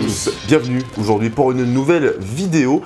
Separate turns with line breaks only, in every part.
tous, bienvenue aujourd'hui pour une nouvelle vidéo.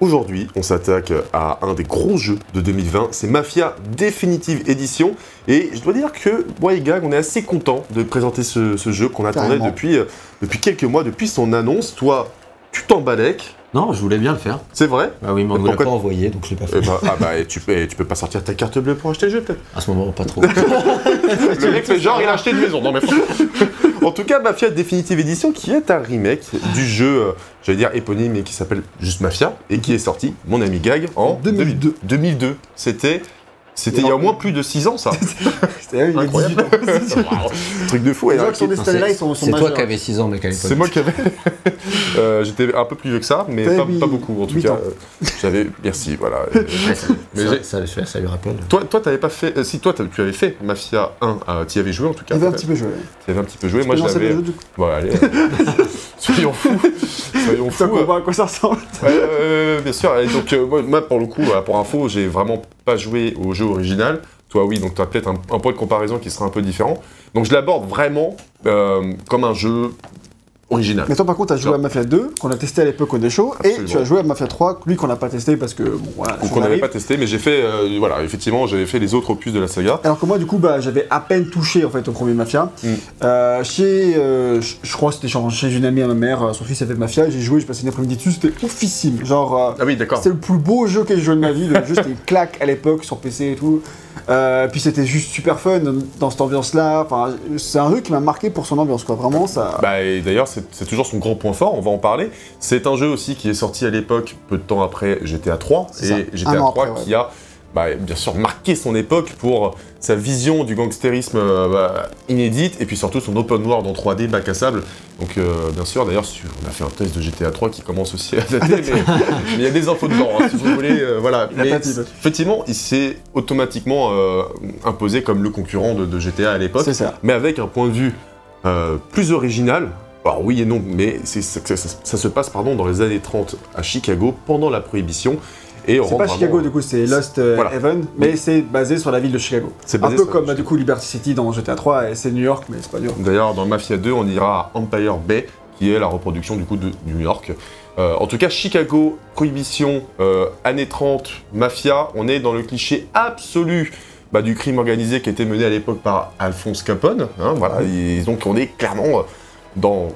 Aujourd'hui, on s'attaque à un des gros jeux de 2020, c'est Mafia Definitive Edition. Et je dois dire que moi et Gag, on est assez content de présenter ce, ce jeu qu'on attendait
Carrément.
depuis, euh, depuis quelques mois, depuis son annonce. Toi, tu t'en balèques,
Non, je voulais bien le faire.
c'est vrai
Bah oui, mais on
Et
ne l'a
pourquoi-
pas envoyé, donc je l'ai pas
Eh
fait.
ben, ah bah, et tu, peux- et tu peux pas sortir ta carte bleue pour acheter le jeu, peut-être
À ce moment, pas trop.
Le mec fait genre, il a acheté une maison. Non, mais En tout cas, Mafia Definitive Edition, qui est un remake du jeu, euh, j'allais dire éponyme, mais qui s'appelle juste Mafia, et qui est sorti, mon ami Gag, en
2002.
2002. C'était. C'était il y a au moins plus de 6 ans, ça.
C'est incroyable.
truc de fou.
Les
et
gens
un
qui sont
kit.
des
Non,
stades là,
c'est-
ils sont, sont
C'est toi
majeurs.
qui avais 6 ans, mec, à l'époque.
C'est moi qui avais. Euh, J'étais un peu plus vieux que ça, mais
T'avais
pas,
huit-
pas beaucoup en tout
huit
cas.
ans.
Euh, J'avais. Merci, voilà. Euh,
Ouais, ça-
Mais
ça-
j'ai-
ça, ça, ça lui rappelle.
Toi, toi, t'avais pas fait. euh, si, toi, t'avais- tu avais fait Mafia 1, euh, t'y avais joué en tout cas.
J'avais Eh ben, un petit peu joué.
T'y avais un petit peu joué. Moi,
Non, c'est
j'avais.
le jeu du coup.
Bon, allez. Soyons fous. Soyons
Ça
fous.
qu'on voit à quoi ça ressemble.
Ouais, ouais, ouais, ouais, bien sûr. Et donc, euh, moi, moi, pour le coup, euh, pour info, j'ai vraiment pas joué au jeu original. Toi, oui, donc tu as peut-être un, un point de comparaison qui sera un peu différent. Donc, je l'aborde vraiment euh, comme un jeu original.
Mais toi, par contre, t'as joué
Non.
à Mafia 2, qu'on a testé à l'époque au Déchaud, et
Absolument.
tu as joué à Mafia 3, lui qu'on n'a pas testé parce que bon, voilà.
Qu'on
on
n'avait
arrive.
pas testé, mais j'ai fait, euh, voilà, effectivement, j'avais fait les autres opus de la saga.
Alors que moi, du coup, bah, j'avais à peine touché en fait au premier Mafia.
Mm.
Euh, chez, euh, je je crois, que c'était chez- chez une amie à ma mère, euh, son fils avait Mafia, j'ai joué, j'ai passé une après-midi dessus, c'était oufissime. Genre, euh,
Ah oui, d'accord.
C'était le plus beau jeu que j'ai joué de ma vie, le jeu c'était une claque à l'époque sur PC et tout. Euh, puis c'était juste super fun dans cette ambiance-là. Enfin, c'est un jeu qui m'a marqué pour son ambiance, quoi. Vraiment, ça.
Bah, et d'ailleurs, c'est c'est toujours son grand point fort, on va en parler. C'est un jeu aussi qui est sorti à l'époque, peu de temps après GTA 3.
C'est ça,
Et
un
GTA
an
3
après, ouais.
qui a, bah, bien sûr, marqué son époque pour sa vision du gangstérisme euh, bah, inédite et puis surtout son open world en 3D, bac à sable. Donc, euh, bien sûr, d'ailleurs, sur- on a fait un test de GTA 3 qui commence aussi à dater, mais mais il y a des infos dedans, hein, si vous voulez. euh, voilà.
a
Mais
pas dit, là.
effectivement, il s'est automatiquement euh, imposé comme le concurrent de, de GTA à l'époque
c'est ça.
mais avec un point de vue euh, plus original. Alors oui et non, mais c'est- ça, ça- ça- ça se passe pardon, dans les années 30 à Chicago pendant la Prohibition. Et on
C'est
rentre
pas
vraiment-
Chicago du coup, c'est Lost euh,
Voilà.
Haven, mais c'est basé sur la ville de Chicago.
C'est
Un
basé
peu
sur-
comme bah, du coup Liberty City dans GTA 3 et c'est New York, mais c'est pas New York.
D'ailleurs, dans Mafia 2, on ira à Empire Bay, qui est la reproduction du coup de New York. Euh, en tout cas, Chicago, Prohibition, euh, années 30, Mafia, on est dans le cliché absolu bah, du crime organisé qui était mené à l'époque par Alphonse Capone. hein, voilà, et donc on est clairement dans,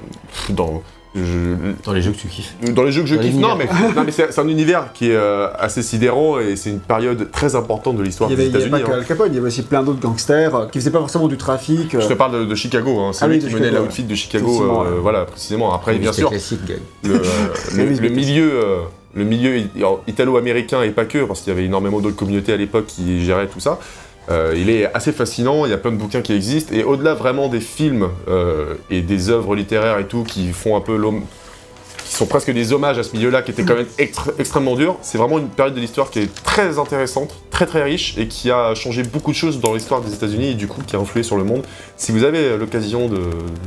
dans je-
Dans les jeux que tu kiffes.
Dans les jeux que je
Dans
kiffe, non mais,
l'univers.
non, mais c'est c'est un univers qui est euh, assez sidérant et c'est une période très importante de l'histoire
Il y
des
avait, il y avait
États-Unis.
pas que
hein.
Al Capone, il y avait aussi plein d'autres gangsters euh, qui faisaient pas forcément du trafic. euh,
Je te parle de, de Chicago, hein. c'est
Ah
lui
oui,
qui
de
menait
Chicago,
l'outfit de Chicago,
Effectivement,
euh,
ouais.
voilà précisément. Après bien
C'était
sûr,
classique, gag.
le, euh, le-
Oui,
le
c'est-
milieu, euh, le milieu i- alors, italo-américain et pas que, parce qu'il y avait énormément d'autres communautés à l'époque qui géraient tout ça. euh, il est assez fascinant, il y a plein de bouquins qui existent, et au-delà vraiment des films euh, et des œuvres littéraires et tout qui font un peu l'homme. qui sont presque des hommages à ce milieu-là qui était quand même extr- extrêmement dur, c'est vraiment une période de l'histoire qui est très intéressante, très très riche et qui a changé beaucoup de choses dans l'histoire des États-Unis et du coup qui a influé sur le monde. Si vous avez l'occasion de de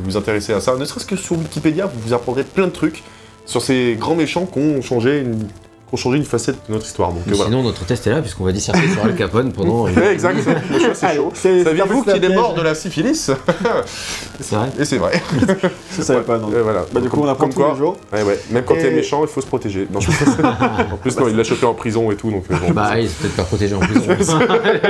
vous intéresser à ça, ne serait-ce que sur Wikipédia, vous vous apprendrez plein de trucs sur ces grands méchants qui ont changé une, qui ont changé une facette de notre histoire. Donc euh,
Mais
voilà.
Sinon, notre test est là, puisqu'on va disserter sur Al Capone pendant. euh,
Ouais, exact, le choix c'est
Allez,
chaud.
Ah, c'est- c'est un
Saviez-vous
peu ça,
qu'il est
piège.
mort de la syphilis
C'est vrai.
Et c'est vrai.
Je savais pas, non.
Euh, voilà.
Bah, du coup, on apprend
comme
tous les
quoi.
jours.
Ouais, ouais. Même quand
Et-
t'es méchant, il faut se protéger. Non, je- en plus, non, il l'a chopé en prison et tout, donc euh, bon,
Bah, il s'est peut-être pas protégé en plus.
c'est vrai.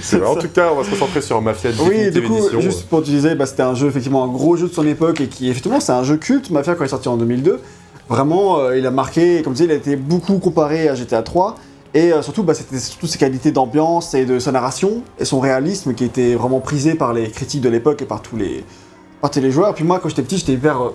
C'est vrai. En tout cas, on va se concentrer sur Mafia
Oui,
Definitive
du coup,
Edition.
juste pour te disais, bah, c'était un jeu, effectivement, un gros jeu de son époque et qui, effectivement, c'est un jeu culte. Mafia, quand il est sorti en 2002, vraiment, euh, il a marqué, comme je disais, il a été beaucoup comparé à GTA 3. Et euh, surtout, bah, c'était surtout ses qualités d'ambiance et de sa narration et son réalisme qui était vraiment prisé par les critiques de l'époque et par tous les, par tous les joueurs. Puis moi, quand j'étais petit, j'étais hyper euh,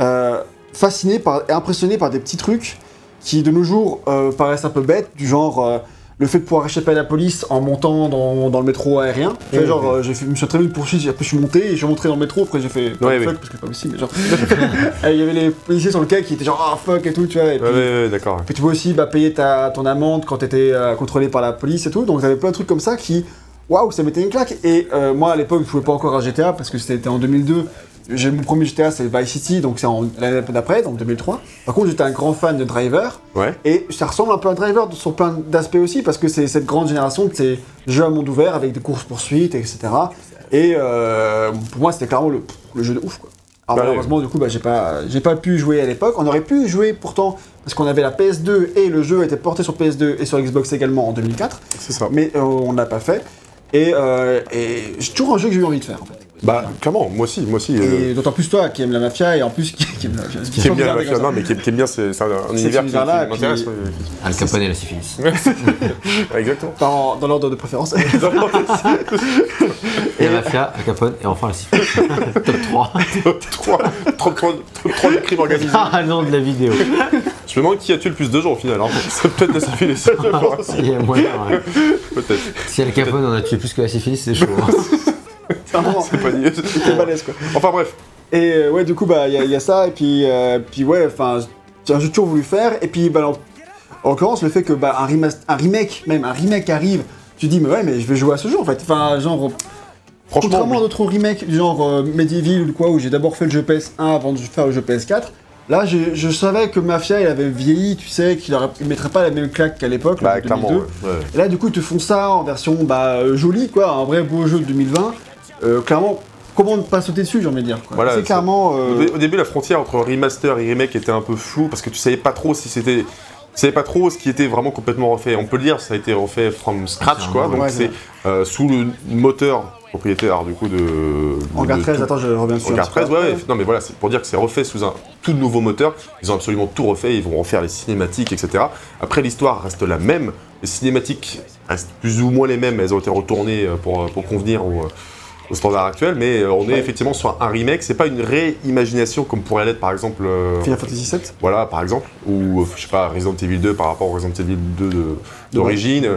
euh, fasciné par, et impressionné par des petits trucs qui, de nos jours, euh, paraissent un peu bêtes, du genre. euh, le fait de pouvoir échapper à la police en montant dans, dans le métro aérien. Tu vois,
Mhm.
genre, euh, j'ai fait, je me suis entraîné une poursuite, j'ai- après je suis monté, et je suis rentré dans le métro, après j'ai fait what the
Ouais,
fuck,
ouais.
parce que c'est pas possible, mais genre. Et Il y avait les policiers sur le quai qui étaient genre, ah fuck et tout, tu vois. Et
Ouais,
puis,
ouais, ouais, d'accord.
puis tu pouvais aussi bah, payer ta, ton amende quand t'étais euh, contrôlé par la police et tout. Donc t'avais plein de trucs comme ça qui, waouh, ça mettait une claque. Et euh, moi à l'époque, je jouais pas encore à GTA parce que c'était en 2002. J'ai mon premier GTA, c'est Vice City, donc c'est en- l'année d'après, donc 2003. Par contre, j'étais un grand fan de Driver.
Ouais.
Et ça ressemble un peu à Driver sur plein d'aspects aussi, parce que c'est cette grande génération de ces jeux à monde ouvert avec des courses-poursuites, etc. Et euh, pour moi, c'était clairement le, le jeu de ouf. Quoi. Alors
Bah,
malheureusement, du coup, bah, j'ai pas, j'ai pas pu jouer à l'époque. On aurait pu jouer pourtant, parce qu'on avait la PS2 et le jeu était porté sur PS2 et sur Xbox également en 2004,
C'est ça.
mais euh, on ne l'a pas fait. Et, euh, et c'est toujours un jeu que j'ai eu envie de faire en fait.
Bah, comment Moi aussi, moi aussi. euh,
Et d'autant plus toi qui aime la mafia et en plus qui, qui aime la mafia.
qui aime bien la mafia. Non, mais qui aime, qui aime bien, c'est c'est un, un univers qui, qui
univers-là, et puis-
m'intéresse. ouais,
Al Capone et la syphilis.
ouais. Exactement.
Dans, dans l'ordre de préférence.
Et la mafia, Al Capone et enfin la syphilis. Top 3.
Trois, trois, trois, trois de crimes organisés.
Ah non, de la vidéo.
Je me demande qui a tué le plus de gens au final. Hein. C'est peut-être la syphilis. je pense.
Il y a moyen. ouais.
peut-être.
Si Al Capone en a tué plus que la syphilis, c'est chaud. hein.
C'est vraiment-
C'est pas dit.
c'est balèze quoi.
Enfin bref.
Et euh, ouais, du coup, bah, il y, a- y a ça, et puis, euh, puis ouais, enfin, j'ai j'ai toujours voulu faire, et puis, bah, en, en l'occurrence, le fait que, bah, un, remas- un remake, même un remake arrive, tu dis, mais ouais, mais je vais jouer à ce jeu, en fait. Enfin, genre,
Franchement,
contrairement à
oui.
d'autres remakes, du genre euh, Medieval ou quoi, où j'ai d'abord fait le jeu PS1 avant de faire le jeu PS4, là, je, je savais que Mafia, il avait vieilli, tu sais, qu'il aurait- il mettrait pas la même claque qu'à l'époque, le
bah
jeu
clairement.
2002.
ouais, ouais.
Et là, du coup, ils te font ça en version bah, euh, jolie, quoi, un vrai beau jeu de 2020. Euh, clairement, comment ne pas sauter dessus, j'ai envie de dire. quoi.
Voilà,
c'est
c'est-
clairement.
Au
euh,
dé- Au début, la frontière entre remaster et remake était un peu floue parce que tu savais pas trop si c'était. Tu savais pas trop ce qui était vraiment complètement refait. On peut le dire, ça a été refait from scratch, quoi. Donc
Ouais,
c'est euh, sous le moteur propriétaire du coup de.
En
de-
gare
de
13,
tout-
attends, je reviens
En
sur.
carte 13, ouais, ouais. Non, mais voilà, c'est pour dire que c'est refait sous un tout nouveau moteur. Ils ont absolument tout refait. Ils vont refaire les cinématiques, etc. Après, l'histoire reste la même. Les cinématiques restent plus ou moins les mêmes. Elles ont été retournées euh, pour, euh, pour convenir au, euh, au standard actuel. Mais euh, on est
Ouais.
effectivement sur un remake. C'est pas une réimagination comme pourrait l'être, par exemple. euh,
Final Fantasy 7
voilà, par exemple, ou euh, je sais pas, Resident Evil 2 par rapport au Resident Evil 2 de- d'origine.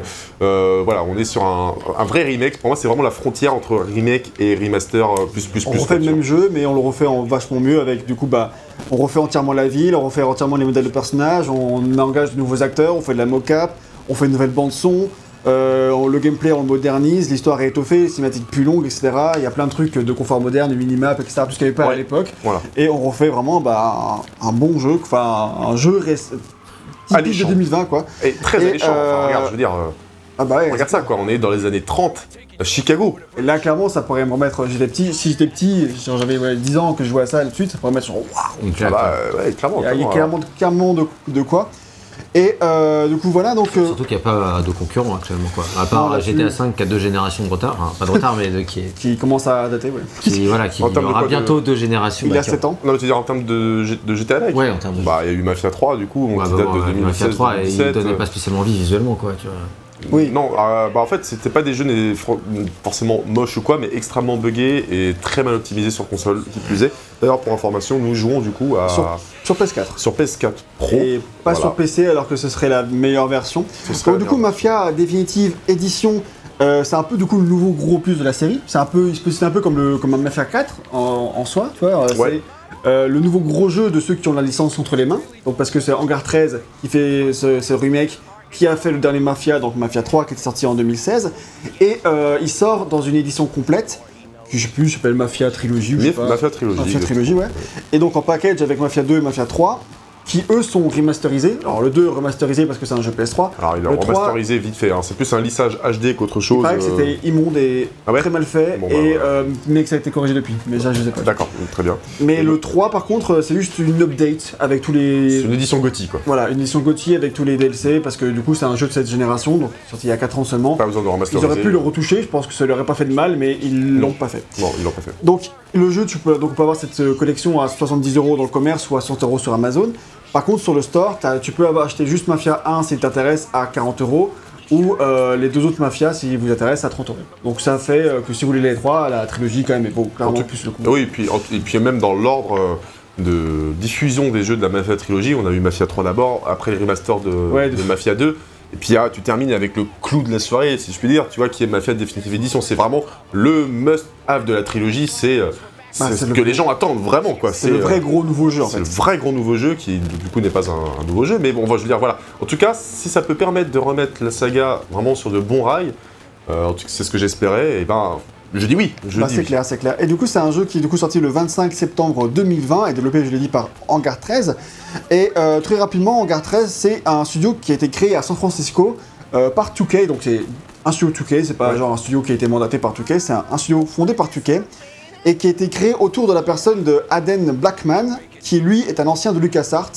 Euh, voilà, on est sur un, un vrai remake. Pour moi, c'est vraiment la frontière entre remake et remaster euh, plus plus
On
plus.
refait
quoi,
le
tu
même jeu, mais on le refait en vachement mieux avec du coup, bah, on refait entièrement la ville, on refait entièrement les modèles de personnages, on engage de nouveaux acteurs, on fait de la mocap, on fait une nouvelle bande son, euh, on- le gameplay on le modernise, l'histoire est étoffée, les cinématiques plus longues, etc. Il y a plein de trucs de confort moderne, de minimap, etc. Tout ce qu'il n'y avait pas à
Ouais.
l'époque.
Voilà.
Et on refait vraiment bah, un, un bon jeu, enfin un jeu rest- typique de
Alléchant.
2020 quoi.
Et très
Et,
alléchant. Enfin,
euh,
regarde, je veux dire, euh,
Ah bah ouais,
regarde ça, quoi. On est dans les années 30, à Chicago.
Et là, clairement, ça pourrait me remettre. J'étais petit, si j'étais petit, genre j'avais ouais, 10 ans que je jouais à ça tout de suite, ça pourrait me mettre genre waouh
Une
Ah
claque.
bah,
hein.
euh, ouais, clairement.
Il y a- il y a
clairement,
clairement, clairement de, de quoi. Et euh, du coup, voilà, donc. euh,
Surtout qu'il n'y a pas de concurrents actuellement quoi. À part
Non, là-dessus-
GTA V qui a deux générations de retard, Enfin, pas de retard mais de- qui, est-
qui commence à dater, ouais.
qui voilà qui
En termes de
aura
quoi, de-
bientôt deux générations.
Il
bah,
a
qui-
7 ans.
euh, Non, mais tu veux dire en termes de, G- de GTA Live
Ouais en termes de.
Bah, il y a eu Mafia 3, du coup, on
Ouais,
qui
bah,
date
bon,
de
ouais, Mafia
2016,
3 et il
2017.
donnait pas spécialement envie visuellement quoi tu vois.
Oui.
euh, Non, euh, bah, en fait, c'était pas des jeux né- fro- forcément moches ou quoi, mais extrêmement buggés et très mal optimisés sur console, qui plus est. D'ailleurs, pour information, nous jouons du coup à...
Sur-
sur,
Sur PS4.
PS4 Pro.
Et pas
Voilà.
sur PC, alors que ce serait la meilleure version.
Ce serait
Donc, du
la
coup,
merde.
Mafia Définitive Édition. euh, c'est un peu du coup le nouveau gros plus de la série. C'est un peu, il se positionne un peu comme le comme un Mafia 4 en, en soi, tu vois. euh,
Ouais.
c'est, euh, le nouveau gros jeu de ceux qui ont la licence entre les mains. Donc parce que c'est Hangar 13 qui fait ce, ce remake, qui a fait le dernier Mafia, donc Mafia 3 qui est sorti en 2016, et euh, il sort dans une édition complète. qui, Je sais plus, s'appelle Mafia Trilogy ou je sais
Mif-
pas.
Mafia Trilogy.
Mafia Trilogy, ouais. Et donc en package avec Mafia 2 et Mafia 3, qui eux sont remasterisés. Alors le 2 est remasterisé parce que c'est un jeu PS3.
Alors, il a
Le trois-
remasterisé vite fait. hein. C'est plus un lissage HD qu'autre
Il
chose.
paraît que
euh,
c'était immonde et
Ah ouais
très mal fait,
Bon, bah,
et,
ouais.
euh, mais que ça a été corrigé depuis. Mais ça, je sais pas.
D'accord, très bien.
Mais le 3, par contre, euh, c'est juste une update avec tous
C'est
les.
une édition Gotti, quoi.
Voilà, une édition Gauthier avec tous les DLC, parce que du coup, c'est un jeu de cette génération, donc sorti il y a 4 ans seulement.
Pas besoin de
Ils
remasteriser.
auraient pu le retoucher, je pense que ça leur aurait pas fait de mal, mais
Mm.
ils l'ont pas fait.
Non, ils l'ont pas fait.
Donc le jeu, tu peux donc on peut avoir cette euh, collection à 70 euros dans le commerce ou à 100 euros sur Amazon. Par contre, sur le store, t'as- tu peux avoir acheté juste Mafia 1 si t'intéresse à 40 euros ou euh, les deux autres mafias si vous intéressent à 30 euros. Donc ça fait euh, que si vous voulez les trois, la trilogie quand même est bon, clairement
En tout-
plus le coup.
Oui, et puis, en- et puis même dans l'ordre euh, de diffusion des jeux de la Mafia Trilogie, on a eu Mafia 3 d'abord, après le remaster de,
Ouais, de-
de Mafia 2. Et puis ah, tu termines avec le clou de la soirée, si je puis dire, tu vois, qui est Mafia Definitive Edition. C'est vraiment le must-have de la trilogie, c'est euh, c'est
Bah, c'est
ce
le-
que les gens attendent vraiment, quoi.
C'est le
euh,
vrai gros nouveau jeu en
c'est
fait.
le vrai grand nouveau jeu qui du coup n'est pas un, un nouveau jeu, mais bon, je veux dire, voilà. En tout cas, si ça peut permettre de remettre la saga vraiment sur de bons rails, euh, en tout cas, c'est ce que j'espérais, et ben, je dis oui. Je
Bah,
dis
c'est
oui.
clair, c'est clair. Et du coup, c'est un jeu qui est du coup sorti le 25 septembre 2020 et développé, je l'ai dit, par Hangar 13. Et euh, très rapidement, Hangar 13, c'est un studio qui a été créé à San Francisco euh, par 2K. Donc c'est un studio 2K, c'est pas
Ouais.
genre un studio qui a été mandaté par 2K, c'est un, un studio fondé par 2K. et qui a été créé autour de la personne de Aden Blackman, qui lui est un ancien de LucasArts.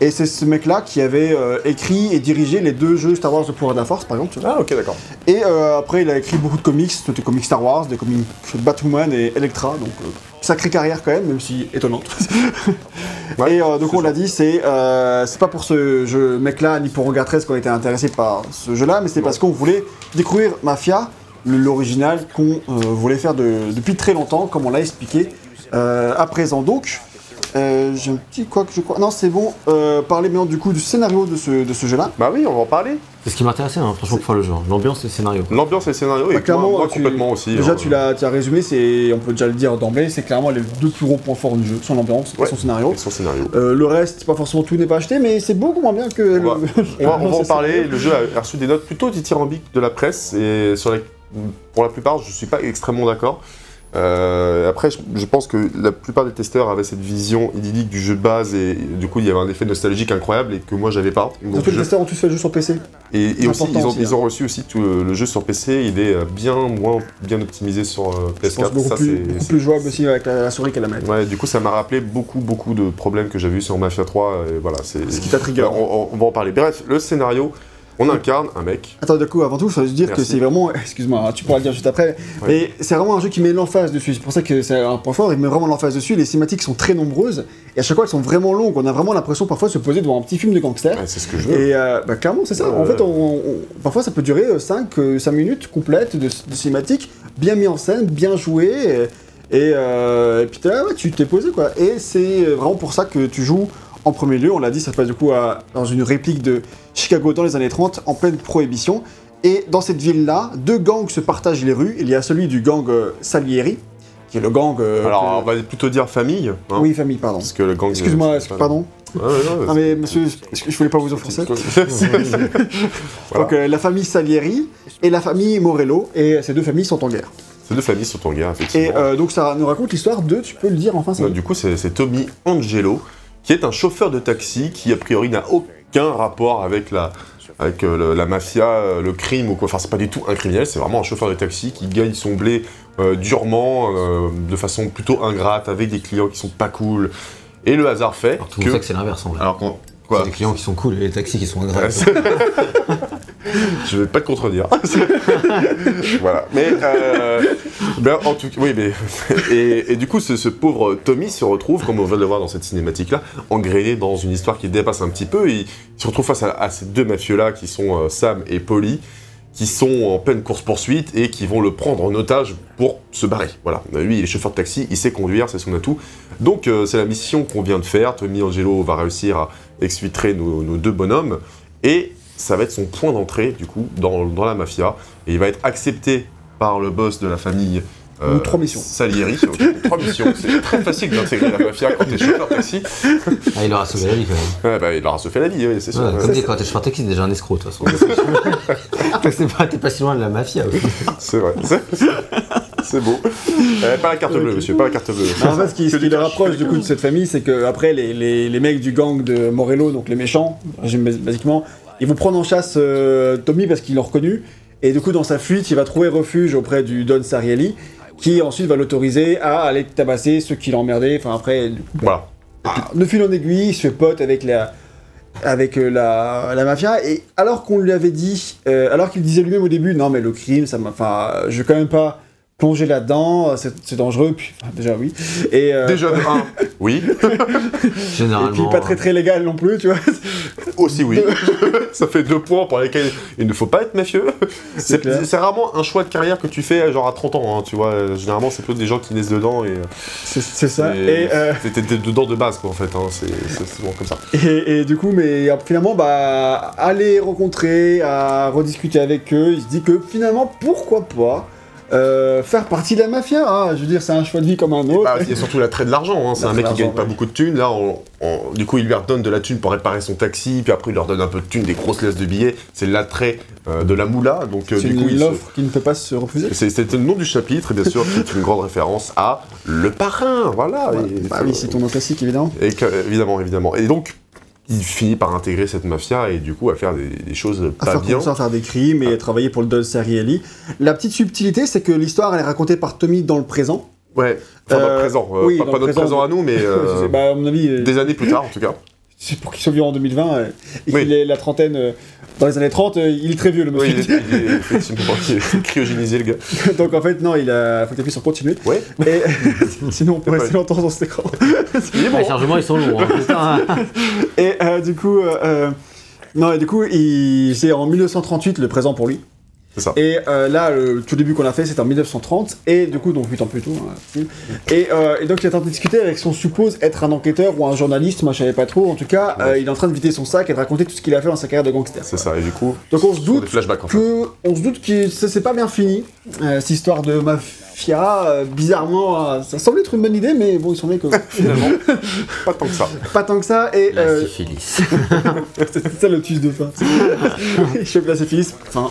Et c'est ce mec-là qui avait euh, écrit et dirigé les deux jeux Star Wars Le pouvoir de la force, par exemple. tu vois.
Ah, ok, d'accord.
Et euh, après, il a écrit beaucoup de comics, des comics Star Wars, des comics Batwoman et Electra, donc euh, sacrée carrière quand même, même si étonnante.
Ouais,
et euh, donc on l'a dit, c'est euh, c'est pas pour ce jeu mec-là, ni pour Hangar 13 qu'on était intéressé par ce jeu-là, mais c'est parce qu'on voulait découvrir Mafia, le- l'original qu'on euh, voulait faire de- depuis très longtemps, comme on l'a expliqué euh, à présent. Donc, euh, j'ai un petit quoi que je crois. Non, c'est bon, euh, parler maintenant du coup du scénario de ce, de ce jeu-là.
Bah oui, on va en parler.
C'est ce qui m'intéressait, hein, franchement, pour faire le jeu. L'ambiance et le scénario.
L'ambiance et le scénario,
Bah,
et moi, moi,
tu-
complètement aussi.
Déjà,
hein.
tu l'as tu as résumé, c'est, on peut déjà le dire d'emblée, c'est clairement les deux plus gros points forts du jeu, son ambiance et
Ouais.
son scénario.
Et son scénario.
Euh, le reste, pas forcément tout n'est pas acheté, mais c'est beaucoup moins bien que. le-
On va, on va- on va en
Ah c'est ça.
parler. Le jeu a- a reçu des notes plutôt dithyrambiques de la presse et sur la- pour la plupart, je ne suis pas extrêmement d'accord. Euh, après, je, je pense que la plupart des testeurs avaient cette vision idyllique du jeu de base et, et du coup, il y avait un effet nostalgique incroyable et que moi, j'avais pas. Donc,
Surtout que
je-
les testeurs ont tous fait le jeu sur PC.
et, et aussi,
important
ils ont,
aussi,
ils ont reçu aussi tout euh, le, le jeu sur PC. Il est euh, bien moins bien optimisé sur euh,
Je pense
PS4.
beaucoup,
Ça,
plus,
c'est-
beaucoup
c'est-
plus jouable aussi avec la, la souris qu'à la manette.
Ouais, du coup, ça m'a rappelé beaucoup, beaucoup de problèmes que j'avais eu sur Mafia 3. Et voilà, c'est
Ce qui t'a trigger.
On, on- on va en parler. Bref, le scénario, on incarne un mec.
Attends, du coup, avant tout, il faut se dire que
Merci.
c'est vraiment. Excuse-moi, hein, tu pourras le dire juste après.
Ouais.
Mais c'est vraiment un jeu qui met l'emphase dessus. C'est pour ça que c'est un point fort, il met vraiment l'emphase dessus. Les cinématiques sont très nombreuses et à chaque fois elles sont vraiment longues. On a vraiment l'impression parfois de se poser devant un petit film de gangster.
Ouais, c'est ce que je veux.
Et euh, bah, clairement, c'est ça.
Ouais,
en
ouais.
fait, on- on- parfois, ça peut durer euh, 5, 5 minutes complètes de, de cinématique, bien mis en scène, bien joué. Et, et, euh, et puis, t'es là, ouais, tu t'es posé, quoi. Et c'est vraiment pour ça que tu joues en premier lieu. On l'a dit, ça se passe du coup à- dans une réplique de Chicago dans les années 30, en pleine prohibition. Et dans cette ville-là, deux gangs se partagent les rues. Il y a celui du gang euh, Salieri, qui est le gang. euh,
Alors,
que-
on va plutôt dire famille. hein,
Oui, famille, pardon.
Parce que le gang.
Excuse-moi,
euh,
est-ce que- pardon.
Ouais, ouais, ouais,
Non, mais monsieur, je je voulais pas vous offenser.
Voilà.
Donc euh, la famille Salieri et la famille Morello, et ces deux familles sont en guerre.
Ces deux familles sont en guerre, effectivement.
Et euh, donc ça nous raconte l'histoire de, tu peux le dire enfin, ça.
Donc, Bah, du coup, c'est c'est Tommy Angelo, qui est un chauffeur de taxi qui, a priori, n'a aucun rapport avec la. Avec euh, le- la mafia, euh, le crime ou quoi. Enfin, c'est pas du tout un criminel, c'est vraiment un chauffeur de taxi qui gagne son blé euh, durement, euh, de façon plutôt ingrate, avec des clients qui sont pas cool. Et le hasard fait
Alors, tout le monde sait
que.
que c'est l'inverse en vrai.
Alors, qu'on-
C'est
quoi
les clients qui sont cool et les taxis qui sont
Ouais,
ingrats.
c'est- Je vais pas te contredire. voilà. Mais euh, ben, en tout cas, oui, mais et, et du coup, ce, ce pauvre Tommy se retrouve, comme on vient de le voir dans cette cinématique-là, engrainé dans une histoire qui dépasse un petit peu. Il, il se retrouve face à, à ces deux mafieux-là qui sont euh, Sam et Polly, qui sont en pleine course-poursuite et qui vont le prendre en otage pour se barrer. Voilà. Lui, il est chauffeur de taxi, il sait conduire, c'est son atout. Donc, euh, c'est la mission qu'on vient de faire. Tommy Angelo va réussir à exfiltrer nos- nos deux bonhommes. Et ça va être son point d'entrée, du coup, dans, dans la mafia. Et il va être accepté par le boss de la famille. euh,
Ou trois missions.
Salieri. Donc, trois missions. C'est très facile d'intégrer la mafia quand t'es chauffeur taxi.
Ah, il aura sauvé la vie quand même.
Ouais, bah, il leur a se fait la vie, oui, c'est sûr.
Ouais,
Ouais,
comme dit, quand t'es chauffeur taxi, t'es déjà un escroc de toute façon. T'es pas, t'es pas si loin de la mafia. au fait.
c'est vrai. C'est- C'est beau. Euh, pas la carte bleue, monsieur, pas la carte bleue.
Alors, en fait, Ah, ce qui, ce qui les rapproche du coup de cette famille, c'est que après les, les- les mecs du gang de Morello, donc les méchants, j'aime bas- basiquement, ils vont prendre en chasse euh, Tommy parce qu'ils l'ont reconnu. Et du coup, dans sa fuite, il va trouver refuge auprès du Don Sarielli, qui ensuite va l'autoriser à aller tabasser ceux qui l'emmerdaient. Enfin, après, du coup,
Voilà.
Ah, de fil en aiguille, il se fait pote avec la, avec euh, la, la mafia. Et alors qu'on lui avait dit, euh, alors qu'il disait lui-même au début, non mais le crime, ça m'a, enfin, euh, je vais quand même pas plonger là-dedans, euh, c'est c'est dangereux. Puis enfin, déjà oui. Et euh,
Déjà de un, oui.
et puis
Généralement.
pas très très légal non plus, tu vois.
Aussi oui. ça fait deux points pour lesquels il ne faut pas être mafieux.
clair.
C'est c'est rarement un choix de carrière que tu fais genre à 30 ans, hein, tu vois. Euh, Généralement, c'est plutôt des gens qui naissent dedans et... euh,
C'est c'est ça.
Et,
Et, euh,
C'était dedans de base, quoi, en fait. Hein. C'est c'est souvent comme ça.
Et, et du coup, mais euh, finalement, bah, à les rencontrer, à rediscuter avec eux, il se dit que finalement, pourquoi pas euh, faire partie de la mafia. hein. Je veux dire, c'est un choix de vie comme un autre.
Bah, il y a surtout l'attrait de l'argent. Hein. C'est un
L'attrait
mec qui
de l'argent,
gagne pas
ouais.
beaucoup de thunes. Là, on- on- du coup, il lui redonne de la thune pour réparer son taxi. Puis après, il leur donne un peu de thunes, des grosses laisses de billets. C'est l'attrait euh, de la moula. Donc, euh,
c'est
du coup,
une
il se-
offre qui ne peut pas se refuser.
C'est c'est le nom du chapitre, et bien sûr, qui est une grande référence à Le Parrain. Voilà.
Ouais,
Et-
bah oui, c'est ton nom classique évidemment.
Et que- évidemment, évidemment. Et donc, il finit par intégrer cette mafia et du coup, à faire des, des choses
À
pas
faire
bien.
comme ça, à faire des crimes
Ah.
et travailler pour le Don Sarielli. La petite subtilité, c'est que l'histoire elle est racontée par Tommy dans le présent.
Ouais, enfin, dans le
Euh,
présent. euh,
oui,
pas
dans
pas
le
notre
présent.
présent à nous, mais
Ouais, c'est-
euh,
c'est- bah, à mon avis, euh,
des années plus tard, en tout cas.
c'est pour qu'il soit vieux en 2020 euh, et
Oui.
qu'il ait la trentaine. euh, dans les années 30, euh, il est très vieux le
Oui,
monsieur.
il est, il est- effectivement il est cryogénisé, le gars.
Donc en fait, non, il a. Faut que t'appuies sur continuer.
Ouais.
Et sinon, on peut
Ouais.
rester longtemps sur cet écran.
Il est
Ah, Les
bon.
chargements, ils sont longs. hein. Putain, hein.
Et euh, du coup, euh, euh, non, et du coup, il- c'est en 1938 le présent pour lui.
C'est ça.
Et euh, là, le tout début qu'on a fait, c'était en 1930, et du coup, donc 8 ans plus tôt. hein, pile. et, euh, et donc, il est en train de discuter avec son suppose être un enquêteur ou un journaliste, moi je savais pas trop. En tout cas, euh, il est en train de vider son sac et de raconter tout ce qu'il a fait dans sa carrière de gangster.
C'est ça, et du coup,
Donc, on
on a
se
des
doute
flashbacks en fait.
que, on se doute que ça c'est pas bien fini, euh, cette histoire de mafia. euh, bizarrement, euh, ça semblait être une bonne idée, mais bon, il semblait que
Finalement, pas tant que ça.
pas tant que ça. Et
La
euh,
syphilis.
c'est ça le twist de fin. Je fais la syphilis. Enfin,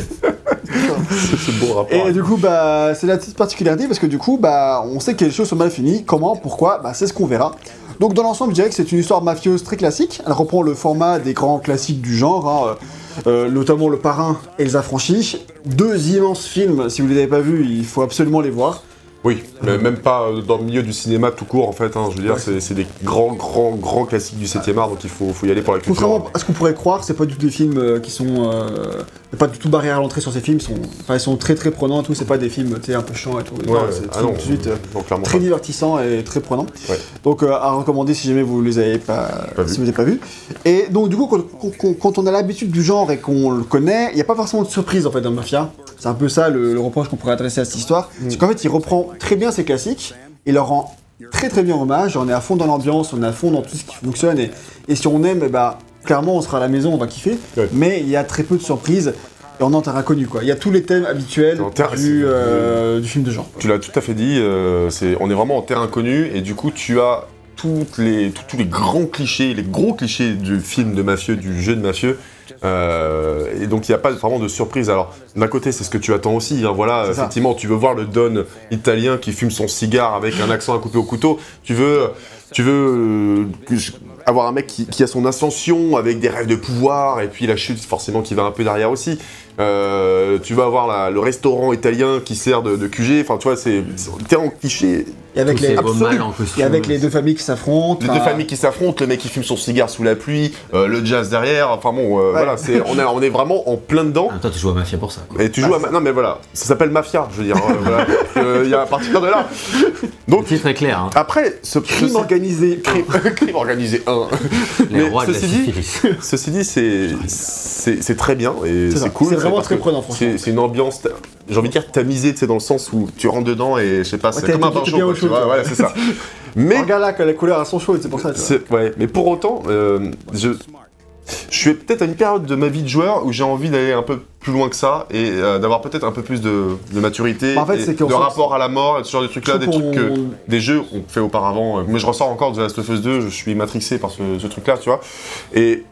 C'est ce bon rapport.
Et du coup, bah, c'est la petite particularité parce que du coup, bah, on sait que les choses sont mal finies. Comment, pourquoi, bah, c'est ce qu'on verra. Donc dans l'ensemble, je dirais que c'est une histoire mafieuse très classique. Elle reprend le format des grands classiques du genre, hein, euh, euh, notamment Le Parrain et Les Affranchis. Deux immenses films. Si vous les avez pas vus, il faut absolument les voir.
Oui, mais même pas euh, dans le milieu du cinéma tout court en fait. hein. je veux dire, c'est c'est des grands, grands, grands classiques du 7 e art, donc il faut, faut y aller pour la culture.
Contrairement à ce qu'on pourrait croire, c'est pas du tout des films euh, qui sont euh, pas du tout barrière à l'entrée sur ces films. Ils sont, enfin, ils sont très très prenants. et Tout, c'est pas des films, tu sais, un peu chiants et tout.
Ouais,
Non, c'est
ah non,
tout de suite. euh,
non, clairement
très
pas.
divertissant et très prenant.
bah. Ouais.
Donc euh, à recommander si jamais vous les avez pas,
Pas
si
vu.
vous n'avez pas vu. Et donc du coup quand, quand- quand on a l'habitude du genre et qu'on le connaît, il n'y a pas forcément de surprise en fait dans Mafia. C'est un peu ça le, le reproche qu'on pourrait adresser à cette histoire.
Mm.
C'est qu'en fait il reprend très bien ses classiques, il leur rend très très bien hommage, on est à fond dans l'ambiance, on est à fond dans tout ce qui fonctionne et, et si on aime, eh ben, clairement on sera à la maison, on va kiffer.
Ouais.
Mais il y a très peu de surprises. Et on en terrain connu quoi. Il y a tous les thèmes habituels
En terrain-
du, euh, du film de genre.
Tu l'as tout à fait dit, euh, c'est- on est vraiment en terrain inconnu et du coup tu as toutes les, tous- tous les grands clichés, les gros clichés du film de mafieux, du jeu de mafieux. euh, et donc il n'y a pas vraiment de surprise. Alors d'un côté c'est ce que tu attends aussi. hein, voilà,
C'est ça.
effectivement tu veux voir le don italien qui fume son cigare avec un accent à couper au couteau. Tu veux, tu veux euh, que je- avoir un mec qui, qui a son ascension avec des rêves de pouvoir et puis la chute forcément qui va un peu derrière aussi. Euh, tu vas avoir la- le restaurant italien qui sert de, de QG. Enfin, tu vois, c'est c'est- t'es en cliché.
Et avec
Tous ces
les,
beaux mâles en
Et
costume.
avec les deux familles qui s'affrontent.
Les deux
enfin,
familles qui s'affrontent, le mec qui fume son cigare sous la pluie, euh, le jazz derrière. Enfin bon, euh, voilà, c'est on, est- on est vraiment en plein dedans.
Ah, Toi, tu joues à Mafia pour ça. quoi.
Et tu joues à. ma- Non, mais voilà, ça s'appelle Mafia, je veux dire. euh, voilà. Euh, Il y a à partir de là.
Le titre est clair. hein.
Après, ce
Crime
organisé. Crime, crime organisé 1.
Les
Mais
rois de la
ceci dit-
syphilis.
Ceci dit, c'est- c'est c'est très bien et
C'est ça.
c'est cool.
C'est vraiment
parce
très
que
prenant, franchement.
c'est- C'est une ambiance, ta- j'ai envie de dire tamisée, tu sais, dans le sens où tu rentres dedans et je sais pas, c'est
t'es-
comme un
t'es- t'es
bain chaud.
bien
quoi,
au
tu
chaud,
vois,
toi.
voilà, c'est ça. Mais,
Regarde là que les couleurs elles sont chaudes, c'est pour ça. tu vois.
c'est- ouais, mais pour autant, euh, je, je suis peut-être à une période de ma vie de joueur où j'ai envie d'aller un peu plus loin que ça et euh, d'avoir peut-être un peu plus de, de maturité,
Bah, en fait,
et
c'est qu'on
de
sent que
rapport à la mort, et ce genre de trucs-là,
Je
des
trouve
trucs que
qu'on-
des jeux on fait auparavant. euh, Mais je ressors encore de The Last of Us 2, je suis matrixé par ce, ce truc-là, tu vois. Et,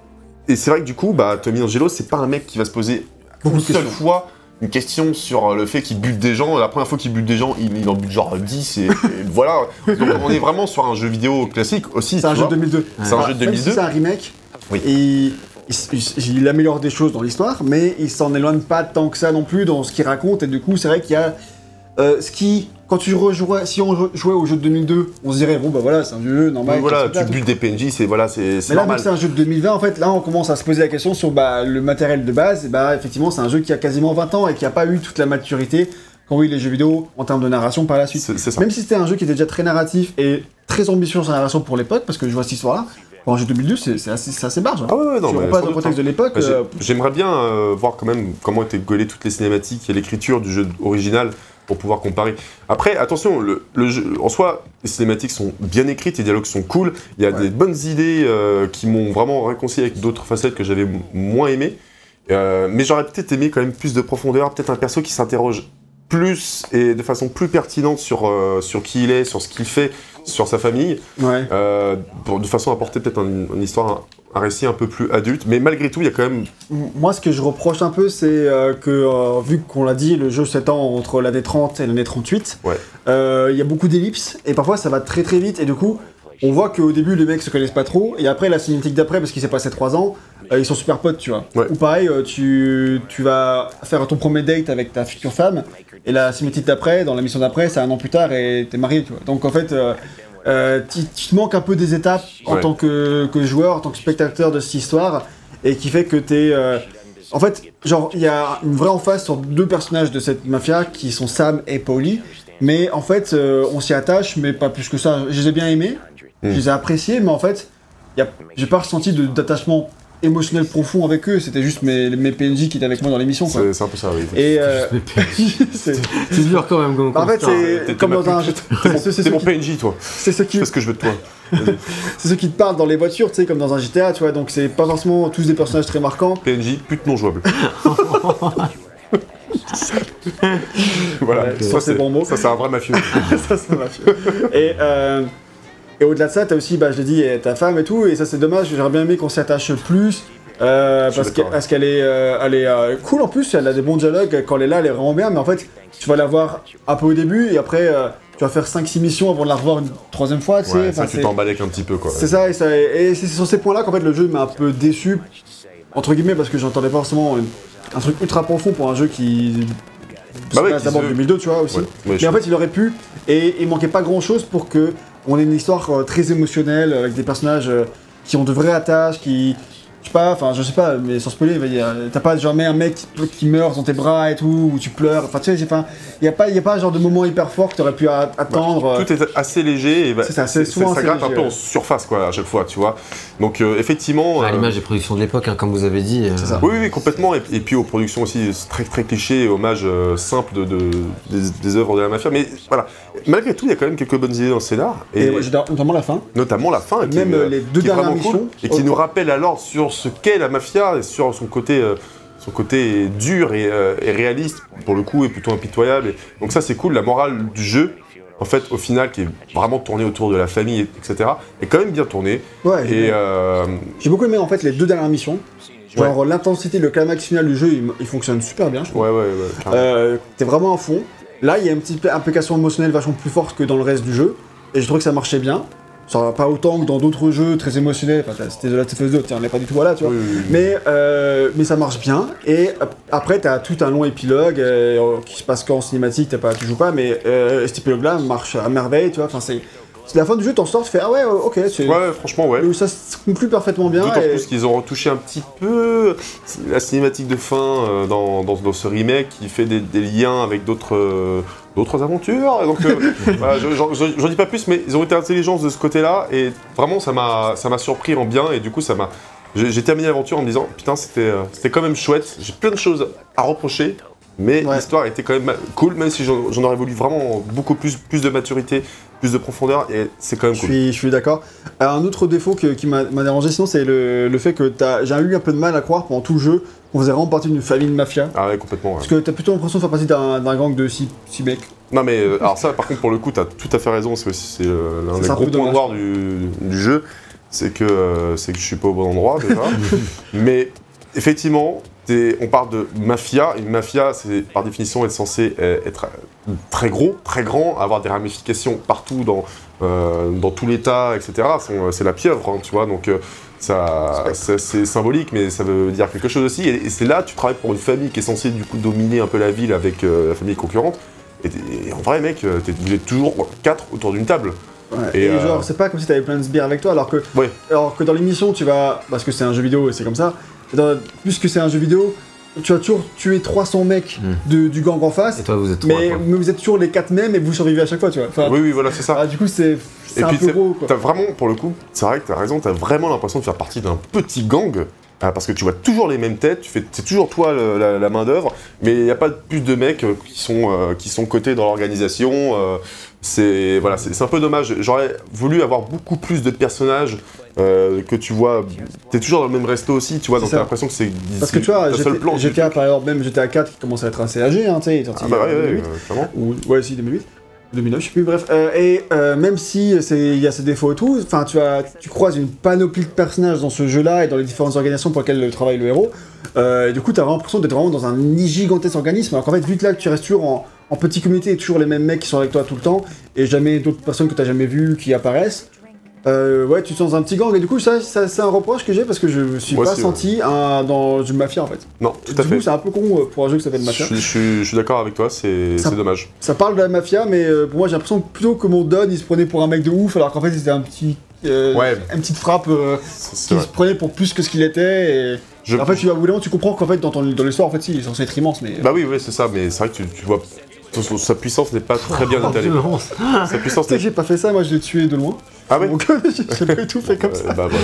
et c'est vrai que du coup, bah, Tommy Angelo, c'est pas un mec qui va se poser
Beaucoup
une
de
seule
questions.
fois une question sur euh, le fait qu'il bute des gens. La première fois qu'il bute des gens, il, il en bute genre 10 et, et voilà. Donc on est vraiment sur un jeu vidéo classique aussi.
C'est un
tu
jeu
vois.
de 2002.
C'est un jeu de
Même si
2002.
c'est un remake.
Oui.
Et il, il- il améliore des choses dans l'histoire, mais il s'en éloigne pas tant que ça non plus dans ce qu'il raconte. Et du coup, c'est vrai qu'il y a euh, ce qui, quand tu rejouais, si on re- jouait au jeu de 2002, on se dirait bon bah voilà, c'est un vieux jeu
Oui,
normal.
voilà,
qu'est-ce que
tu
t'as,
butes des PNJ, c'est voilà, c'est c'est
Mais là, vu
normal.
que c'est un jeu de 2020, en fait, là, on commence à se poser la question sur bah, le matériel de base. Et bah, effectivement, c'est un jeu qui a quasiment 20 ans et qui n'a pas eu toute la maturité qu'ont eu les jeux vidéo en termes de narration par la suite.
C'est c'est ça.
Même si c'était un jeu qui était déjà très narratif et très ambitieux sur la narration pour l'époque, parce que je vois cette histoire-là, pour un jeu de 2002, c'est c'est assez, c'est assez large. hein.
Ah ouais, ouais, non,
si on
mais
repasse
sans
dans le
doute,
contexte de l'époque,
Bah, j'ai-
euh,
J'aimerais bien euh, voir quand même comment étaient gaulées toutes les cinématiques et l'écriture du jeu original pour pouvoir comparer. Après, attention, le, le jeu, en soi, les cinématiques sont bien écrites, les dialogues sont cool, il y a
Ouais.
des bonnes idées euh, qui m'ont vraiment réconcilié avec d'autres facettes que j'avais m- moins aimées. Euh, mais j'aurais peut-être aimé quand même plus de profondeur, peut-être un perso qui s'interroge plus et de façon plus pertinente sur, euh, sur qui il est, sur ce qu'il fait, sur sa famille.
ouais.
Euh, pour- de façon à porter peut-être un- une histoire, un, un récit un peu plus adulte, mais malgré tout, il y a quand même.
M- Moi, ce que je reproche un peu, c'est euh, que, euh, vu qu'on l'a dit, le jeu s'étend entre l'année 30 et l'année 38, euh,
Ouais.
il y a beaucoup d'ellipses, et parfois ça va très très vite, et du coup, on voit qu'au début, les mecs se connaissent pas trop, et après, la cinématique d'après, parce qu'il s'est passé 3 ans, euh, ils sont super potes, tu vois.
Ouais.
Ou pareil, euh, tu, tu vas faire ton premier date avec ta future femme, et la cinématique d'après, dans la mission d'après, c'est un an plus tard, et t'es marié, tu vois. Donc en fait, euh, euh, tu tu te manques un peu des étapes en
Ouais.
tant que, que joueur, en tant que spectateur de cette histoire, et qui fait que t'es. euh, en fait, genre, il y a une vraie emphase sur deux personnages de cette mafia qui sont Sam et Polly. Mais en fait, euh, on s'y attache, mais pas plus que ça. Je les ai bien aimés,
Hmm.
je les ai appréciés, mais en fait, y a- j'ai pas ressenti de- d'attachement émotionnel profond avec eux. C'était juste mes, mes PNJ qui étaient avec moi dans l'émission. quoi.
C'est c'est un peu ça, oui.
Et. euh, c'est- Bah,
C'est dur quand même. Comme
en fait,
constat, hein.
t'es
c'est comme
ma
dans un jeu.
pute.
C'est ceux- c'est
C'est
ceux
mon
qui-
PNJ, toi.
c'est ceux qui
Qu'est-ce que je veux de toi
c'est ceux qui te parlent dans les voitures, tu sais, comme dans un GTA, tu vois. Donc, c'est pas forcément tous des personnages très marquants.
PNJ, pute non jouable. voilà,
Ouais, ça,
ça
c'est
c'est
bon mot.
Ça c'est un vrai mafieux.
ça, ça m'a fait. Et, euh, et au-delà de ça, t'as aussi, bah, je l'ai dit, eh, ta femme et tout, et ça c'est dommage, j'aurais bien aimé qu'on s'y attache plus. euh,
suis
parce que-
d'accord.
parce qu'elle est, euh, elle est euh, cool en plus, elle a des bons dialogues, quand elle est là, elle est vraiment bien, mais en fait, tu vas la voir un peu au début, et après, euh, tu vas faire 5-6 missions avant de la revoir une troisième fois, tu sais.
Ouais, ça
enfin,
tu
c'est-
t'emballes avec un petit peu quoi.
c'est ça, et, ça- et c'est sur ces points-là qu'en fait le jeu m'a un peu déçu, entre guillemets, parce que j'entendais pas forcément euh, un truc ultra profond pour un jeu qui.
Bah
se
ouais,
passe
qui
d'abord
se-
en 2002, tu vois aussi.
Ouais, ouais, je
Mais en
suis-
fait, il aurait pu, et il manquait pas grand-chose pour que on ait une histoire euh, très émotionnelle avec des personnages euh, qui ont de vraies attaches, qui. Je sais pas, enfin, je sais pas, mais sans spoiler, il y a- t'as pas jamais un mec qui, qui meurt dans tes bras et tout, ou tu pleures, enfin, tu sais, j'ai pas- il y a pas, il y a pas genre de moment hyper fort que t'aurais pu a- attendre.
Tout est assez léger et bah,
C'est ça, c'est souvent
ça
assez
gratte un
léger,
peu
ouais.
en surface quoi à chaque fois, tu vois. Donc euh, effectivement.
À
euh,
Ah, l'image des productions de l'époque, hein, comme vous avez dit. euh,
Oh, ça.
Oui, oui, oui, complètement. Et, et puis aux productions aussi c'est très très cliché, hommage euh, simple de, de- des, des œuvres de la mafia. Mais voilà, malgré tout, il y a quand même quelques bonnes idées dans le scénar, et,
euh, Et ouais, j'ai- notamment la fin.
notamment la fin, qui
Même,
est,
euh, les deux
qui est
dernières
vraiment cool,
missions. Oh.
et qui nous rappelle alors sur ce qu'est la mafia et sur son côté. euh, son côté dur et, euh, et réaliste, pour le coup, et plutôt impitoyable. Et donc ça, c'est cool. La morale du jeu, en fait, au final, qui est vraiment tournée autour de la famille, etc., est quand même bien tournée.
Ouais,
Et euh,
J'ai beaucoup aimé en fait les deux dernières missions. Genre l'intensité, le climax final du jeu, il, il fonctionne super bien. je trouve.
ouais, ouais, ouais. clairement.
Euh, T'es vraiment à fond. Là, il y a une petite implication émotionnelle vachement plus forte que dans le reste du jeu. Et je trouve que ça marchait bien. Ça va pas autant que dans d'autres jeux très émotionnels. Enfin, t'as- c'était de la TFS 2, tiens, on n'est pas du tout voilà, tu vois.
Oui, oui, oui.
Mais, euh, mais ça marche bien. Et euh, après, t'as tout un long épilogue euh, qui se passe qu'en cinématique, t'as pas, tu joues pas, mais euh, cet épilogue-là marche à merveille, tu vois. Enfin, c'est c'est la fin du jeu, t'en sors, tu fais ah ouais, ok, c'est.
Ouais, ouais, franchement, ouais.
Mais Ça se conclut parfaitement bien.
D'autant
et-
plus qu'ils ont retouché un petit peu la cinématique de fin euh, dans, dans- dans ce remake qui fait des, des liens avec d'autres euh, d'autres aventures. Et Donc, euh, voilà, je- j'en j'en- j'en dis pas plus, mais ils ont été intelligents de ce côté-là et vraiment ça m'a ça m'a surpris en bien et du coup ça m'a j'ai j'ai terminé l'aventure en me disant putain c'était euh, c'était quand même chouette. J'ai plein de choses à reprocher. Mais
Ouais.
l'histoire était quand même cool, même si j'en j'en aurais voulu vraiment beaucoup plus, plus de maturité, plus de profondeur, et c'est quand même
Je
cool.
suis, je suis d'accord. Alors, Un autre défaut que- qui m'a m'a dérangé, sinon, c'est le, le fait que t'as- j'ai eu un peu de mal à croire pendant tout le jeu qu'on faisait vraiment partie d'une famille de mafia.
Ah ouais, complètement. ouais.
Parce que t'as plutôt l'impression de faire partie d'un d'un gang de 6 mecs.
Non mais euh, alors ça par contre pour le coup t'as tout à fait raison c'est aussi c'est euh, l'un
C'est
des
un
gros
peu
points
dommage.
noirs du, du jeu c'est que euh, c'est que je suis pas au bon endroit déjà mais effectivement t'es- on parle de mafia une mafia c'est par définition être censé euh, être euh, très gros très grand avoir des ramifications partout dans euh, dans tout l'État etc C'est- euh, c'est la pieuvre hein, tu vois donc euh, ça, ça- c'est symbolique, mais ça veut dire quelque chose aussi. Et, et c'est là, tu travailles pour une famille qui est censée du coup dominer un peu la ville avec euh, la famille concurrente. Et, t'es- et en vrai, mec, euh, t'es- vous êtes toujours quoi, quatre autour d'une table.
Ouais.
Et,
Et,
euh,
genre, c'est pas comme si t'avais plein de sbires avec toi, alors que,
Ouais.
alors que dans l'émission, tu vas. Parce que c'est un jeu vidéo et c'est comme ça. dans- puisque c'est un jeu vidéo, tu vas toujours tuer 300 mecs
Hmm.
de- du gang en face,
Et toi, vous êtes trois.
mais,
quoi.
mais vous êtes toujours les 4 mêmes et vous survivez à chaque fois, tu vois. Enfin,
Oui, oui, voilà, c'est ça.
ah, du coup, c'est c'est
Et
un
puis,
peu
c'est-
gros, quoi.
t'as vraiment, pour le coup, c'est vrai que t'as raison, t'as vraiment l'impression de faire partie d'un petit gang. euh, Parce que tu vois toujours les mêmes têtes, tu fais, c'est toujours toi le- la, main d'œuvre, mais il n'y a pas plus de mecs euh, qui sont euh, qui sont cotés dans l'organisation. euh, c'est voilà, c'est c'est un peu dommage. J'aurais voulu avoir beaucoup plus de personnages euh, que tu vois. T'es toujours dans le même resto aussi, tu vois, donc
ça.
t'as l'impression que c'est
Parce que
c'est
tu vois,
le seul plan.
GTA,
du
GTA
truc.
par exemple, même GTA 4 qui commence à être assez âgé, hein, tu sais, il est sorti
Ah bah
en
ouais, ouais,
2008,
euh, clairement.
ou, ouais, si, 2008, 2009, je sais plus, bref. Euh, et euh, même si c'est- il y a ses défauts et tout, enfin, tu, as- tu croises une panoplie de personnages dans ce jeu-là et dans les différentes organisations pour lesquelles travaille le héros, euh, et du coup, t'as vraiment l'impression d'être vraiment dans un gigantesque organisme, alors qu'en fait, vite là que tu restes toujours en, en petite communauté et toujours les mêmes mecs qui sont avec toi tout le temps, et jamais d'autres personnes que t'as jamais vues qui apparaissent, Euh, ouais, tu te sens un petit gang, et du coup, ça, ça- c'est un reproche que j'ai parce que je me suis
Moi
pas
aussi,
senti un- dans une mafia en fait.
Non, tout à
du
fait.
coup, c'est un peu con euh, pour un jeu qui s'appelle
Je
Mafia.
suis- je suis- je suis d'accord avec toi, c'est
Ça-
c'est dommage.
Ça parle de la mafia, mais euh, pour moi, j'ai l'impression que plutôt que mon Don, il se prenait pour un mec de ouf, alors qu'en fait, c'était un petit. euh,
Ouais.
Une petite frappe euh,
C'est- c'est
qui
vrai.
se prenait pour plus que ce qu'il était. Et...
Je-
En fait, tu, au bout d'un moment, tu comprends qu'en fait, dans, ton- dans l'histoire, en fait, si, il est censé être immense, mais.
Bah oui, oui, c'est ça, mais c'est vrai que tu, tu vois, son- son- sa puissance n'est pas très
Oh
bien étalée. Sa puissance
Tu sais que
n'est...
j'ai pas fait ça, moi je l'ai tué de loin.
Ah ouais
Donc j'ai j'ai pas du tout fait comme ça.
Euh, bah voilà.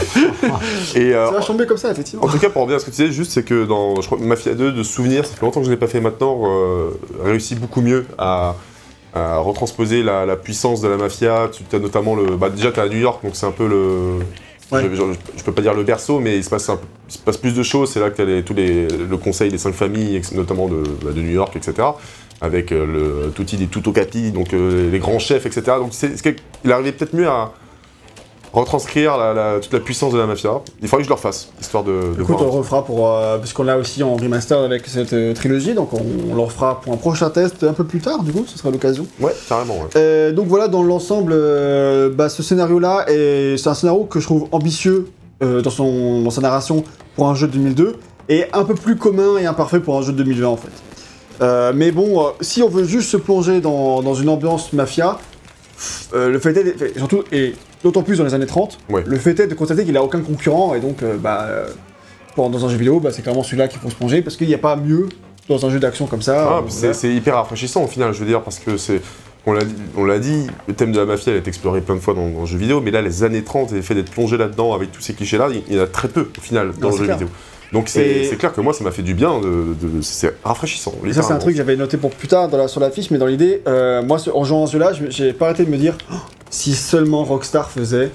Et euh,
Ça va chambé comme ça, effectivement.
en tout cas, pour revenir à ce que tu disais, juste c'est que dans je crois, que Mafia 2, de souvenir, ça fait longtemps que je ne l'ai pas fait maintenant, euh, réussit beaucoup mieux à, à retransposer la, la puissance de la mafia. Tu as notamment le. Bah déjà, tu à New York, donc c'est un peu le.
Ouais.
Je, je- je peux pas dire le berceau, mais il se passe, un peu- il se passe plus de choses. C'est là que tu as tous les, le conseil des cinq familles, ex- notamment de, bah, de New York, etc. Avec euh, le Tutti des Tutocapi, donc euh, les grands chefs, etc. Donc c'est, c'est quelque- il arrivait peut-être mieux à retranscrire la- la- toute la puissance de la mafia. Il faudrait que je le refasse, histoire de, de
Écoute,
voir.
on le refera pour. euh, parce qu'on l'a aussi en remaster avec cette euh, trilogie, donc on, on le refera pour un prochain test un peu plus tard, du coup, ce sera l'occasion.
Ouais, carrément. ouais.
Euh, donc voilà, dans l'ensemble, euh, bah, ce scénario-là, est- c'est un scénario que je trouve ambitieux euh, dans, son, dans sa narration pour un jeu de 2002, et un peu plus commun et imparfait pour un jeu de 2020 en fait. Euh, mais bon, euh, si on veut juste se plonger dans, dans une ambiance mafia, euh, le fait est, fait- surtout, et d'autant plus dans les années 30,
Ouais.
le fait est de constater qu'il a aucun concurrent, et donc euh, bah, euh, pour- dans un jeu vidéo, bah, c'est clairement celui-là qu'il faut se plonger, parce qu'il n'y a pas mieux dans un jeu d'action comme ça.
Ah,
euh,
puis c'est
voilà.
c'est hyper rafraîchissant au final, je veux dire, parce que c'est. On l'a dit, on l'a dit, le thème de la mafia, elle est exploré plein de fois dans, dans le jeu vidéo, mais là, les années 30 et le fait d'être plongé là-dedans avec tous ces clichés-là, il, il y en a très peu au final dans
Non,
le
c'est
jeu
clair.
vidéo. Donc c'est
Et-
c'est clair que moi, ça m'a fait du bien, de, de- c'est rafraîchissant.
Et ça, c'est un truc que j'avais noté pour plus tard dans la, sur la fiche, mais dans l'idée, euh, moi, ce- en jouant à ce jeu-là, je me- j'ai pas arrêté de me dire Oh, si seulement Rockstar faisait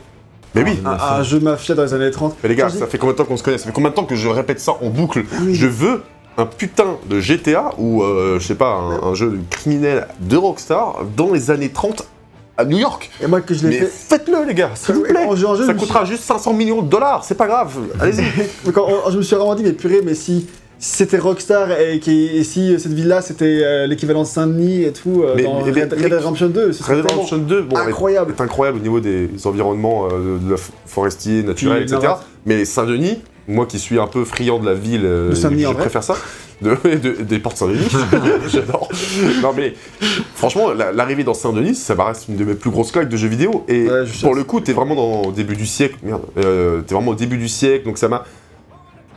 Mais oui,
un, un jeu mafia dans les années 30.
mais les gars,
Quand je dis-
ça fait combien de temps qu'on se connaît Ça fait combien de temps que je répète ça en boucle
oui.
Je veux un putain de GTA ou, euh, je sais pas, un, un jeu de criminel de Rockstar dans les années 30 à New York.
Et moi, que je l'ai
Mais
fait.
faites-le, les gars, s'il vous
Et
plaît
En jouant à un jeu,
Ça
je me suis-
coûtera juste 500 millions de dollars, c'est pas grave, allez-y
Mais quand- en- je me suis vraiment dit, mais purée, mais si. si C'était Rockstar et, qui- et si euh, cette ville-là c'était euh, l'équivalent de Saint-Denis et tout euh,
Mais-
dans
mais-
Red,
mais-
Red Dead Redemption 2, ce serait
Red Dead
tellement
Redemption 2, bon, est,
incroyable.
est incroyable au niveau des environnements euh, de la f- forestier, naturel,
Puis,
etc.
Nord.
Mais Saint-Denis, moi qui suis un peu friand de la ville, euh,
De Saint-Denis,
je
en vrai.
préfère ça, de, de- des portes Saint-Denis, j'adore. Non mais, franchement, la- l'arrivée dans Saint-Denis, ça me reste une de mes plus grosses claques de jeux vidéo. Et
Ouais, je sais.
pour le coup, t'es vraiment dans au début du siècle, merde, euh, t'es vraiment au début du siècle, donc ça m'a...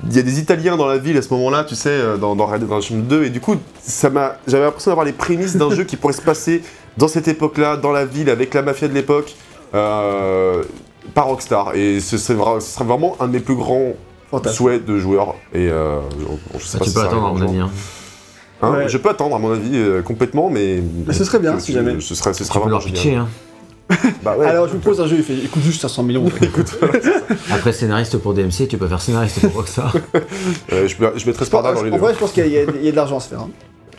Il y a des Italiens dans la ville à ce moment-là, tu sais, euh, dans, dans Red Dead Redemption 2, et du coup, ça m'a, j'avais l'impression d'avoir les prémices d'un jeu qui pourrait se passer dans cette époque-là, dans la ville, avec la mafia de l'époque, euh, par Rockstar. Et ce serait, vra- ce serait vraiment un de mes plus grands
Fantastique.
souhaits de joueurs. Et euh, je, je sais
Ça,
pas
Ah, tu
si
peux
ça
attendre, à
arrive un
mon
jour.
avis. hein.
Hein,
Ouais.
Je peux attendre, à mon avis, euh, complètement, mais.
Mais ce serait bien,
je-
si
je-
jamais.
Ce serait, ce
Tu
serait
peux
vraiment
leur
génial.
pitcher. Hein.
Bah ouais.
Alors je vous propose un jeu, il fait il coûte juste 500 millions.
Après, scénariste pour DMC, tu peux faire scénariste pour Rockstar.
Euh, je, peux- je mettrais
Je pense-
Sparda dans les deux.
Bah, en vrai, je pense qu'il y, a- il y a de l'argent à se faire. hein.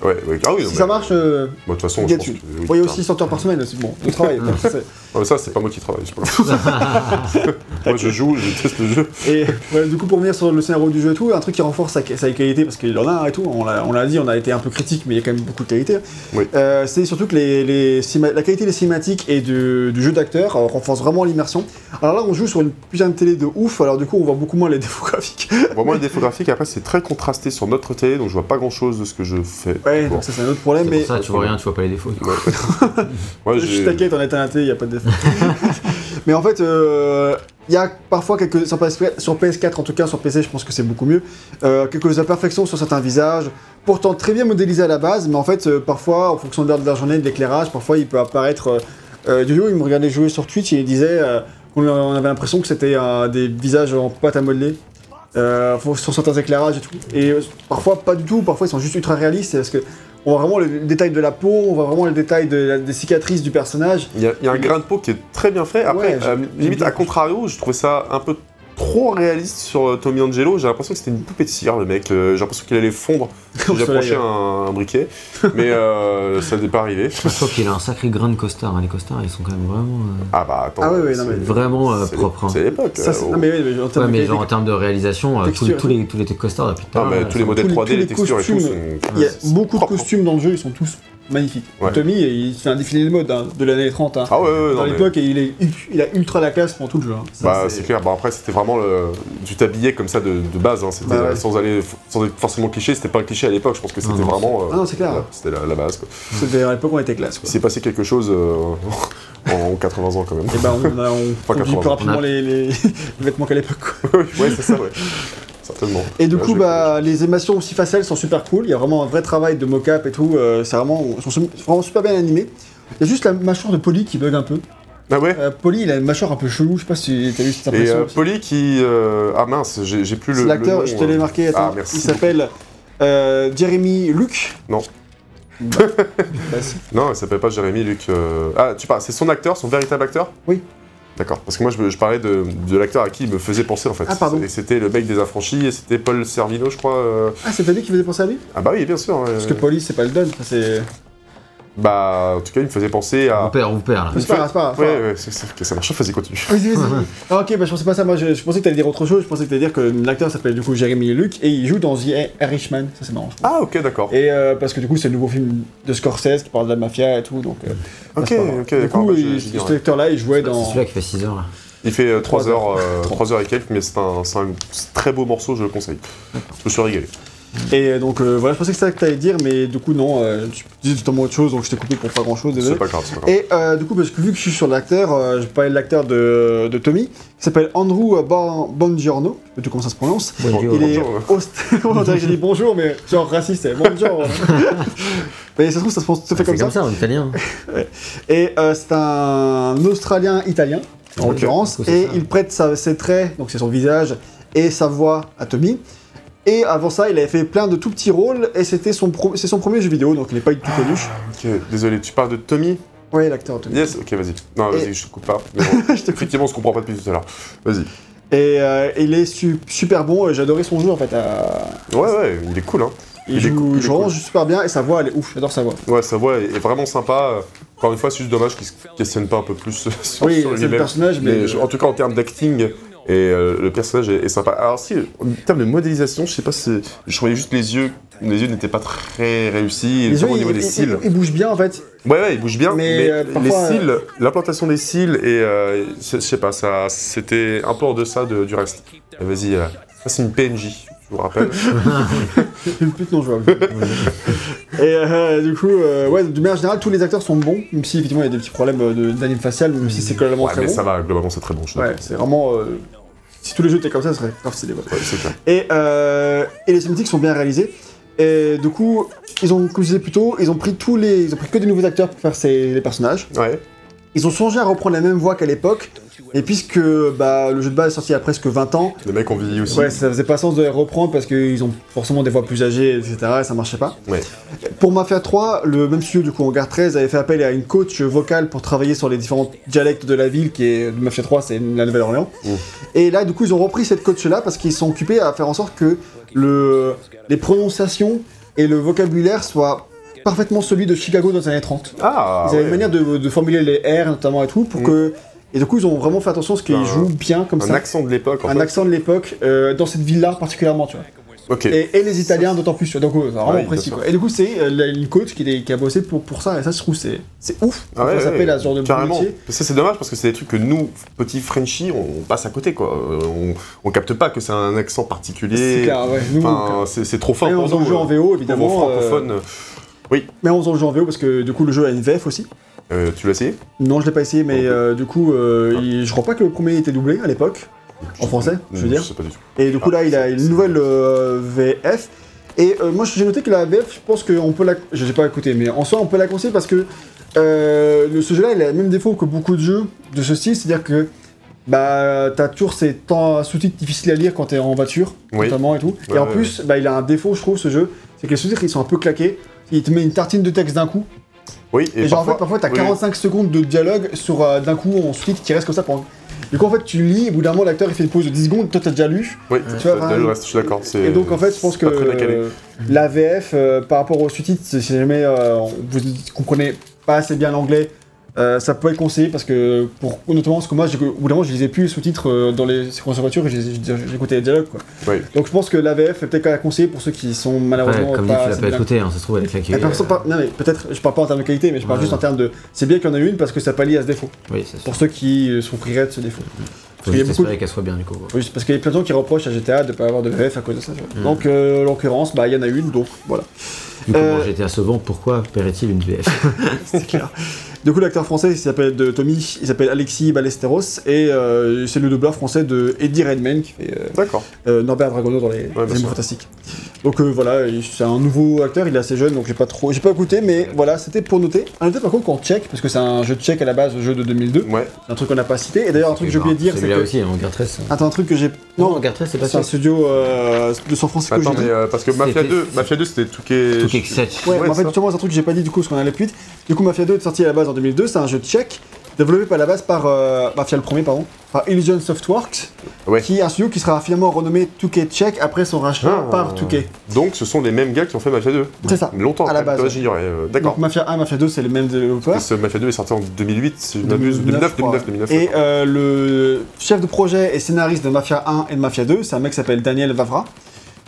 Ouais, ouais. Ah oui, non,
si
mais-
ça marche, euh,
Bon, De toute façon, je pense que.
Gatul.
oui,
Vous voyez
putain.
aussi 100 heures par semaine, c'est bon, le travail. c'est-
Ah, mais ça, c'est pas moi qui travaille. c'est pas grave. moi, je joue, je teste le jeu.
Et ouais, du coup, pour revenir sur le scénario du jeu et tout, un truc qui renforce sa, sa qualité, parce qu'il en a un et tout, on l'a on l'a dit, on a été un peu critique, mais il y a quand même beaucoup de qualité.
Oui.
Euh, c'est surtout que les, les cima- la qualité des cinématiques et du, du jeu d'acteur euh, renforce vraiment l'immersion. Alors là, on joue sur une putain de télé de ouf, alors du coup, on voit beaucoup moins les défauts graphiques.
Vraiment, les défauts graphiques, après, c'est très contrasté sur notre télé, donc je vois pas grand chose de ce que je fais.
Ouais,
Bon.
donc ça, c'est un autre problème,
C'est
mais
pour ça, tu vois rien, tu vois pas les défauts.
Moi,
je
j'ai-
suis t'inquiète, on est à il n'y a pas de défaut. mais en fait, il y a parfois quelques. Sur, PS4 sur PS4, en tout cas, sur PC, je pense que c'est beaucoup mieux. euh, quelques imperfections sur certains visages. Pourtant très bien modélisé à la base, mais en fait, euh, parfois, en fonction de l'heure de la journée, de l'éclairage, parfois il peut apparaître. euh, euh, Yo-Yo, il me regardait jouer sur Twitch et il disait euh, qu'on on avait l'impression que c'était euh, des visages en pâte à modeler. euh, faut- sur certains éclairages et tout. Et euh, parfois pas du tout, parfois ils sont juste ultra réalistes parce que on voit vraiment le détail de la peau, on voit vraiment le détail de la- des cicatrices du personnage.
Il y, a- il y a un grain de peau qui est très bien fait. Après,
Ouais,
euh,
j'ai-
limite,
j'ai-
à contrario, je trouvais ça un peu trop réaliste sur euh, Tommy Angelo. J'ai l'impression que c'était une poupée de cire, le mec. Euh, J'ai l'impression qu'il allait fondre si
Au
j'approchais
soleil.
un, un briquet. Mais euh, ça n'est pas arrivé.
Je crois qu'il a un sacré grain de costard. hein. Les costards, ils sont quand même vraiment, euh,
Ah bah attends.
Ah ouais, ouais, non, mais-
vraiment euh,
c'est-
propres. hein.
C'est l'époque.
Ça, c'est-
euh,
oh. non, mais, oui, mais en termes
Ouais,
de
mais
qualité-
genre en termes de réalisation, euh, tous-
Texture.
tous, les, tous les costards, là, putain.
non, mais
euh,
tous les
ça-
modèles
Ah, tous les-
3D,
tous
les
les
textures et tout
costumes.
sont.
il y a
c'est- c'est
beaucoup de
propre.
costumes dans le jeu, ils sont tous magnifique.
Ouais.
Tommy, il fait un défilé de mode hein, de l'année 30. hein.
Ah ouais, ouais, ouais,
Dans
non, mais-
l'époque, et il, est, il a ultra la classe pour tout le jeu. hein. Ça,
Bah,
c'est-
c'est clair. Bah, après, c'était vraiment le... du tablier comme ça de, de base. hein. C'était
Bah ouais.
sans aller sans être forcément cliché. C'était pas un cliché à l'époque. Je pense que c'était
non,
vraiment. euh,
Ah non, c'est clair.
voilà, c'était la, la base. Quoi.
C'était à l'époque, on était classe.
Il
Quoi.
s'est passé quelque chose euh, en 80 ans quand même.
Et bah, on, a- on,
Pas
on dit
80,
plus rapidement
on a-
les, les- les vêtements qu'à l'époque. quoi.
ouais, c'est ça, ouais. Certainement.
Et du
Là,
coup,
je-
bah, les émations aussi faciales sont super cool. Il y a vraiment un vrai travail de mocap et tout. euh, c'est vraiment, ils sont su- vraiment super bien animés. Il y a juste la mâchoire de Polly qui bug un peu.
Ah ouais
Euh, Polly, il a une mâchoire un peu chelou. Je sais pas si t'as eu cette
Et
impression.
euh, Polly qui. euh, Ah mince, j'ai j'ai plus le.
C'est
le
l'acteur,
nom,
je
euh.
te l'ai marqué.
Ah
Attends,
merci.
il s'appelle euh, Jeremy Luke.
Non.
Bah, bah, si.
Non, il s'appelle pas Jérémy Luc. euh, Ah, tu parles, c'est son acteur, son véritable acteur
Oui.
D'accord, parce que moi je, je parlais de, de l'acteur à qui il me faisait penser en fait.
Ah, pardon.
Et c'était le mec des affranchis, et c'était Paul Servino, je crois. euh.
Ah, c'était lui qui faisait penser à lui
Ah bah oui, bien sûr. ouais.
Parce que Polly, c'est pas le don. ça, C'est.
Bah, en tout cas, il me faisait penser
On
ah.
à.
perd, on perd là.
C'est pas grave, c'est pas grave, c'est
Ouais,
pas grave.
ouais, c'est- c'est- ok, ça marche, vas-y, continue.
Vas-y, vas-y. Ah, ok, bah je pensais pas ça. Moi, je, je pensais que t'allais dire autre chose. Je pensais que t'allais dire que l'acteur s'appelle du coup Jeremy Luke et il joue dans The Irishman. Ça, c'est marrant. je trouve.
Ah, ok, d'accord.
Et euh, parce que du coup, c'est le nouveau film de Scorsese qui parle de la mafia et tout. Donc, euh, bah,
Ok,
c'est pas grave.
ok,
Du
d'accord,
coup,
bah,
il-
je- je
cet
dirais.
acteur-là, il jouait
C'est
dans.
celui-là qui fait 6 heures là.
Il fait 3
Trois
heures,
heures.
euh,
Trois.
trois heures et quelques, mais c'est un, c'est un très beau morceau, je le conseille. Je me suis régalé.
Et donc, euh, voilà, je pensais que c'est ça que t'allais dire, mais du coup, non, euh, tu disais totalement autre chose, donc je t'ai coupé pour pas grand-chose. désolé.
C'est pas grave, c'est pas grave.
Et euh, du coup, parce que vu que je suis sur l'acteur, euh, je parlais de l'acteur de, de Tommy, qui s'appelle Andrew Ban- Bongiorno, je sais pas du tout comment ça se prononce.
Bonjour.
Il est
Bongiorno.
austr- on dirait que j'ai dit bonjour, mais genre raciste, c'est bonjour. mais ça se trouve, ça se prononce tout à fait
C'est
comme, ça.
en italien.
Et euh, c'est un Australien italien, en
Ok,
l'occurrence,
du coup, c'est
et
ça.
il prête sa- ses traits, donc c'est son visage, et sa voix à Tommy. Et avant ça, il avait fait plein de tout petits rôles, et c'était son, pro- c'est son premier jeu vidéo, donc il n'est pas du tout connu.
Ok, désolé, tu parles de Tommy
Ouais, l'acteur Tommy.
Yes, ok, vas-y. Non,
Et-
vas-y, je te coupe pas. mais bon.
Je te coupe.
Effectivement, on se comprend pas depuis tout à l'heure. Vas-y.
Et euh, il est su- super bon, euh, j'adorais son jeu en fait. euh,
Ouais, ouais, il est cool, hein. Il
il,
est
joue,
cool, il est
il joue vraiment
cool.
super bien et sa voix elle est ouf, j'adore sa voix.
Ouais, sa voix est est vraiment sympa. Encore une fois, c'est juste dommage qu'il se questionne pas un peu plus euh, sur,
Oui,
sur
c'est le
lui-même.
personnage, mais.
Mais je- en tout cas, en termes d'acting, et euh, le personnage est, est sympa. Alors si, en termes de modélisation, je sais pas, si... je trouvais juste les yeux, les yeux n'étaient pas très réussis, et
Les yeux,
notamment au
il,
niveau des
il-
cils.
il- il bouge bien en fait.
Ouais, ouais, ils bougent bien, mais,
Mais, euh, parfois,
les
euh,
cils, l'implantation des cils, et euh, je je sais pas, ça, c'était un peu en deçà de- du reste. Euh, Vas-y, euh, ça c'est une PNJ, je vous rappelle.
Une pute non jouable. et euh, du coup, euh, ouais, de manière générale, tous les acteurs sont bons, même si effectivement il y a des petits problèmes euh, de- d'anime facial, même si c'est globalement
Mm. ouais,
très
mais
bon.
ça va, globalement c'est très bon, je suis
Ouais,
d'accord.
c'est vraiment. euh, si tous les jeux étaient comme ça, ce serait grave stylé. ouais.
Ouais, c'est clair.
Et, euh, et les cinématiques sont bien réalisées. Et du coup, ils ont, comme je disais plus tôt, ils ont pris tous les, ils ont pris que des nouveaux acteurs pour faire ces, les personnages.
Ouais,
Ils ont songé à reprendre la même voix qu'à l'époque, et puisque bah, le jeu de base est sorti il y a presque 20 ans,
les mecs ont vieilli aussi.
ouais, ça faisait pas sens de les reprendre parce qu'ils ont forcément des voix plus âgées, etc., et ça marchait pas.
Ouais.
Pour Mafia 3, le même studio, du coup, Hangar 13, avait fait appel à une coach vocale pour travailler sur les différents dialectes de la ville, qui est de Mafia 3, c'est la Nouvelle-Orléans.
Mmh.
Et là, du coup, ils ont repris cette coach-là parce qu'ils se sont occupés à faire en sorte que le... les prononciations et le vocabulaire soient parfaitement celui de Chicago dans les années 30.
Ah,
Ils avaient
ouais.
une manière de, de formuler les R notamment et tout pour
Mm.
que. Et du coup, ils ont vraiment fait attention à ce qu'ils
Un-
jouent bien comme
un
ça.
accent de l'époque en
un
fait.
accent de l'époque, euh, dans cette ville-là particulièrement, tu vois.
Ok.
Et, et les Italiens d'autant plus, tu vois. Donc, euh, c'est vraiment
Ah oui,
précis,
bien
quoi. Et du coup, c'est euh, la- une coach qui, est- qui a bossé pour, pour ça, et ça, je trouve, c'est c'est ouf.
Ah ouais,
ça
ouais,
s'appelle à ce genre de
carrément.
métier.
Ça c'est dommage parce que c'est des trucs que nous, petits Frenchies, on passe à côté quoi. Euh, On, on capte pas que c'est un accent
C'est
particulier.
clair, ouais. Nous, euh,
Enfin, c'est c'est trop fin
mais on
pour
faisant
nous.
le jeu en
euh,
VO,
pauvres
évidemment. euh,
francophones.
mais en faisant le jeu en VO, parce que du coup, le jeu a une VF aussi.
Euh, tu l'as essayé
Non, je l'ai pas essayé, mais
Ok. Ah.
euh, du coup, euh, il- je crois pas que le premier était doublé à l'époque. En français, je veux dire.
Je sais pas du tout.
Et du coup,
Ah,
là, il a une
c'est-
nouvelle euh, VF. Et euh, moi, j'ai noté que la VF, je pense qu'on peut la. Je l'ai pas écouté, mais en soi, on peut la conseiller parce que euh, le- ce jeu-là, il a le même défaut que beaucoup de jeux de ce style, c'est-à-dire que. Bah, t'as toujours ces temps- sous-titres difficiles à lire quand t'es en voiture,
Oui.
notamment et tout.
Ouais,
et en
ouais,
plus, bah, il a un défaut, je trouve, ce jeu, c'est que les sous-titres ils sont un peu claqués. Il te met une tartine de texte d'un coup.
Oui,
Et,
et,
genre, en fait, parfois, t'as
oui,
45 secondes de dialogue sur euh, d'un coup en sous-titre qui reste comme ça pendant. Du coup, en fait, tu lis, et au bout d'un moment, l'acteur il fait une pause de 10 secondes, toi t'as déjà lu.
Oui,
tu
tu
vois,
le
vraiment-
reste, je suis d'accord. c'est-
Et donc en fait, je pense
c'est
que
pas très bien calé.
euh, la VF, euh, par rapport au sous-titre, si jamais euh, vous comprenez pas assez bien l'anglais, Euh, ça peut être conseillé parce que, pour, notamment parce que moi, j'ai- au bout d'un moment, je lisais plus les sous-titres euh, dans les séquences de voiture et j'ai- j'ai- j'écoutais les dialogues. Quoi.
Oui.
Donc je pense que l'AVF est peut-être à conseiller pour ceux qui sont malheureusement
Ouais, comme dit,
Ah, pas.
tu l'as
assez
pas
bilingues.
écouté, hein, ça se trouve, elle est claquée.
Mais personne par- non, mais peut-être, je parle pas en termes de qualité, mais je parle
Ouais.
juste en termes de. C'est bien qu'il y en a une parce que ça pallie à ce défaut.
euh, Oui, c'est sûr.
Pour ceux qui euh, souffriraient de ce défaut.
Faut
qu'il y a
juste
beaucoup de-
espérer qu'elle soit bien du coup. quoi.
Oui, c'est parce qu'il y a plein de gens qui reprochent à GTA de pas avoir de VF à cause de ça. tu vois. Donc, euh, en l'occurrence, bah, il y en a une, donc voilà.
Vu comment
Euh,
j'étais à ce vent, pourquoi paierait-il une VF
C'est clair. Du coup, l'acteur français, il s'appelle de Tommy, il s'appelle Alexis Ballesteros, et euh, c'est le doubleur français de Eddie Redmayne qui fait euh,
D'accord.
euh, Norbert Dragono dans les
bien
Animaux
sûr.
Fantastiques. Donc euh, voilà, il- c'est un nouveau acteur, il est assez jeune, donc j'ai pas trop, j'ai pas écouté, mais voilà, c'était pour noter. À noter par contre qu'on check, parce que c'est un jeu de check à la base, le jeu de 2002,
Ouais.
c'est un truc qu'on n'a pas cité. Et d'ailleurs, un truc que j'ai
Eh ben,
oublié de dire, c'est
Celui-là
que
aussi, hein, en Gartres. ça.
attends, un truc que j'ai,
Non,
non,
en Gartres, c'est pas
c'est
ça.
un studio euh, de San Francisco.
Attends,
j'ai dit.
mais euh, parce que Mafia
C'était-
2, Mafia 2 c'était tout qui est.
Tout est set.
Ouais,
Ouais,
mais en fait,
ça.
justement, c'est un truc que j'ai pas dit du coup, parce qu'on allait plus vite. Du coup, Mafia 2 est sorti à la base en 2002, c'est un jeu de tchèque, développé à la base par euh, Mafia le premier, pardon, par Illusion Softworks,
Ouais.
qui est un studio qui sera finalement renommé 2K Tchèque après son rachat
Ah.
par 2K.
Donc ce sont les mêmes gars qui ont fait Mafia 2.
C'est ça.
Longtemps
À la
après,
base,
toi,
ouais.
J'ignorais. euh, D'accord.
Donc Mafia 1, Mafia 2, c'est les mêmes développeurs.
Parce que Mafia 2 est sorti en 2008, si je ne m'abuse. 2009,
2009,
2009, 2009.
Et euh, le chef de projet et scénariste de Mafia 1 et de Mafia 2, c'est un mec qui s'appelle Daniel Vavra,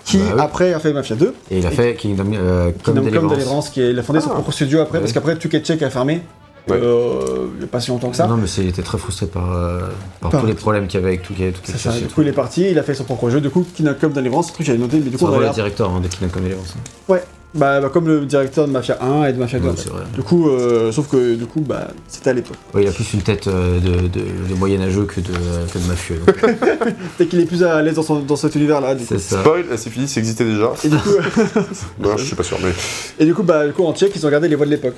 qui
Bah oui.
après a fait Mafia 2,
Et il a fait Kingdom euh,
qui
comme
nomme comme
Deliverance.
Deliverance, qui est, il a fondé son
Ah.
propre studio après,
Ouais.
parce qu'après 2K Tchèque a fermé,
Ouais.
euh, il n'y a pas si longtemps que ça.
Non, mais c'est- il était très frustré par, euh, par
Par-
tous les problèmes qu'il y avait avec tout, tout
C'est ça, du coup il est parti, il a fait son propre jeu, du coup Kingdom Come Deliverance, ce truc j'avais noté, mais du
C'est
coup on
vraiment
avait
le
l'air-
directeur hein, de Kingdom Come Deliverance.
Ouais, bah, bah, comme le directeur de Mafia 1 et de Mafia 2.
Ouais,
en fait.
c'est vrai.
Du coup, euh, sauf que du coup, bah, c'était à l'époque.
Ouais, il a plus une tête euh, de, de, de moyenâgeux que de, que de mafieux. donc.
Peut-être qu'il est plus à l'aise dans, son- dans cet univers-là. du coup.
c'est ça.
Spoil, c'est fini, ça existait déjà.
Et du coup,
Non, je suis pas sûr, mais.
et du coup, bah, du coup, en tchèque, ils ont gardé les voix de l'époque.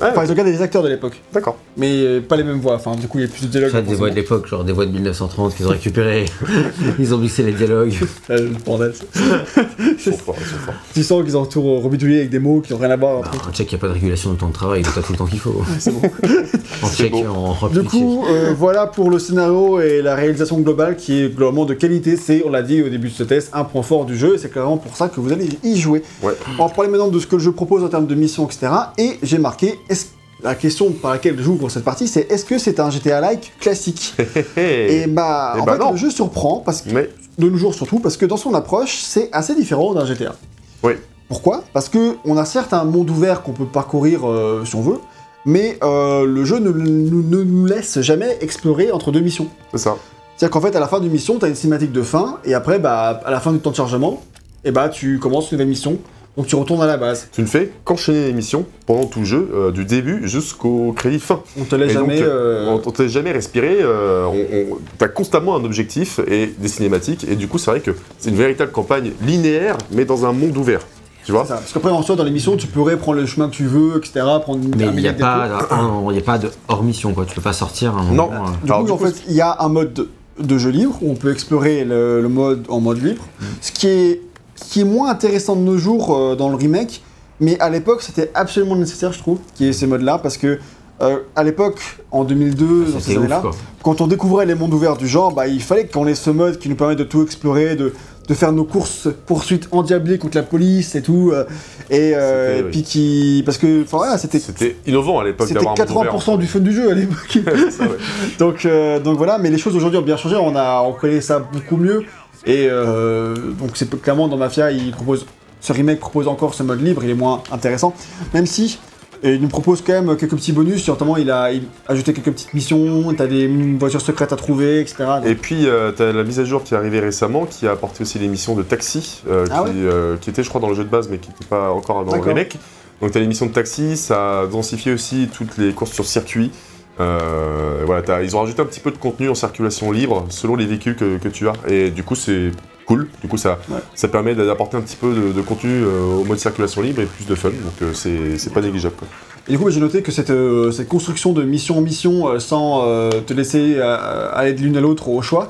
Ah,
Enfin, ils ont gardé les acteurs de l'époque,
D'accord.
mais euh, pas les mêmes voix. Enfin, du coup, il y a plus de dialogue.
Ça, des voix de l'époque, genre des voix de 1930 qu'ils ont récupérées. Ils ont mixé les dialogues.
le Euh, bordel.
Ils sont forts, ils sont forts.
tu sens qu'ils ont tout rebidouillé avec des mots qui n'ont rien à voir.
Bah, en Tchèque, il n'y a pas de régulation du temps de travail, donc t'as tout le temps qu'il faut. En
C'est
Tchèque,
beau.
en
Du
République tchèque.
coup, euh, voilà pour le scénario et la réalisation globale qui est globalement de qualité. C'est, on l'a dit au début de ce test, un point fort du jeu et c'est clairement pour ça que vous allez y jouer.
Ouais.
On va parler maintenant de ce que le jeu propose en termes de missions, etc. Et j'ai marqué, est-ce- la question par laquelle j'ouvre cette partie, c'est est-ce que c'est un GTA-like classique
Hey.
Et bah,
Eh
en
bah
fait,
non.
le jeu surprend, parce que,
Mais
de nos jours surtout, parce que dans son approche, c'est assez différent d'un GTA.
Oui.
Pourquoi Parce que on a certes un monde ouvert qu'on peut parcourir euh, si on veut, mais euh, le jeu ne, ne- ne nous laisse jamais explorer entre deux missions.
c'est ça.
C'est-à-dire qu'en fait, à la fin d'une mission, tu as une cinématique de fin, et après, bah, à la fin du temps de chargement, et bah, tu commences une nouvelle mission, donc tu retournes à la base.
Tu ne fais qu'enchaîner les missions pendant tout le jeu, euh, du début jusqu'au crédit fin.
On te laisse
Et donc,
jamais... euh,
On, on t'a jamais respiré, euh, on, on- t'as constamment un objectif et des cinématiques, et du coup c'est vrai que c'est une véritable campagne linéaire, mais dans un monde ouvert. Tu vois
c'est ça. Parce qu'après, en soi, dans les missions, tu pourrais prendre le chemin que tu veux, etc., prendre une
Mais il n'y
terminer
a,
des
pas
trucs.
d'un- il y a pas de hors-mission, quoi. Tu peux pas sortir. à un
Non.
moment, euh,
Du
Alors,
coup,
du
en
coup,
fait, il y a un mode de- de jeu libre où on peut explorer le, le mode en mode libre,
Mm.
ce qui est, ce qui est moins intéressant de nos jours euh, dans le remake, mais à l'époque, c'était absolument nécessaire, je trouve, qu'il y ait ces modes-là, parce que euh, à l'époque, en
Ah,
2002, dans ces
C'était ouf,
années-là,
quoi.
quand on découvrait les mondes ouverts du genre, bah, il fallait qu'on ait ce mode qui nous permet de tout explorer, de, de faire nos courses poursuites endiablées contre la police et tout, euh, et, euh,
C'était,
et
oui.
puis qui, parce que, enfin voilà, c'était
C'était innovant à l'époque
c'était
d'avoir un monde ouvert.
80% du fun du jeu à l'époque. donc, euh, donc voilà, mais les choses aujourd'hui ont bien changé, on, a, on connaît ça beaucoup mieux. Et euh, donc c'est clairement dans Mafia, il propose, ce remake propose encore ce mode libre, il est moins intéressant. Même si et il nous propose quand même quelques petits bonus, notamment il a, il a ajouté quelques petites missions, t'as des mm, voitures secrètes à trouver, etc. Donc,
Et puis, euh, t'as la mise à jour qui est arrivée récemment, qui a apporté aussi l'émission de Taxi, euh,
Ah
qui, euh, qui était, je crois, dans le jeu de base, mais qui n'était pas encore dans le
D'accord.
remake. Donc, t'as l'émission de Taxi, ça a densifié aussi toutes les courses sur circuit. Euh, voilà, t'as- ils ont rajouté un petit peu de contenu en circulation libre selon les véhicules que, que tu as. Et du coup, c'est cool. Du coup, ça,
Ouais.
ça permet d'apporter un petit peu de, de contenu euh, au mode circulation libre et plus de fun. Donc, euh, c'est c'est pas négligeable. quoi.
Et du coup, bah, j'ai noté que cette, euh, cette construction de mission en mission euh, sans euh, te laisser euh, aller de l'une à l'autre au choix,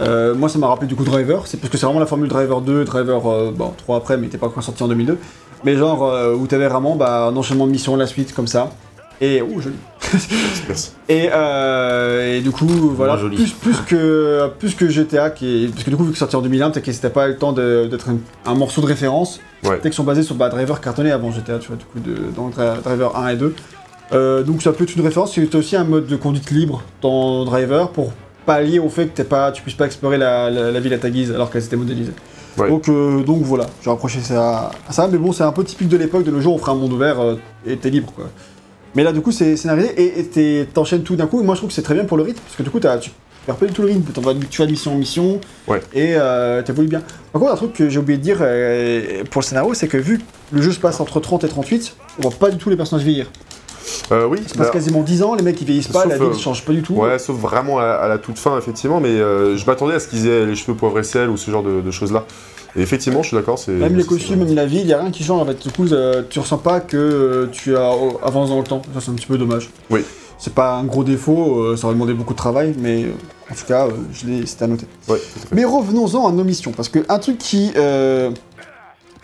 euh, moi ça m'a rappelé du coup Driver, c'est parce que c'est vraiment la formule Driver 2, Driver euh, bon, 3 après, mais il était pas encore sorti en 2002, mais genre euh, où t'avais vraiment bah, un enchaînement de missions, la suite comme ça. Et, ouh, joli.
Merci.
et, euh, et du coup, voilà,
joli.
plus, plus, que, plus que GTA, qui est, parce que du coup, vu que c'est sorti en 2001, peut-être que c'était pas le temps de- d'être un, un morceau de référence,
Ouais.
peut-être qu'ils sont basés sur bah, Driver cartonné avant GTA, tu vois, du coup, de, dans Dra- Driver 1 et 2. Euh, donc ça peut être une référence, c'est aussi un mode de conduite libre dans Driver pour pallier au fait que t'es pas, tu puisses pas explorer la, la- la ville à ta guise alors qu'elle s'était modélisée.
Ouais.
Donc, euh, donc voilà, j'ai rapproché ça à ça, mais bon c'est un peu typique de l'époque, de nos jours on ferait un monde ouvert euh, et t'es libre quoi. Mais là du coup c'est scénarisé et- et t'es- t'enchaînes tout d'un coup, et moi je trouve que c'est très bien pour le rythme, parce que du coup t'as- tu perds pas du tout le rythme, T'en vas- tu vas de mission en mission,
Ouais.
et euh, t'évolues bien. Par contre un truc que j'ai oublié de dire euh, pour le scénario, c'est que vu que le jeu se passe entre 30 et 38, on voit pas du tout les personnages vieillir.
Euh, oui,
Il se passe
bah,
quasiment 10 ans, les mecs ils vieillissent pas,
Sauf,
la ville
euh,
change pas du tout.
Ouais, sauf vraiment à, à la toute fin, effectivement, mais euh, je m'attendais à ce qu'ils aient les cheveux poivre et sel ou ce genre de, de choses-là. Et effectivement, je suis d'accord, c'est...
Même les
euh, c'est-
costumes, même la ville, il a rien qui change en fait. Du coup, euh, tu ressens pas que euh, tu as oh, avances dans le temps. Ça, c'est un petit peu dommage.
Oui.
C'est pas un gros défaut, euh, ça aurait demandé beaucoup de travail, mais euh, en tout cas, euh, je l'ai- c'était à noter.
Ouais, tout à fait.
Mais revenons-en à nos missions, parce que un truc qui. euh,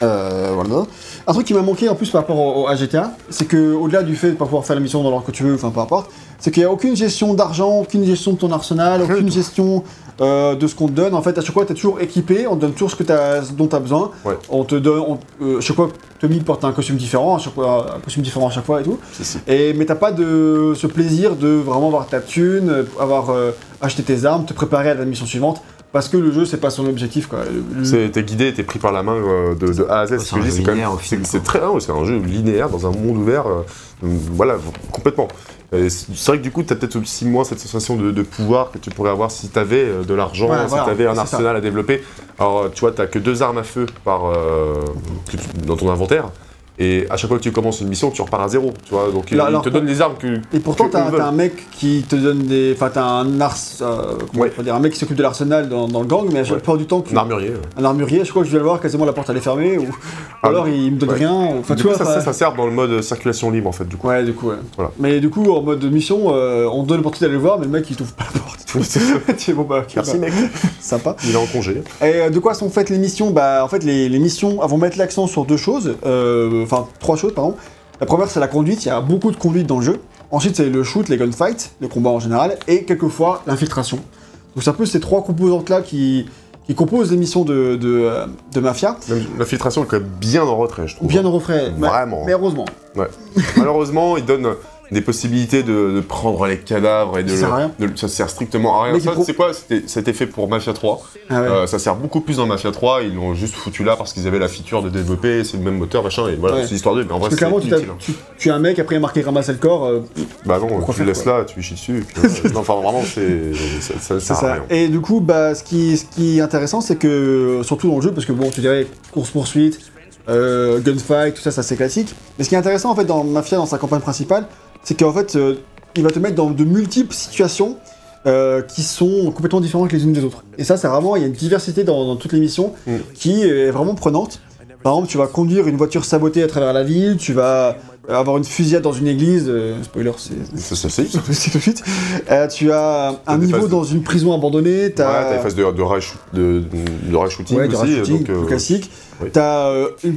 euh, voilà. Un truc qui m'a manqué en plus par rapport au, au- à GTA, c'est que au-delà du fait de pas pouvoir faire la mission dans l'ordre que tu veux, enfin peu importe, c'est qu'il n'y a aucune gestion d'argent, aucune gestion de ton arsenal,
Rien
aucune
du tout.
gestion euh, de ce qu'on te donne. En fait, à chaque fois, tu es toujours équipé, on te donne toujours ce que t'as- ce dont tu as besoin.
Ouais.
On te donne. on- euh, à chaque fois, Tommy porte un costume différent, à chaque fois, un costume différent à chaque fois et tout.
Si, si.
Et, mais t'as pas de ce plaisir de vraiment avoir ta thune, euh, avoir euh, acheté tes armes, te préparer à la mission suivante, parce que le jeu c'est pas son objectif quoi. Le- le-
C'est- T'es guidé, t'es pris par la main euh, de, de A à Z.
Ouais,
ce
c'est
que je
un
dis,
jeu
c'est quand
linéaire,
même-
au final,
c'est- C'est très, ouais, c'est un jeu linéaire dans un monde ouvert. euh, donc, voilà, v- complètement. Et C'est c'est vrai que du coup, t'as peut-être aussi moins cette sensation de, de pouvoir que tu pourrais avoir si t'avais euh, de l'argent,
Ouais,
si
voilà,
t'avais un
c'est
arsenal à développer. Alors, euh, tu vois, t'as que deux armes à feu par, euh, que tu- dans ton inventaire. Et à chaque fois que tu commences une mission, tu repars à zéro. Tu vois, donc
Là,
ils
alors,
te donnent les armes que.
Et pourtant
que
t'as
eux veulent.
t'as un mec qui te donne des, enfin t'as un ars, euh, comment
Ouais.
on peut dire, un mec qui s'occupe de l'arsenal dans, dans le gang, mais à chaque
Ouais.
fois du temps que
Un armurier. ouais.
un armurier, je crois que je vais le voir quasiment la porte elle est fermée, ou, ou
Ah,
alors il me donne
ouais.
rien. Enfin
du
tu
coup,
vois.
ça,
enfin-
ça, ça sert dans le mode circulation libre en fait, du coup.
Ouais, du coup, ouais.
Voilà.
Mais du coup, en mode mission, euh, on te donne l'opportunité d'aller le voir, mais le mec il t'ouvre pas la porte. tu fais, bon bah, ok, bah,
mec.
Sympa.
Il est en congé.
Et euh, de quoi sont faites les missions Bah en fait les, les missions elles vont mettre l'accent sur deux choses, euh, enfin trois choses pardon. La première c'est la conduite, il y a beaucoup de conduite dans le jeu. Ensuite c'est le shoot, les gunfights, le combat en général, et quelquefois l'infiltration. Donc c'est un peu ces trois composantes là qui, qui composent les missions de, de, euh, de mafia.
Même L'infiltration est quand même bien en retrait, je trouve.
Bien au refrain. mais-
Vraiment.
Mais heureusement,
Malheureusement, il donne des possibilités de, de prendre les cadavres et de,
Ça sert à rien.
de- ça sert strictement à rien.
Mais
ça,
qui pro-
c'est quoi C'était c'était fait pour Mafia 3.
Ah ouais.
Euh, ça sert beaucoup plus dans Mafia 3. Ils l'ont juste foutu là parce qu'ils avaient la feature de développer, c'est le même moteur, machin. Et voilà,
Ouais.
c'est l'histoire d'eux. Mais en vrai,
Parce que
c'est
clairement, tu, t'as-
inutile. hein.
tu, tu as un mec, après il a marqué ramasser le corps, euh,
Bah non,
Pourquoi
tu le
faire,
laisses là, tu lui chies dessus. et puis voilà. non, enfin, vraiment, c'est ça, euh, ça
C'est
sert à
ça.
rien.
Et du coup, bah, ce, qui, ce qui est intéressant, c'est que, euh, surtout dans le jeu, parce que bon, tu dirais course-poursuite, euh, gunfight, tout ça, ça c'est classique. Mais ce qui est intéressant en fait dans Mafia, dans sa campagne principale, c'est qu'en fait, euh, il va te mettre dans de multiples situations euh, qui sont complètement différentes les unes des autres. Et ça, c'est vraiment, il y a une diversité dans, dans toutes les missions
Mm.
qui est vraiment prenante. Par exemple, tu vas conduire une voiture sabotée à travers la ville, tu vas euh, avoir une fusillade dans une église, euh, spoiler, c'est
Ça, ça, c'est-
je sais tout de suite. Euh, tu as
T'as
un
des
niveau
phases de-
dans une prison abandonnée,
Ouais, t'as
t'as
les phases de, de, rash- de, de rashooting
Ouais,
aussi.
du rashooting,
donc, euh,
plus classique.
oui.
T'as euh, une...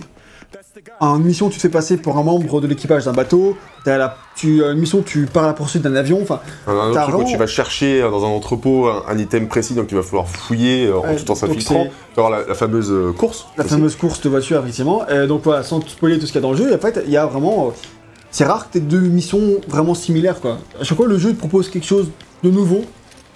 une mission où tu te fais passer pour un membre de l'équipage d'un bateau. T'as la... tu... as une mission où tu pars à la poursuite d'un avion. Enfin,
Un, un autre
T'as
truc où
vraiment-
tu vas chercher euh, dans un entrepôt un, un item précis, donc il va falloir fouiller euh,
Ouais,
en tout en
donc
s'infiltrant. Tu vas avoir la, la fameuse euh, course.
la
aussi.
fameuse course de voiture, effectivement. Et donc voilà, sans te spoiler tout ce qu'il y a dans le jeu, en fait, il y a vraiment. euh, C'est rare que t'aies deux missions vraiment similaires, quoi. À chaque fois, le jeu te propose quelque chose de nouveau,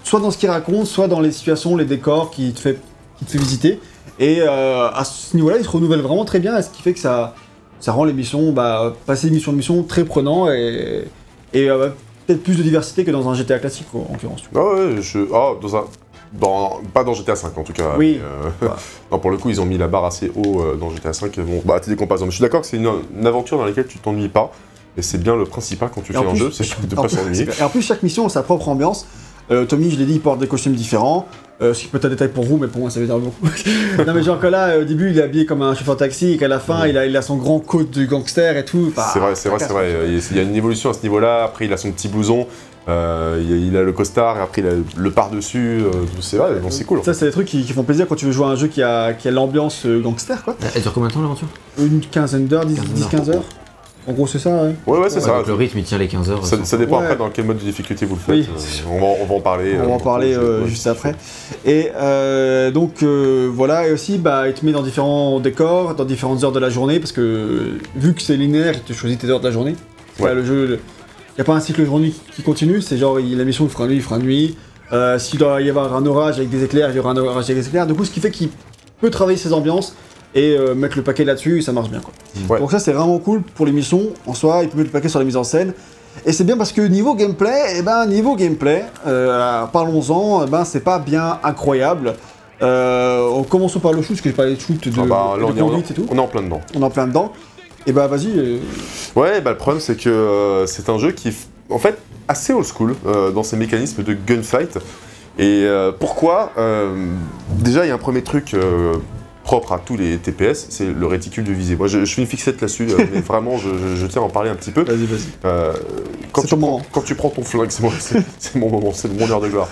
soit dans ce qu'il raconte, soit dans les situations, les décors qui te fait, qui te fait visiter. Et euh, à ce niveau-là, il se renouvelle vraiment très bien, ce qui fait que ça, ça rend les missions, bah, passer de mission en mission, très prenant et, et euh, peut-être plus de diversité que dans un GTA classique, quoi, en l'occurrence.
Ah ouais, je. Ah, dans un. dans- pas dans GTA V en tout cas.
Oui.
mais, euh, non, pour le coup, ils ont mis la barre assez haut euh, dans GTA V. Bon, bah, t'es des comparaisons. Mais je suis d'accord que c'est une, une aventure dans laquelle tu t'ennuies pas. Et c'est bien le principal quand tu
Et en
fais un
plus-
jeu, c'est de
En
pas
plus- c'est
s'ennuyer.
clair. Et en plus, chaque mission a sa propre ambiance. Euh, Tommy, je l'ai dit, il porte des costumes différents. Euh, ce qui peut être un détail pour vous, mais pour moi, ça veut dire beaucoup. non, mais genre que là, euh, au début, il est habillé comme un chauffeur de taxi et qu'à la fin, il, a, il a son grand coat de gangster et tout. Enfin,
C'est vrai, c'est vrai,
ça
c'est vrai. Il y a- il y a une évolution à ce niveau-là. Après, il a son petit blouson. euh, il, a, il a le costard. Et après, il a le par-dessus. euh, c'est vrai, bon, c'est cool.
Ça, c'est des trucs qui, qui font plaisir quand tu veux jouer à un jeu qui a, qui a l'ambiance euh, gangster, quoi.
Elle dure combien de temps l'aventure
Une quinzaine d'heures, 10,
15 heures.
10-15 heures. En gros, c'est ça, ouais.
Ouais, ouais, c'est
Ouais,
ça.
donc Le rythme, il tient les 15 heures.
Ça,
sans-
ça dépend
Ouais.
après dans quel mode de difficulté vous le faites.
Oui.
Euh, on, va, on va en parler.
On va en parler euh, juste après. Et euh, donc euh, voilà, et aussi bah, il te met dans différents décors, dans différentes heures de la journée, parce que euh, vu que c'est linéaire, il te choisit tes heures de la journée.
Ouais.
Là, le jeu, le- Il n'y a pas un cycle de journée qui continue, c'est genre il- la mission il fera nuit, il fera nuit. Euh, S'il doit y avoir un orage avec des éclairs, il y aura un orage avec des éclairs. Du coup, ce qui fait qu'il peut travailler ses ambiances et euh, mettre le paquet là-dessus, et ça marche bien. Quoi.
Ouais.
Donc ça, c'est vraiment cool pour les missions. En soi, il peut mettre le paquet sur la mise en scène. Et c'est bien parce que niveau gameplay, eh ben niveau gameplay, euh, parlons-en, eh ben c'est pas bien incroyable. Euh, en commençons par le shoot, parce que j'ai parlé de shoot, de,
Ah bah, là,
de
on, est, on-
conduite et tout.
on est en plein dedans.
On est en plein dedans. Et bah vas-y, euh,
Ouais, bah, le problème c'est que euh, c'est un jeu qui est f- en fait assez old school euh, dans ses mécanismes de gunfight. Et euh, pourquoi Euh, Déjà, il y a un premier truc euh, propre à tous les TPS, c'est le réticule de visée. Moi, je, je suis une fixette là-dessus, euh, mais vraiment, je, je- je tiens à en parler un petit peu.
vas-y, vas-y.
Euh, quand,
C'est
tu
ton
prends,
moment.
quand tu prends ton flingue, c'est moi, c'est c'est mon moment, c'est mon heure de gloire.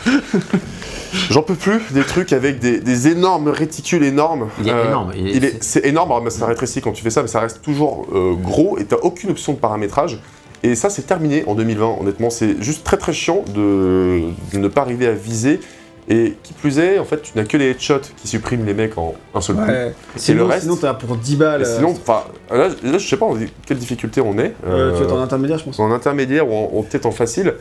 J'en peux plus des trucs avec des, des énormes réticules énormes.
Il est
Euh,
énorme. il est-
il est- c'est énorme, alors, mais ça rétrécit quand tu fais ça, mais ça reste toujours euh, gros et t'as aucune option de paramétrage. Et ça, c'est terminé en 2020. Honnêtement, c'est juste très très chiant de, de ne pas arriver à viser. Et qui plus est, en fait, tu n'as que les headshots qui suppriment les mecs en un seul coup.
Ouais. Sinon,
le reste
sinon t'as pour 10 balles.
Et
euh,
sinon, enfin, là, là, je sais pas en quelle difficulté on est.
euh, tu vas être en
Euh,
intermédiaire, je pense.
en intermédiaire ou, en- ou peut-être en facile.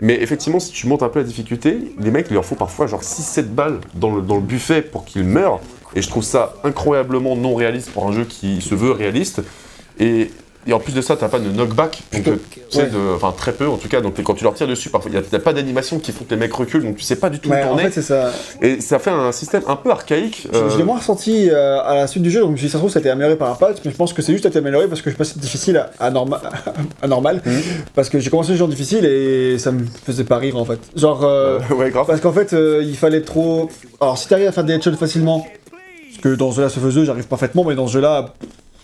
Mais effectivement, si tu montes un peu la difficulté, les mecs, il leur faut parfois genre 6-7 balles dans le, dans le buffet pour qu'ils meurent. Et je trouve ça incroyablement non réaliste pour un jeu qui se veut réaliste. Et, et en plus de ça, t'as pas de knockback. Donc, euh, tu sais,
Ouais.
de- enfin très peu en tout cas. Donc quand tu leur tires dessus, parfois, il y a- t'as pas d'animation qui font que les mecs reculent. Donc tu sais pas du tout
Ouais,
où
en
t'en
fait,
es.
c'est ça.
Et ça fait un système un peu archaïque.
Je- Je
euh,
l'ai moins ressenti euh, à la suite du jeu, donc si ça se trouve, ça a été amélioré par un patch, mais je pense que c'est juste été amélioré parce que je passais de difficile à, à norma- à normal.
Mhm.
Parce que j'ai commencé le genre difficile et ça me faisait pas rire en fait. Genre. euh,
ouais, grave.
Parce qu'en fait, euh, il fallait trop. Alors, si t'arrives à faire des headshots facilement, parce que dans ce jeu-là, ce faiseux, j'arrive parfaitement, mais dans ce jeu-là,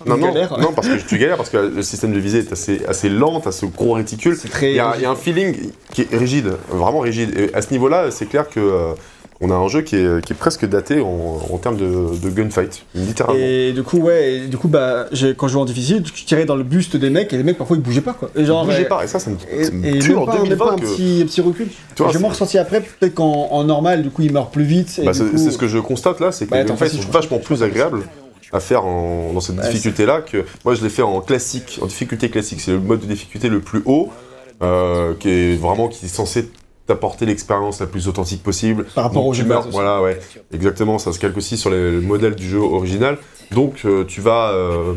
je
Non, non,
galère.
non, parce que tu galères, parce que le système de visée est assez, assez lent, t'as ce gros réticule.
C'est très
Il y, a,
rigide.
il y a un feeling qui est rigide, vraiment rigide. Et à ce niveau-là, c'est clair que euh, on a un jeu qui est, qui est presque daté en, en termes de, de gunfight, littéralement.
Et du coup, ouais, et du coup, bah, j'ai- quand je jouais en difficile, je tirais dans le buste des mecs et les mecs parfois ils bougeaient pas quoi. Et genre, euh,
Bougez
ouais,
pas, et ça, ça me,
Et,
ça me
et
tue
même
en
pas, même
2020
pas un
que-
petit, un petit recul.
Tu vois,
J'ai moins
c'est-
ressenti après, peut-être qu'en en normal, du coup, il meurt plus vite. et
bah,
du
c'est
coup-
c'est ce que je constate là, c'est que
Bah,
les
attends,
gunfights
facile,
sont
je crois.
vachement plus agréables à faire en- dans cette
Ouais,
difficulté-là que moi je l'ai fait en classique, en difficulté classique. C'est le mode de difficulté le plus haut, euh, qui est vraiment qui est censé t'apporter l'expérience la plus authentique possible.
Par rapport
Donc,
au
tu
jeu de
meurs,
base aussi.
Voilà, ouais, exactement. Ça se calque aussi sur les- le modèle du jeu original. Donc euh, tu vas, euh,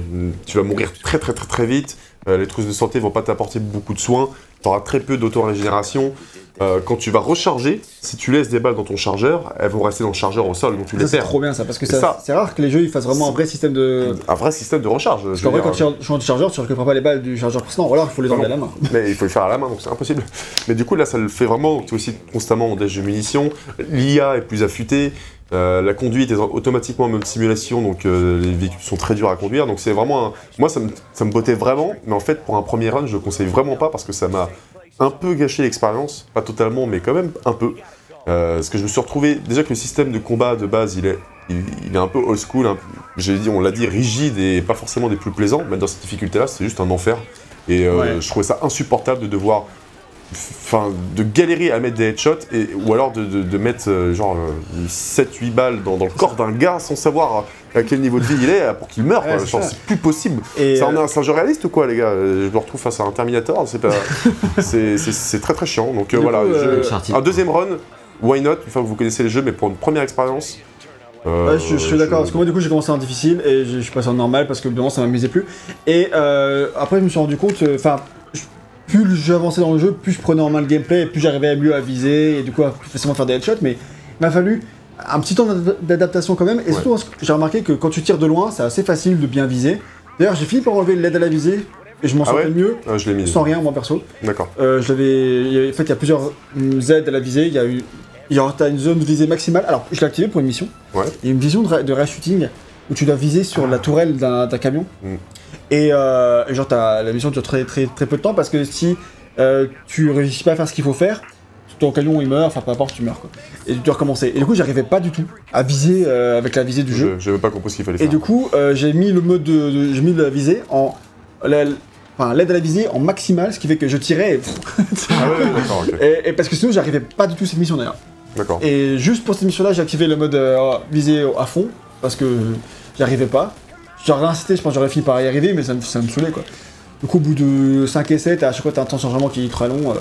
tu vas mourir très très très très vite. Euh, les trousses de santé vont pas t'apporter beaucoup de soins. Tu auras très peu d'autorégénération. Euh, quand tu vas recharger, si tu laisses des balles dans ton chargeur, elles vont rester dans le chargeur au sol, donc tu
Ça,
les
c'est
perds.
trop bien ça, parce que
C'est
ça-
ça.
c'est rare que les jeux ils fassent vraiment un vrai système de.
Un vrai système de recharge.
Parce
je
qu'en
veux
vrai, quand
dire. euh,
tu changes de chargeur, tu récupères pas les balles du chargeur précédent, ou alors il faut les
Ah non.
enlever à la main.
Mais il faut le faire à la main, donc c'est impossible. Mais du coup, là, ça le fait vraiment. Tu es aussi constamment en dash de munitions. L'IA est plus affûtée. Euh, la conduite est automatiquement en mode simulation, donc euh, les véhicules sont très durs à conduire. Donc c'est vraiment un... Moi, ça me, ça me bottait vraiment, mais en fait, pour un premier run, je le conseille vraiment pas parce que ça m'a un peu gâché l'expérience. Pas totalement, mais quand même un peu. Euh, parce que je me suis retrouvé. Déjà que le système de combat de base, il est, il, il est un peu old school. un- J'ai dit, on l'a dit, rigide et pas forcément des plus plaisants. Mais dans cette difficulté-là, c'est juste un enfer. Et euh,
Ouais.
je trouvais ça insupportable de devoir. Enfin, de galérer à mettre des headshots et, ou alors de, de- de mettre euh, genre 7-8 balles dans, dans le corps d'un gars sans savoir à quel niveau de vie il est euh, pour qu'il meure.
Ouais,
quoi.
c'est
Genre,
ça.
c'est plus possible.
Et,
Ça en
euh,
est un singe réaliste ou quoi, les gars Euh, Je me retrouve face à un Terminator, c'est pas. c'est- c'est c'est très très chiant. Donc euh,
Du
voilà,
coup,
je-
euh,
Uncharted.
un deuxième run, why not Une fois que vous connaissez le jeu, mais pour une première expérience. euh,
Ouais, Ah, je, je suis d'accord, parce que moi du coup j'ai commencé en difficile et je, je suis passé en normal parce que évidemment ça m'amusait plus. Et euh, après je me suis rendu compte, euh, enfin, je- plus le jeu avançait dans le jeu, plus je prenais en main le gameplay et plus j'arrivais à mieux à viser et du coup à plus facilement faire des headshots, mais il m'a fallu un petit temps d'ad- d'adaptation quand même. Et surtout j'ai remarqué que quand tu tires de loin, c'est assez facile de bien viser. D'ailleurs j'ai fini par enlever l'aide à la visée et je m'en
Ah
sortais
ouais
mieux.
Ah, je l'ai mis.
Sans rien, moi perso.
D'accord.
Euh, je l'avais- il y avait- En fait, il y a plusieurs mm, aides à la visée. Il y a eu. il y a- T'as une zone de visée maximale. Alors, je l'ai activé pour une mission.
Ouais.
Il y a une vision de, ra- de rail shooting où tu dois viser sur la tourelle d'un d'un camion.
Mm.
Et euh, et genre, t'as- la mission dure très, très, très peu de temps parce que si euh, tu réussis pas à faire ce qu'il faut faire, ton camion il meurt, enfin peu importe, tu meurs quoi. Et tu dois recommencer. Et du coup, j'arrivais pas du tout à viser euh, avec la visée du jeu.
Je J'avais pas compris ce qu'il fallait
Et
faire.
du coup, euh, j'ai mis le mode de, de- j'ai mis la visée en la- enfin, l'aide à la visée en maximale, ce qui fait que je tirais et,
Ah ouais, ouais, d'accord, ok.
et- et parce que sinon j'arrivais pas du tout à cette mission d'ailleurs.
D'accord.
Et juste pour cette mission-là, j'ai activé le mode euh, visée à fond parce que j'y arrivais pas. J'aurais incité, je pense que j'aurais fini par y arriver, mais ça me, ça me saoulait quoi. Du coup, au bout de 5 essais, t'as à chaque fois t'as un temps de chargement qui est très long. euh,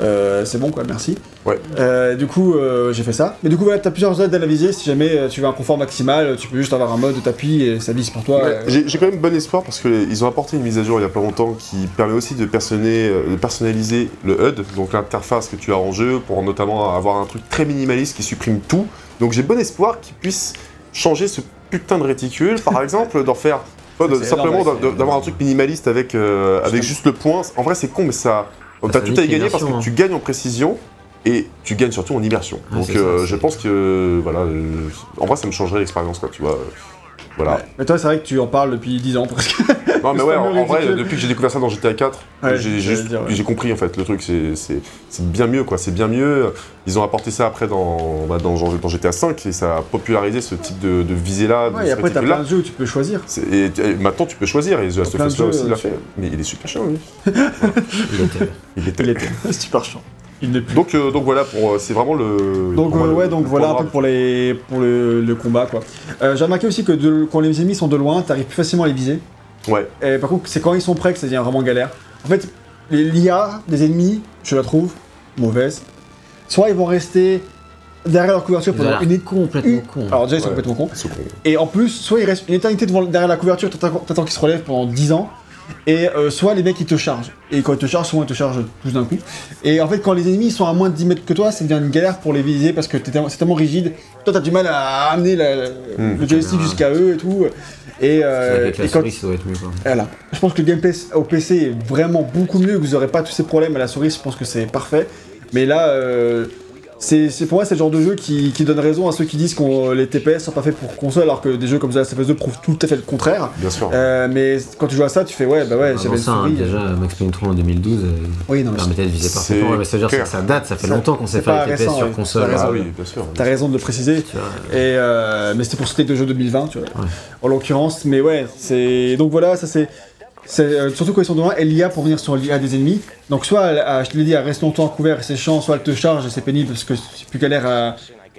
euh, c'est bon quoi, merci.
Ouais.
Euh, du coup, euh, j'ai fait ça. Mais du coup, voilà, t'as plusieurs aides à la visée. Si jamais euh, tu veux un confort maximal, tu peux juste avoir un mode de tapis et ça vise pour toi.
Ouais,
euh,
J'ai j'ai quand même bon espoir parce qu'ils ont apporté une mise à jour il y a pas longtemps qui permet aussi de, personner- euh, de personnaliser le HUD, donc l'interface que tu as en jeu, pour notamment avoir un truc très minimaliste qui supprime tout. Donc j'ai bon espoir qu'ils puissent changer ce putain de réticule, par exemple, d'en faire. pas de-
C'est
simplement
énorme,
d'a-
c'est-
d'avoir un truc minimaliste avec, euh, avec
Justement.
juste le point. En vrai, c'est con, mais ça.
Bah,
T'as
ça
tout
nique
à y gagner parce
l'immersion,
que
hein.
tu gagnes en précision et tu gagnes surtout en immersion.
Ah,
Donc
c'est ça,
euh,
c'est-
je pense que. euh, Voilà. euh, en vrai, ça me changerait l'expérience, quoi, tu vois. euh, Voilà.
ouais. Mais toi, c'est vrai que tu en parles depuis 10 ans presque.
Non mais
C'est
ouais,
pas
en,
mieux
en vrai,
ridicule.
depuis que j'ai découvert ça dans GTA 4,
Ouais,
j'ai
j'allais
juste-
dire, ouais.
j'ai compris en fait le truc, c'est- c'est c'est bien mieux quoi, c'est bien mieux. Ils ont apporté ça après dans, bah, dans, dans GTA 5 et ça a popularisé ce type de, de visée là,
Ouais, et après, t'as plein de jeux où tu peux choisir.
Et, et maintenant tu peux choisir, et The Last of
plein
Us
de
là
jeux,
aussi l'a
tu-
fait. Mais il est super chiant lui.
Il était-
Il était-
C'est super chiant. Il n'est plus.
Donc, euh, donc voilà, pour, euh, c'est vraiment le.
Donc
pour moi,
euh,
le-
ouais, donc
le
voilà un
point
peu pour les pour le, le combat quoi. Euh, J'ai remarqué aussi que de- quand les ennemis sont de loin, t'arrives plus facilement à les viser.
Ouais.
Et par contre, c'est quand ils sont prêts que ça devient vraiment galère. En fait, les- l'IA des ennemis, je la trouve mauvaise. Soit ils vont rester derrière leur couverture
Ils ont
pendant
l'air
une é-
complètement
une-
con.
Alors déjà ils sont
Ouais.
complètement cons.
grave. Second.
Et en plus, soit ils restent une éternité devant, derrière la couverture, t'attends t'attends qu'ils se relèvent pendant 10 ans, et euh, soit les mecs ils te chargent. Et quand ils te chargent, souvent ils te chargent tous d'un coup. Et en fait, quand les ennemis sont à moins de 10 mètres que toi, ça devient une galère pour les viser parce que t'es tellement- c'est tellement rigide. Toi, t'as du mal à amener la- le joystick
Ouais.
jusqu'à eux et tout. Et, euh,
Avec la
et quand-
souris, ça doit être mieux. quoi.
voilà. Je pense que le gameplay au PC est vraiment beaucoup mieux, que vous n'aurez pas tous ces problèmes à la souris, je pense que c'est parfait. Mais là, euh, c'est c'est- pour moi, c'est le genre de jeu qui, qui donne raison à ceux qui disent que les TPS sont pas faits pour console, alors que des jeux comme The Last of Us 2 prouvent tout à fait le contraire.
Bien sûr.
Euh, mais quand tu joues à ça, tu fais ouais, bah ouais, j'avais
Avant
une
ça, hein,
souris.
déjà, Max Payne 3 en 2012 euh,
Oui, non, mais
permettait de viser
c'est
parfaitement. Ouais, mais ça veut dire
clair.
que ça date, ça fait
Ça-
longtemps qu'on
c'est
sait
pas
faire les TPS
récent,
sur
ouais.
console. euh.
T'as raison.
Ah oui, bien sûr.
T'as raison de le préciser.
Tu vois,
Et euh, mais c'était pour citer deux jeux 2020, tu vois.
Ouais.
En l'occurrence, mais ouais, c'est donc voilà, ça c'est. c'est, euh, surtout quand ils sont devant, elle y a pour venir sur l'IA des ennemis. Donc, soit elle, ah, je te l'ai dit, elle reste longtemps à couvert et c'est chiant, soit elle te charge et c'est pénible parce que c'est plus galère à.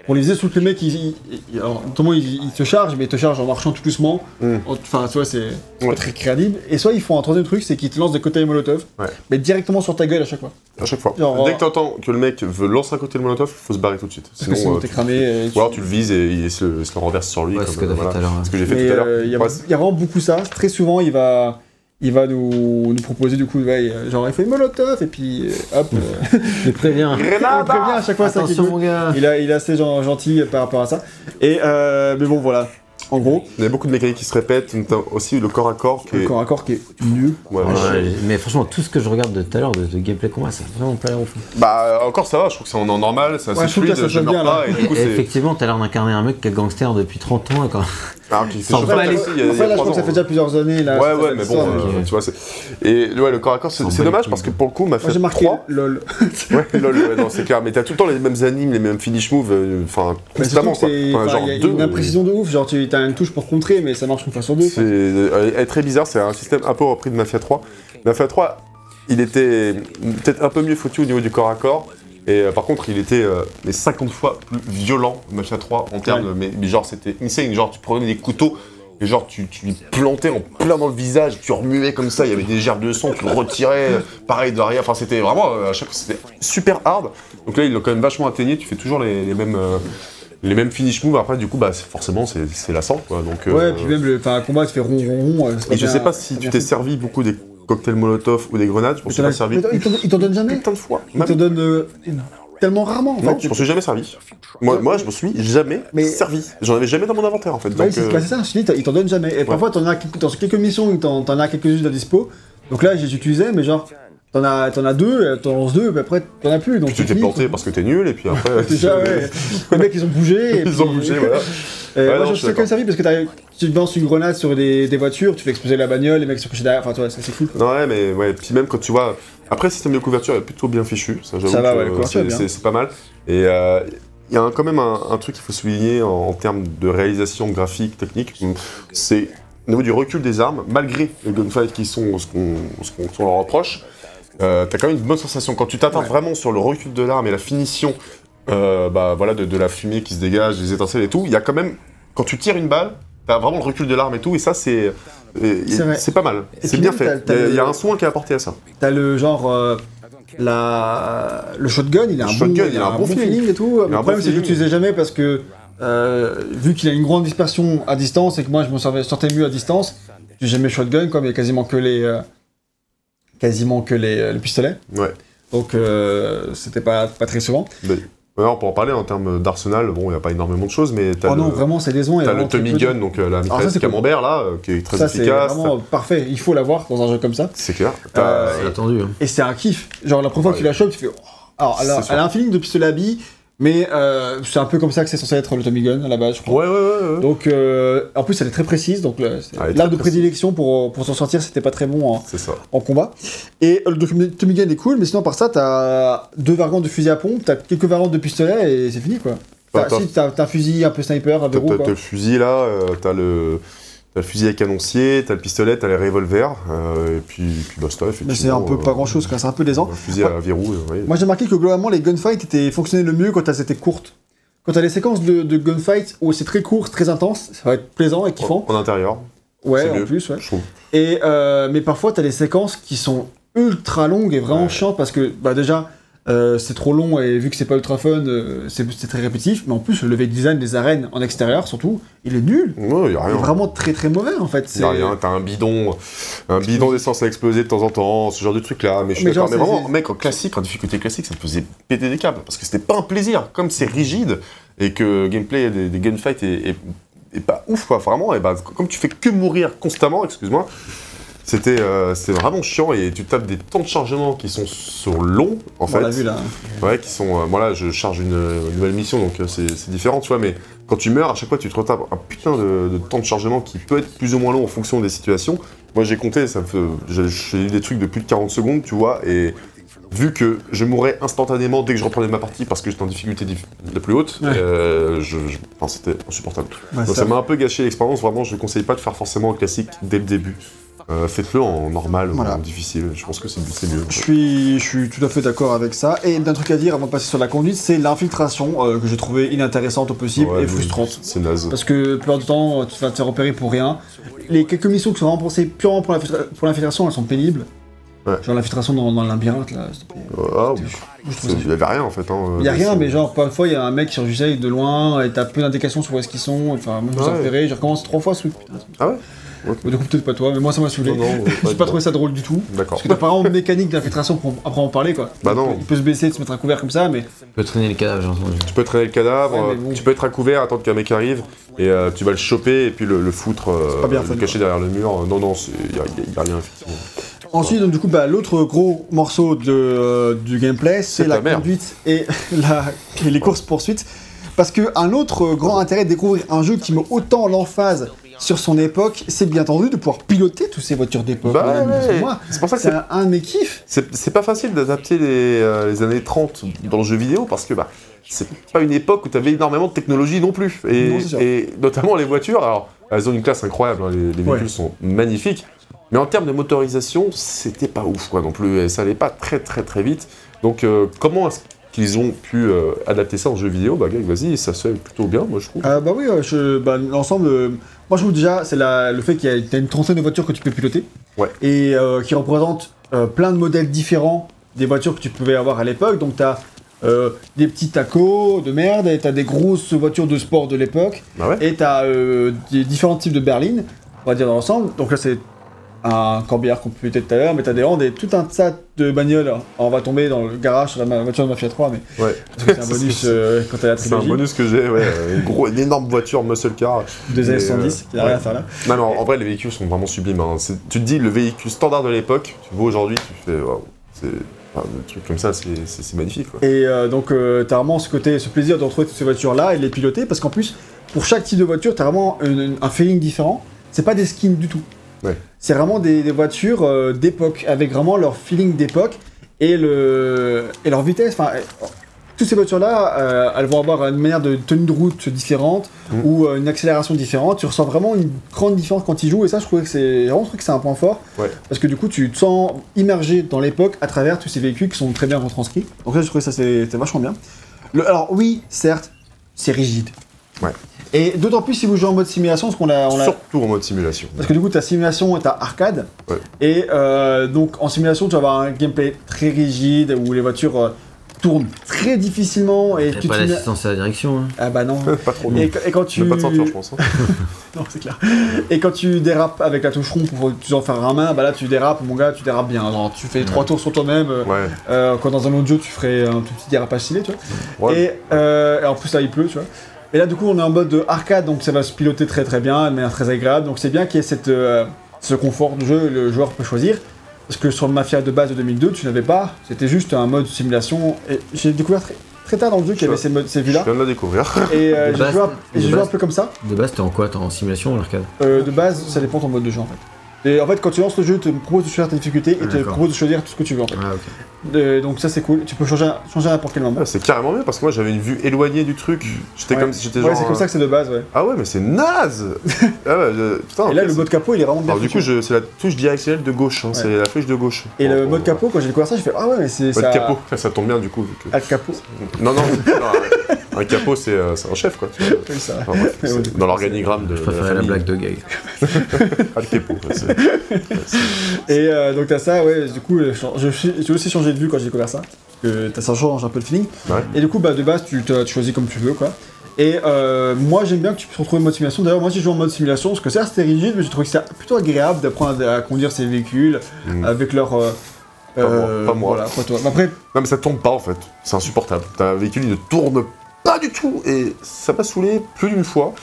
Pour les viser, surtout que le mec, il, il, il- alors, notamment, il- il te charge, mais il te charge en marchant tout doucement.
Mm.
En- Enfin, tu vois, c'est
Ouais.
pas très crédible. Et soit ils font un troisième truc, c'est qu'ils te lancent des cocktails Molotov,
Ouais.
mais directement sur ta gueule à chaque fois.
À chaque fois.
Genre,
Dès
euh,
que t'entends que le mec veut lancer un côté le molotov, faut se barrer tout de suite.
Parce que sinon,
euh,
t'es
tu-
cramé. et tu-
Ou alors tu le vises et il se, le- se le renverse sur lui.
Ouais,
comme,
ce que t'as
euh,
fait
voilà.
tout à l'heure.
Ce que j'ai fait
Mais
tout à
euh,
l'heure.
il y, a-
Ouais,
il y a vraiment beaucoup ça. Très souvent, il va, il va nous, nous proposer du coup, ouais, euh, genre il fait Molotov et puis euh, hop. euh,
Je te préviens.
on prévient à chaque fois ça qui est
Attention,
cool.
mon gars.
Il a, il est assez gen- gentil par rapport à ça. Et euh, mais bon, voilà. En gros,
Il y a beaucoup de mécaniques qui se répètent, notamment aussi le corps à corps. Qui
le
est-
corps à corps qui est nul.
Ouais, ouais.
Ouais, mais franchement, tout ce que je regarde de tout à l'heure de, de gameplay combat, ça fait vraiment plaire au fond.
Bah euh, encore ça va, je trouve que c'est en en normal, c'est assez
Ouais, je trouve que
fluide,
ça
je
sonne
meurs
bien,
pas
là.
et du coup c'est.
Effectivement, t'as l'air d'incarner un mec qui est gangster depuis 30 ans. et Quand...
Ah, qui s'est
Sans
chauffé
pas
aussi, il
aller-
y a- il y
Enfin,
a
là, je
trois
crois
ans,
que ça
hein.
fait déjà plusieurs années. Là,
Ouais,
ça,
ouais,
cette
mais bon,
histoire, mais-
euh,
mais-
tu vois, c'est. Et ouais, le corps à corps, c'est
Sans
c'est
balle,
dommage
quoi.
parce que pour le coup, on m'a
Moi,
fait
j'ai marqué
3.
lol.
Ouais, lol, ouais, non, c'est clair. Mais t'as tout le temps les mêmes animes, les mêmes finish moves, euh, enfin,
Mais surtout,
constamment, quoi.
c'est-
Enfin,
enfin,
genre
il y a
deux,
une
euh,
imprécision de ouf. Genre, tu as une touche pour contrer, mais ça marche une fois sur deux.
C'est euh, elle est très bizarre, c'est un système un peu repris de Mafia 3. Mafia 3, il était peut-être un peu mieux foutu au niveau du corps à corps. Et euh, par contre, il était euh, mais 50 fois plus violent, Mafia 3, en termes. de- Mais, mais genre, c'était insane. Genre, tu prenais des couteaux et genre, tu, tu lui plantais en plein dans le visage, tu remuais comme ça, il y avait des gerbes de sang, tu le retirais, euh, pareil derrière. Enfin, c'était vraiment, euh, à chaque fois, c'était super hard. Donc là, ils l'ont quand même vachement atteigné, tu fais toujours les, les mêmes. euh, les mêmes finish moves, après du coup bah c'est- forcément c'est c'est lassant quoi donc
Ouais,
euh,
puis même le enfin, un combat se fait rond rond rond. euh, c'est
et je
bien-
sais pas si
c'est
tu
bien
t'es
fait.
servi beaucoup des cocktails Molotov ou des grenades, je m'en suis pas servi.
Mais attends, ils t'en- ils t'en donnent jamais
Putain de fois.
Ils te donnent euh, tellement rarement en
Non,
fait.
je m'en suis jamais servi. Moi, moi je m'en suis jamais
Mais-
servi. J'en avais jamais dans mon inventaire en fait.
Ouais,
Donc,
c'est
euh,
bah, c'est ça, je te dis, t'en- ils t'en donnent jamais. Et parfois, t'en as quelques- dans quelques missions, ils t'en t'en as quelques-unes à dispo. Donc là, je les utilisais, mais genre, t'en as, t'en as deux, euh, t'en lances deux, puis après, t'en as plus. Donc
tu t'es
finis,
planté parce que t'es nul et puis après.
Déjà, ouais. Les mecs, ils ont bougé. et
Ils ont
puis-
bougé, voilà.
Euh,
Ouais,
moi,
non, je
je
suis
suis quand
d'accord.
même servi parce que t'as- tu lances une grenade sur des, des voitures, tu fais exploser la bagnole, les mecs sont couchés derrière. Enfin, toi, ça c'est cool. quoi.
Non, ouais, mais ouais. Puis même quand tu vois. Après, le système de couverture est plutôt bien fichu. Ça, j'avoue
Ça va,
que,
ouais, la
euh,
couverture
c'est-
est bien.
c'est c'est pas mal. Et euh, il y a un- quand même un, un truc qu'il faut souligner en, en termes de réalisation graphique, technique. Hum, C'est au niveau du recul des armes, malgré les gunfights qui sont ce qu'on ce qu'on- ce qu'on leur reproche. euh, t'as quand même une bonne sensation quand tu t'attardes vraiment sur le recul de l'arme et la finition euh, bah, voilà, de, de la fumée qui se dégage, des étincelles et tout. Il y a quand même, quand tu tires une balle, T'as vraiment le recul de l'arme et tout, et ça, c'est. et-
C'est vrai.
C'est pas mal.
Et
C'est
puis
bien
même,
fait.
t'as-
Il
t'as
y a-
le-
il y, a un soin qui est apporté à ça.
T'as le genre. euh, la... Le shotgun, il a un,
Le shotgun,
bon,
il a un bon
feeling.
feeling.
et tout.
a
Le
un
problème,
bon
c'est que je
feeling.
l'utilisais jamais parce que, euh, vu qu'il a une grande dispersion à distance et que moi je me servais- sortais mieux à distance, j'ai jamais shotgun, quoi, mais quasiment que les. euh, quasiment que les, euh, les pistolets.
Ouais.
Donc, euh, c'était pas, pas très souvent.
Ouais, on peut en parler en termes d'arsenal. Bon, il n'y a pas énormément de choses, mais t'as
Oh non,
le,
vraiment, c'est décevant. il y a
t'as le
vraiment très
Tommy
peu de-
Gun, donc euh, la
ça,
mitrailleuse
c'est cool.
camembert, là, euh, qui est très
Ça, c'est
efficace.
vraiment parfait. Il faut l'avoir dans un jeu comme ça.
C'est clair. T'as-
Euh,
C'est attendu. hein.
Et c'est un kiff. Genre, la première fois que tu la chopes, tu fais. oh. Alors, elle
C'est
a,
sûr.
elle a un feeling de pistolet à billes, mais euh, c'est un peu comme ça que c'est censé être le Tommy Gun à la base, je crois.
Ouais, ouais, ouais. ouais.
Donc, euh, en plus, elle est très précise. Donc, le- c'est-
Ah, elle est
l'arme
très
de prédilection pour, pour s'en sortir, c'était pas très bon en,
C'est ça.
en combat. Et euh, le Tommy- Tommy Gun est cool, mais sinon, par ça, t'as deux variantes de fusil à pompe, t'as quelques variantes de pistolet et c'est fini quoi. T'as,
Bah, t'as-
si, t'as, t'as un fusil un peu sniper, un
T'as
verrou
t'as- t'as
quoi.
le fusil là, euh, t'as le, t'as le fusil à canoncier, t'as le pistolet, t'as les revolvers, euh, et puis, puis basta, effectivement.
Mais c'est un peu
euh,
pas grand chose, quoi. c'est un peu
euh,
décent.
Le fusil à verrou, euh, oui.
Moi j'ai remarqué que globalement les gunfights étaient, fonctionnaient le mieux quand elles étaient courtes. Quand t'as les séquences de, de gunfights où c'est très court, très intense, ça va être plaisant et kiffant.
En, en intérieur,
Ouais,
c'est
en
mieux.
plus, ouais.
je trouve.
Et, euh, mais parfois t'as les séquences qui sont ultra longues et vraiment
Ouais.
chiantes parce que bah, déjà euh, c'est trop long et vu que c'est pas ultra fun, euh, c'est c'est très répétitif. Mais en plus le level design des arènes en extérieur surtout, il est nul.
Ouais, y a
Il
rien.
est vraiment très très mauvais en fait.
Ah Y
C'est-
a rien, t'as un bidon, un bidon d'essence à exploser de temps en temps, ce genre de truc là, mais je suis
Mais
d'accord.
genre,
Mais
c'est-
vraiment,
c'est-
mec, en classique, en difficulté classique, ça me faisait péter des câbles, parce que c'était pas un plaisir, comme c'est rigide, et que le gameplay des, des gunfights est, est- est pas ouf, quoi, vraiment, et bah, comme tu fais que mourir constamment, excuse-moi, c'était euh, c'était vraiment chiant, et tu tapes des temps de chargement qui sont sur long, en
On
fait.
l'a vu là.
Ouais, qui sont. euh, voilà, je charge une, euh, nouvelle mission, donc euh, c'est c'est différent, tu vois, mais quand tu meurs, à chaque fois, tu te retapes un putain de, de temps de chargement qui peut être plus ou moins long en fonction des situations. Moi, j'ai compté, ça me fait. j'ai- J'ai eu des trucs de plus de 40 secondes, tu vois, et vu que je mourais instantanément dès que je reprenais ma partie parce que j'étais en difficulté diff- la plus haute,
Ouais.
euh, je, je- enfin, c'était insupportable.
Bah,
Donc,
ça-
ça m'a un peu gâché l'expérience, vraiment, je ne conseille pas de faire forcément en classique dès le début. Euh, Faites-le en normal
Voilà.
ou en difficile, je pense que c'est c'est mieux.
Je suis, je suis tout à fait d'accord avec ça. Et d'un truc à dire avant de passer sur la conduite, c'est l'infiltration euh, que j'ai trouvé inintéressante au possible
Ouais,
et frustrante.
C'est naze.
Parce que la plupart du temps, euh, tu vas te faire repérer pour rien. Les quelques missions qui sont vraiment pensées purement pour l'infiltra- pour l'infiltration, elles sont pénibles.
Ouais.
Genre l'infiltration dans, dans le labyrinthe, là. c'était-
Ah, oui.
je trouve ça-
Il n'y avait rien en fait. Hein,
Il y a
euh,
rien,
c'est-
mais genre, parfois, il y a un mec qui surgissait avec de loin, et t'as peu d'indications sur où est-ce qu'ils sont, enfin, moi, je me suis
Ouais.
repéré, je recommence trois fois ce truc. Putain,
Ah ouais
Bon, Du coup, peut-être pas toi, mais moi, ça m'a saoulé.
Non, non, ouais,
J'ai pas trouvé ça drôle du tout.
D'accord.
Parce que t'as pas vraiment de mécanique d'infiltration pour après en parler, quoi.
Bah non.
Il peut- Il peut se baisser, de se mettre à couvert comme ça, mais
Tu peux traîner le cadavre, j'ai entendu.
Tu peux traîner le cadavre,
Ouais, mais
euh,
bon.
tu peux être à couvert, attendre qu'un mec arrive, et euh, tu vas le choper et puis le, le foutre, euh,
pas bien
le
fun,
cacher derrière le mur. Euh, Non, non, il n'y a, y a rien effectivement.
Ensuite, donc, du coup, bah, l'autre gros morceau de, euh, du gameplay, c'est
C'est
la
ta mère.
conduite et, la, et les courses-poursuites. Parce qu'un autre euh, grand intérêt de découvrir un jeu qui met autant l'emphase sur son époque, c'est bien entendu de pouvoir piloter toutes ces voitures d'époque.
Bah
madame,
ouais,
parce que moi,
c'est pour ça que
c'est
c'est-
un, un de mes kiffs.
c'est c'est pas facile d'adapter les, euh, les années 30 dans le jeu vidéo parce que bah, c'est pas une époque où tu avais énormément de technologie non plus. Et,
Non, c'est sûr.
et notamment les voitures, alors elles ont une classe incroyable, hein, les, les véhicules
Ouais.
sont magnifiques. Mais en termes de motorisation, c'était pas ouf quoi non plus. Et ça allait pas très très très vite. Donc euh, comment est-ce qu'ils ont pu euh, adapter ça en jeu vidéo Bah Greg, vas-y, ça se fait plutôt bien, moi je trouve.
Euh, bah oui, euh, je- bah, l'ensemble. euh, moi, je trouve déjà, c'est la- le fait qu'il y a t'as une trentaine de voitures que tu peux piloter.
Ouais.
Et euh, qui représentent euh, plein de modèles différents des voitures que tu pouvais avoir à l'époque. Donc, t'as euh, des petits tacos de merde, et t'as des grosses voitures de sport de l'époque,
Bah ouais.
et t'as euh, des différents types de berlines, on va dire dans l'ensemble. Donc là, c'est un corbillard qu'on pilotait tout à l'heure, mais t'as des rangs et tout un tas de bagnoles. Alors, on va tomber dans le garage sur la ma- voiture de Mafia 3, mais
Ouais.
parce que c'est un bonus euh, quand t'as la
C'est un
trilogie
bonus que j'ai, ouais. Une, gros- une énorme voiture muscle car.
des
Mais,
années 110,
euh,
qui n'a rien à faire là.
Non, non, en vrai, les véhicules sont vraiment sublimes. hein. C'est- Tu te dis, le véhicule standard de l'époque, tu vois aujourd'hui, tu fais, waouh, c'est. enfin, des trucs comme ça, c'est c'est- c'est magnifique. Quoi.
Et euh, donc, euh, t'as vraiment ce côté, ce plaisir de retrouver toutes ces voitures-là et de les piloter, parce qu'en plus, pour chaque type de voiture, t'as vraiment une- une- un feeling différent. C'est pas des skins du tout.
Ouais.
C'est vraiment des, des voitures euh, d'époque, avec vraiment leur feeling d'époque et, le, et leur vitesse. Enfin, euh, toutes ces voitures-là, euh, elles vont avoir une manière de tenue de route différente
Mhm.
ou euh, une accélération différente. Tu ressens vraiment une grande différence quand tu joues, et ça, je trouvais que c'est vraiment je trouve que c'est un point fort.
Ouais.
Parce que du coup, tu te sens immergé dans l'époque à travers tous ces véhicules qui sont très bien retranscrits. Donc là, je trouvais ça c'était c'était vachement bien. Le- alors oui, certes, c'est rigide.
Ouais.
Et d'autant plus si vous jouez en mode simulation, parce qu'on l'a. on l'a-
Surtout en mode simulation.
Parce que du coup, ta simulation est à arcade.
Ouais.
Et euh, donc, en simulation, tu vas avoir un gameplay très rigide où les voitures euh, tournent très difficilement. Et
T'as
tu
pas
te mets-
l'assistance à la direction. hein.
Ah bah non.
Pas trop
et, et quand tu.
Même pas de ceinture, je pense. hein.
Non, c'est clair. Et quand tu dérapes avec la touche rond pour tu en faire un main, bah là, tu dérapes, mon gars, tu dérapes bien. Genre, tu fais trois tours sur toi-même. euh,
Ouais.
euh, quand dans un autre jeu, tu ferais un tout petit dérapage stylé, tu vois.
Ouais.
Et, euh, et en plus là il pleut, tu vois. Et là du coup on est en mode arcade, donc ça va se piloter très très bien, de manière très agréable. Donc c'est bien qu'il y ait cette, euh, ce confort de jeu, le joueur peut choisir. Parce que sur le Mafia de base de 2002, tu n'avais pas, c'était juste un mode simulation. Et j'ai découvert très, très tard dans le jeu qu'il y avait ces, modes- ces
Je
vues-là.
viens de la découvrir.
Et euh,
De
j'ai
base-
joué, un- et
de
j'ai joué un
base.
peu comme ça.
De base, t'es en quoi T'es en simulation ou en arcade
Euh, de base, ça dépend ton mode de jeu en fait. Et en fait, quand tu lances le jeu, il te propose de choisir ta difficulté
Ah,
et te
D'accord.
propose de choisir tout ce que tu veux en fait.
Ah, ok.
Euh, donc ça c'est cool, tu peux changer, à- changer à n'importe quel moment.
Ah, c'est carrément bien parce que moi j'avais une vue éloignée du truc. J'étais
Ouais.
comme si j'étais
Ouais,
genre.
c'est comme ça que c'est de base, ouais.
Ah ouais, mais c'est naze Ah ouais, je- putain.
Et là,
ok,
le
c'est-
mode capot, il est vraiment bien
Alors du
foutu.
coup, je- c'est la touche directionnelle de gauche, hein, c'est la flèche de gauche.
Et le
Oh,
mode
oh,
capot, quand j'ai découvert ça, j'ai fait Ah ouais, mais c'est
Mode
ça.
capot, ça, ça tombe bien du coup. vu que-
Ah, le capot.
Non, non, non, un capot c'est euh, c'est un chef quoi. tu vois.
Oui, ça.
Enfin, bref,
Mais
c'est
ouais.
dans l'organigramme de,
Je
de la
préférais la
famille.
blague de Gag.
Ah, le capot, ouais, c'est-
Et euh, donc, t'as ça, ouais, du coup, euh, je- je- j'ai aussi changé de vue quand j'ai découvert ça. Parce que t'as ça change un peu le feeling.
Ouais.
Et du coup, bah, de base, tu, t'as- tu choisis comme tu veux, quoi. Et euh, moi, j'aime bien que tu puisses retrouver le mode simulation. D'ailleurs, moi, j'ai joué en mode simulation parce que certes, c'était rigide, mais j'ai trouvé que c'était plutôt agréable d'apprendre à, à conduire ces véhicules
Mm.
avec leur. euh,
Pas moi, pas moi.
Voilà, quoi, toi. Mais après,
Non mais ça tourne pas en fait, c'est insupportable. T'as un véhicule qui ne tourne pas du tout et ça m'a saoulé plus d'une fois.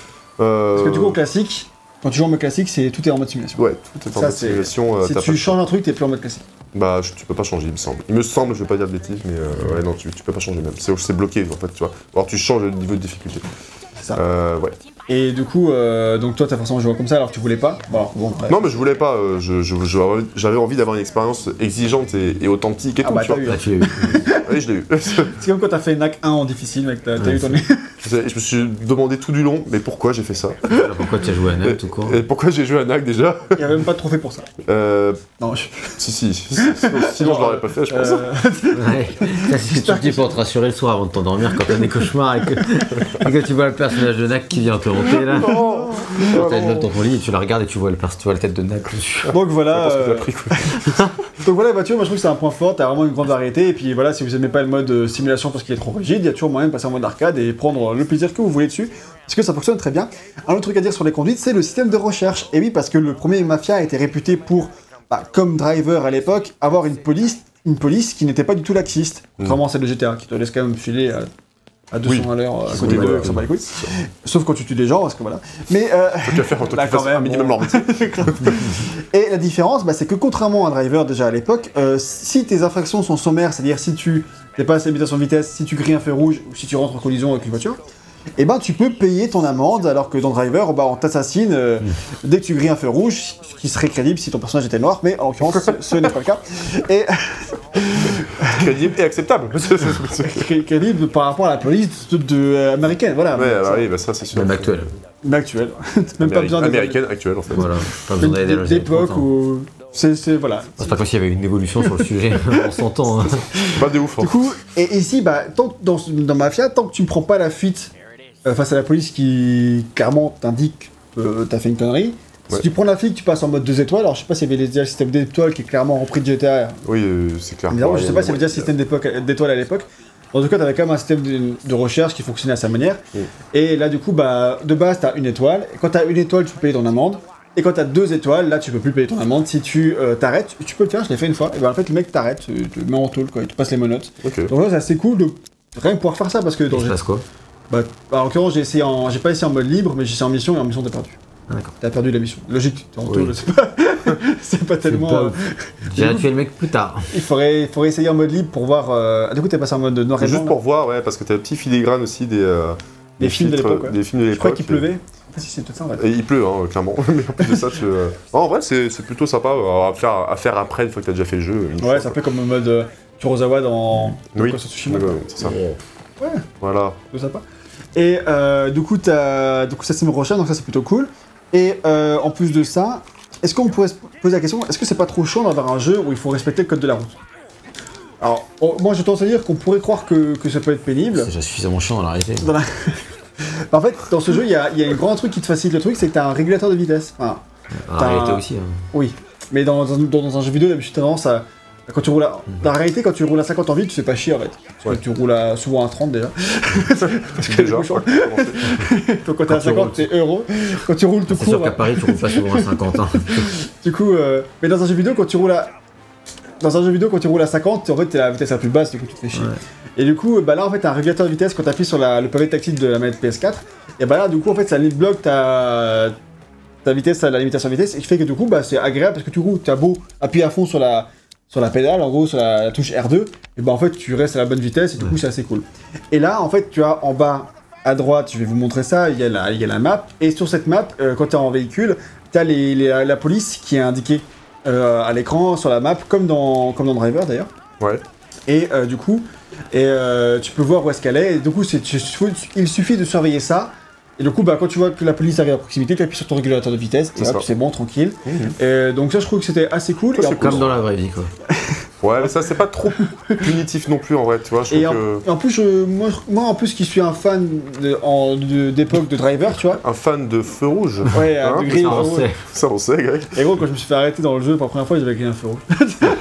Euh,
parce que du coup, en classique, quand tu joues en mode classique, c'est tout est en mode simulation.
Ouais, tout est en
Ça,
mode
c'est-
simulation. euh,
si
t'as
tu
pas-
changes un truc, t'es plus en mode classique.
Bah, je- tu peux pas changer, il me semble. Il me semble, je vais pas dire de bêtises, mais euh, ouais, non, tu, tu peux pas changer même. C'est c'est bloqué, en fait, tu vois. Alors, tu changes le niveau de difficulté.
C'est ça.
Euh, ouais.
Et du coup, euh, donc toi, t'as forcément joué comme ça alors que tu voulais pas. Bon, alors, bon, ouais.
Non, mais je voulais pas. euh, je- je- je- J'avais envie d'avoir une expérience exigeante et, et authentique et
Ah
tout,
bah,
tu
t'as
vois.
eu.
Ah, tu l'as eu.
Oui, je l'ai eu. Je-
C'est comme quand t'as fait NAC 1 en difficile, mec, t'as t'as
Ouais,
eu ton.
je me suis demandé tout du long, mais pourquoi j'ai fait ça
Ah,
Alors, Pourquoi tu as joué à
bah,
NAC tout court
Et pourquoi j'ai joué à NAC déjà
Il y avait même pas de trophée pour ça.
euh,
Non, je.
Si, si. Sinon, je l'aurais pas fait, je pense.
Euh,
Ouais. Ça, c'est ce que tu te dis pour te rassurer le soir avant de t'endormir quand t'as des cauchemars et que, et que tu vois le personnage de Nac qui vient te hanter là.
Oh
Non
Quand t'as une meuf dans ton lit et tu la regardes et tu vois, le pers- tu vois la tête de Nac dessus.
donc voilà.
Parce que t'as
euh,
pris quoi
Donc voilà, bah, tu vois, moi je trouve que c'est un point fort, t'as vraiment une grande variété. Et puis voilà, si vous aimez pas le mode euh, simulation parce qu'il est trop rigide, il y a toujours moyen de passer en mode arcade et prendre le plaisir que vous voulez dessus. Parce que ça fonctionne très bien. Un autre truc à dire sur les conduites, c'est le système de recherche. Et oui, parce que le premier Mafia a été réputé pour, bah, comme driver à l'époque, avoir une police, une police qui n'était pas du tout laxiste. Contrairement à celle de GTA, qui te laisse quand même filer à, à 200
Mm. Oui.
à l'heure euh, à côté
Oui,
de
voilà.
qui s'en bat les couilles. Sauf quand tu tues des gens, parce que voilà. Mais. euh,
Tu vas faire en tant
Là,
que
quand
fasse un
même,
minimum
on-
leur métier.
Et la différence, bah, c'est que contrairement à un driver déjà à l'époque, euh, si tes infractions sont sommaires, c'est-à-dire si tu dépasses la limitation de vitesse, si tu grilles un feu rouge ou si tu rentres en collision avec une voiture, eh ben tu peux payer ton amende alors que dans driver, bah, on t'assassine euh, dès que tu grilles un feu rouge, ce qui serait crédible si ton personnage était noir, mais en l'occurrence ce, ce n'est pas le cas. Et
Crédible et acceptable.
cré- euh, crédible par rapport à la police de, de- euh, américaine, voilà.
Ouais, bah oui, bah ça c'est sûr.
Même actuel.
Mais actuelle, même pas
Améric-
besoin
américaine actuelle en fait.
Voilà. Pas besoin d'aller dans les années 30,
d'époque
hein.
ou c'est c'est- voilà.
C'est pas comme s'il y avait une évolution sur le sujet, on s'entend. hein.
Pas de ouf. hein.
Du coup, et ici, bah, tant que dans, ce- dans Mafia, tant que tu ne prends pas la fuite euh, face à la police qui clairement t'indique que t'as fait une connerie,
Ouais.
si tu prends la fuite, tu passes en mode 2 étoiles. Alors, je sais pas s'il y avait déjà le système d'étoiles qui est clairement repris de GTA.
Oui, euh, c'est clair.
Évidemment,
Ouais,
je sais pas s'il
ouais,
y avait déjà le système d'époque- d'étoiles à l'époque. En tout cas, t'avais quand même un système de, de recherche qui fonctionnait à sa manière.
Oui.
Et là, du coup, bah, de base, t'as une étoile. Et quand t'as une étoile, tu peux payer ton amende. Et quand t'as deux étoiles, là, tu peux plus payer ton amende. Si tu euh, t'arrêtes, tu peux le faire, je l'ai fait une fois. Et ben, en fait, le mec t'arrête, euh, te met en tôle, quoi, il te passe les menottes.
Ok.
Donc là, c'est assez cool de rien pouvoir faire ça parce que dans
Il se passe quoi
bah, bah, en l'occurrence, j'ai essayé en... j'ai pas essayé en mode libre, mais j'ai essayé en mission et en mission t'as perdu.
Ah, D'accord.
T'as perdu la mission. Logique, t'es en
Oui.
taule, c'est pas... c'est pas tellement.
pas
euh,
J'irai tuer le mec plus tard.
Il faudrait... il faudrait essayer en mode libre pour voir. euh, Ah, du coup, t'es passé en mode noir et
Juste
blanc,
pour voir, ouais, parce que t'as un petit filigrane aussi des. euh,
Des films de
filtres,
l'époque, ouais.
Des films de
là.
l'époque.
Je crois qu'il
Et-
pleuvait. Ah, si, c'est peut-être ça en vrai.
Et il pleut, hein, clairement. Mais en plus de ça, tu. euh, non, en vrai, c'est c'est plutôt sympa euh, à faire, à faire après une fois que t'as déjà fait le jeu. une
Ouais, c'est
fois,
un peu comme en mode euh, Kurosawa dans.
quoi. Oui,
Ghost of Tsushima.
Ouais, c'est ça.
euh,
Voilà.
plutôt sympa. Et euh, du coup, t'as, du coup, ça c'est une recherche, donc ça c'est plutôt cool. Et euh, en plus de ça, est-ce qu'on pourrait se poser la question, est-ce que c'est pas trop chiant d'avoir un jeu où il faut respecter le code de la route Alors, on- moi je tendance à dire qu'on pourrait croire que, que ça peut être pénible. Bah,
C'est déjà suffisamment chiant à l'arrêter.
Dans la- En fait, dans ce jeu, il y a, il y a un grand truc qui te facilite le truc, c'est que t'as un régulateur de vitesse. Enfin,
En
T'as-
réalité aussi. hein.
oui. Mais dans, dans- dans- dans un jeu vidéo, d'habitude, t'as tendance à. à Quand tu roules à... Dans la réalité, quand tu roules à 50 en ville, tu fais pas chier en fait. Parce que
Mhm. Ouais.
tu roules à... souvent à 30 déjà.
Déjà,
je suis
ouais, commencez.
Donc quand t'es à
Quand tu
50,
roules.
t'es heureux. Quand tu roules tout
C'est sûr
court,
qu'à Paris, tu roules pas souvent à hein. 50 ans.
du coup. euh, Mais dans un jeu vidéo, quand tu roules à. Dans un jeu vidéo, quand tu roules à 50, en fait, t'es à la vitesse la plus basse, du coup, tu te fais chier.
Ouais.
Et du coup, bah là, en fait, t'as un régulateur de vitesse quand t'appuies sur la- le pavé tactile de la manette PS4. Et bah là, du coup, en fait, ça limite bloque ta, ta vitesse à la limitation de vitesse. Et qui fait que du coup, bah, c'est agréable parce que du coup, t'as beau appuyer à fond sur la, sur la pédale, en gros, sur la, la touche R2, et bah en fait, tu restes à la bonne vitesse et du coup, c'est assez cool. Et là, en fait, tu as en bas à droite, je vais vous montrer ça, il y a la, il y a la map. Et sur cette map, euh, quand t'es en véhicule, t'as les, les- la, la police qui est indiquée euh, à l'écran, sur la map, comme dans, comme dans Driver d'ailleurs.
Ouais.
Et euh, du coup, et, euh, tu peux voir où est-ce qu'elle est. Et du coup, c'est- tu- faut- il suffit de surveiller ça. Et du coup, bah, quand tu vois que la police arrive à proximité, tu appuies sur ton régulateur de vitesse. Et
C'est
hop,
ça.
c'est bon, tranquille.
Mhm.
Et donc ça, je trouve que c'était assez cool.
Ça,
et en
c'est
plus-
Comme dans la vraie vie, quoi.
Ouais, mais ça, c'est pas trop punitif non plus en vrai, tu vois. Je
Et
trouve
en,
que.
et en plus, je- moi, je- moi, en plus qui suis un fan de- en- de- d'époque de, Driver, tu vois.
Un fan de feu rouge.
Ouais, euh,
Hein,
de Green
Ça, on
Arrow.
sait.
Ça, on sait, Greg.
Et gros, quand je me suis fait arrêter dans le jeu pour la première fois, j'avais grillé un feu rouge.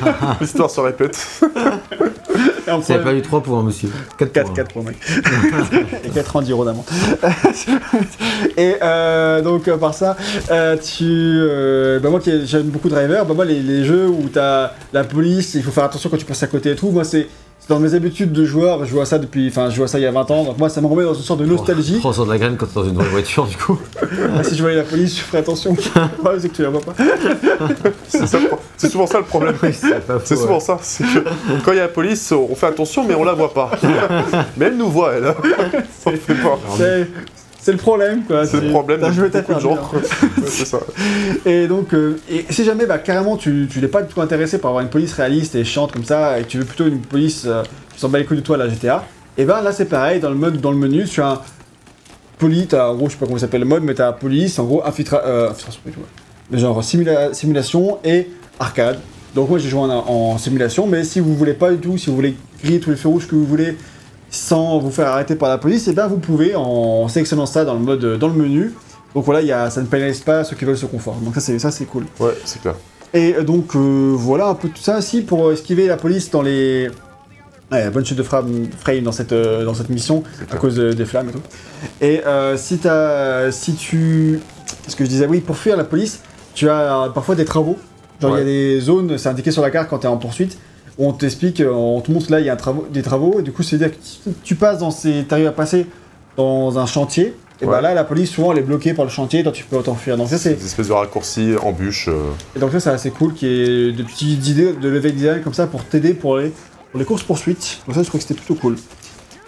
Ah.
L'histoire se répète.
Et un
Vous avez
problème-
pas eu 3 pour un monsieur. 4
4, 4 pour mec. Et 90 euros d'amende. Et euh, donc, à part ça, euh, tu. euh, bah, moi qui j'aime beaucoup Driver, bah, moi les, les jeux où t'as la police, il faut faire attention quand tu passes à côté et tout, moi c'est. c'est Dans mes habitudes de joueur, je vois ça depuis, enfin, je vois ça il y a 20 ans, donc moi ça me remet dans une sorte de nostalgie.
Prends sur de la graine quand t'es dans une vraie voiture, du coup.
Ah, si je voyais la police, je ferais attention. ouais, c'est que tu la vois pas.
C'est ça le pro- c'est souvent ça le problème.
Ah,
C'est souvent ça. C'est que quand il y a la police, on fait attention, mais on la voit pas. mais elle nous voit, elle. Ça fait pas.
C'est, c'est le problème, quoi.
C'est le problème
T'as hein.
de
joué ta
beaucoup de
carte,
gens.
bien.
Ouais, c'est ça.
Et donc, euh, et si jamais bah, carrément tu, tu n'es pas du tout intéressé par avoir une police réaliste et chiante comme ça, et que tu veux plutôt une police euh, qui s'en bat les couilles de toi à la GTA, et ben là c'est pareil, dans le mode, dans le menu, tu as un police, t'as en gros, je sais pas comment il s'appelle le mode, mais t'as police, en gros, infiltra, euh, infiltration, oui, ouais. Le genre simula- simulation et arcade. Donc moi j'ai joué en, en simulation, mais si vous voulez pas du tout, si vous voulez griller tous les feux rouges que vous voulez sans vous faire arrêter par la police, et ben vous pouvez en sélectionnant ça dans le mode, dans le menu. Donc voilà, il y a, ça ne pénalise pas ceux qui veulent se confort. Donc ça c'est ça c'est cool.
Ouais, c'est clair.
Et euh, donc euh, voilà un peu tout ça. Si pour euh, esquiver la police dans les Ouais, bonne chute de frame, frame dans cette euh, dans cette mission à
clair.
cause euh, des flammes et tout. Et euh, si t'as si tu qu'est-ce que je disais oui pour fuir la police, tu as euh, parfois des travaux. Genre il y a
Ouais.
des zones, c'est indiqué sur la carte quand t'es en poursuite. où On t'explique, euh, on te montre là, il y a un travaux, des travaux, et du coup, c'est-à-dire que tu- tu passes dans ces. T'arrives à passer dans un chantier, et bah
Ouais.
là, la police, souvent, elle est bloquée par le chantier, toi, tu peux t'enfuir. Donc, ça, c'est
Des espèces de raccourcis, embûches. euh,
et donc ça c'est assez cool qu'il y ait des petites idées de level design comme ça pour t'aider pour les, pour les courses poursuites. Donc ça je trouve que c'était plutôt cool.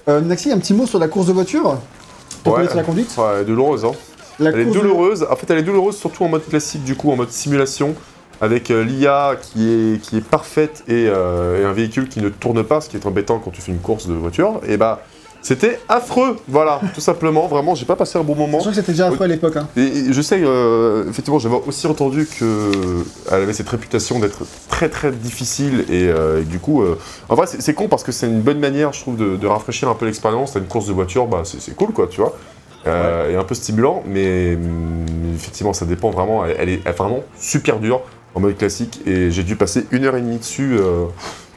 Euh, Naxi, un petit mot sur la course de voiture Pour
Ouais.
connaître la conduite
Ouais, douloureuse, hein.
La
Elle est
course de-
douloureuse. En fait, elle est douloureuse surtout en mode classique, du coup, en mode simulation, avec euh, l'IA qui est, qui est parfaite et, euh, et un véhicule qui ne tourne pas, ce qui est embêtant quand tu fais une course de voiture. Et bah, c'était affreux, voilà, tout simplement. Vraiment, j'ai pas passé un bon
Je
moment.
crois que c'était déjà affreux à l'époque. Hein.
Et- Et je sais, euh, effectivement, j'avais aussi entendu qu'elle avait cette réputation d'être très très difficile et, euh, et du coup, euh, en vrai, c'est c'est con parce que c'est une bonne manière, je trouve, de, de rafraîchir un peu l'expérience. T'as une course de voiture, bah, c'est c'est cool, quoi, tu vois. Euh, Et un peu stimulant, mais hum, effectivement, ça dépend vraiment. Elle, elle est elle est vraiment super dure en mode classique et j'ai dû passer une heure et demie dessus. euh,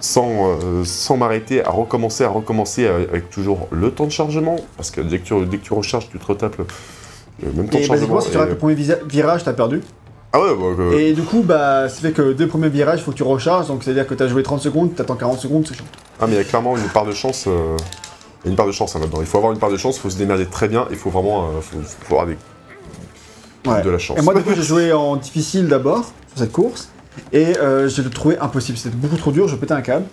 sans, euh, sans m'arrêter à recommencer, à recommencer euh, avec toujours le temps de chargement, parce que dès que tu, dès que tu recharges, tu te retapes le le même temps de
Et
chargement.
basiquement si tu
et-
rates le premier visa- virage t'as perdu.
ah ouais, bah, euh,
Et du coup bah ça fait que dès le premier virage faut que tu recharges donc c'est à dire que t'as joué 30 secondes, t'attends 40 secondes, c'est chiant.
ah, mais il y a clairement une part de chance. euh, il y a une part de chance hein, là-dedans. Il faut avoir une part de chance, il faut se démerder très bien, il faut vraiment euh, faut, faut avoir des-
Ouais.
de la chance.
Et moi, du coup, j'ai joué en difficile d'abord, sur cette course, et euh, j'ai trouvé impossible. C'était beaucoup trop dur, je pétais un câble.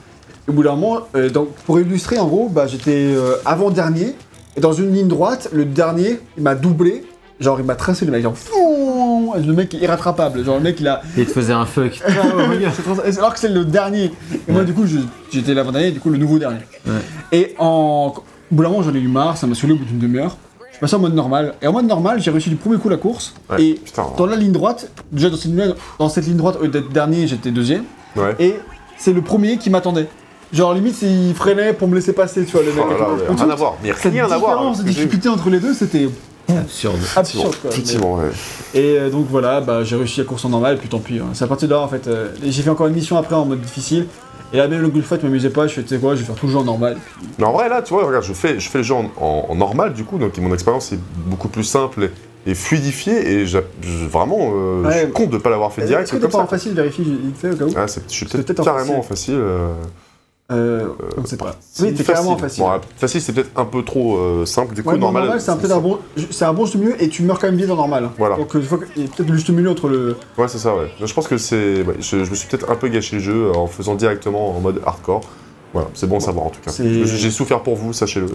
Et au bout d'un moment, euh, donc, pour illustrer, en gros, bah, j'étais euh, avant-dernier, et dans une ligne droite, le dernier, il m'a doublé, genre il m'a tracé le mec, genre fouuuuh Et le mec est irrattrapable, genre le mec il a.
Il te faisait un
Ah,
fuck.
C'est trop- Alors que c'est le dernier. Et moi, du coup, je- j'étais l'avant-dernier, du coup, le nouveau dernier.
Ouais.
Et en. Au bout d'un moment, j'en ai eu marre, ça m'a saoulé au bout d'une demi-heure. Je suis passé en mode normal. Et en mode normal, j'ai réussi du premier coup la course.
Ouais,
Et
putain,
dans la ligne droite, déjà dans euh, cette ligne, dans cette ligne droite, au lieu d'être dernier, j'étais deuxième.
ouais.
Et c'est le premier qui m'attendait. Genre, limite, il freinait pour me laisser passer, tu vois, le mec.
Oh là là,
On
ouais,
dirait
rien
que
à voir, mais
Cette
rien à voir.
différence, cette difficulté entre les deux, c'était
Absurde.
absurde, quoi.
Effectivement, ouais.
Et euh, donc voilà, bah, j'ai réussi à course en normal, puis tant pis. hein. C'est à partir de là en fait. euh, et j'ai fait encore une mission après en mode difficile. Et là même le Gulfight m'amusait pas, je fais tu sais quoi, je vais faire tout le jeu en normal.
Mais en vrai, là, tu vois, regarde, je fais, je fais le jeu en, en- en normal, du coup, donc mon expérience est beaucoup plus simple et, et fluidifiée, et j'a- je- vraiment, euh,
Ouais,
je suis content de ne pas l'avoir fait direct
Est-ce que t'es
comme
pas
ça.
en facile, vérifie vite fait au cas où
Ah, c'est- je suis
C'était
peut-être
peut-être en
carrément en facile. euh,
euh, On ne sait pas. Oui, t'es carrément en facile.
Bon, ouais, facile, c'est peut-être un peu trop euh, simple, du coup,
Ouais, mais en
normal.
normal, c'est un peu un bon, c'est un bon juste milieu et tu meurs quand même vite en normal.
Voilà.
Donc euh, une fois que- il y a peut-être le juste milieu entre le.
Ouais, c'est ça, ouais. Je pense que c'est. ouais, je, je me suis peut-être un peu gâché le jeu euh, en faisant directement en mode hardcore. Voilà, c'est bon à savoir en tout cas.
C'est-
J'ai souffert pour vous, sachez-le.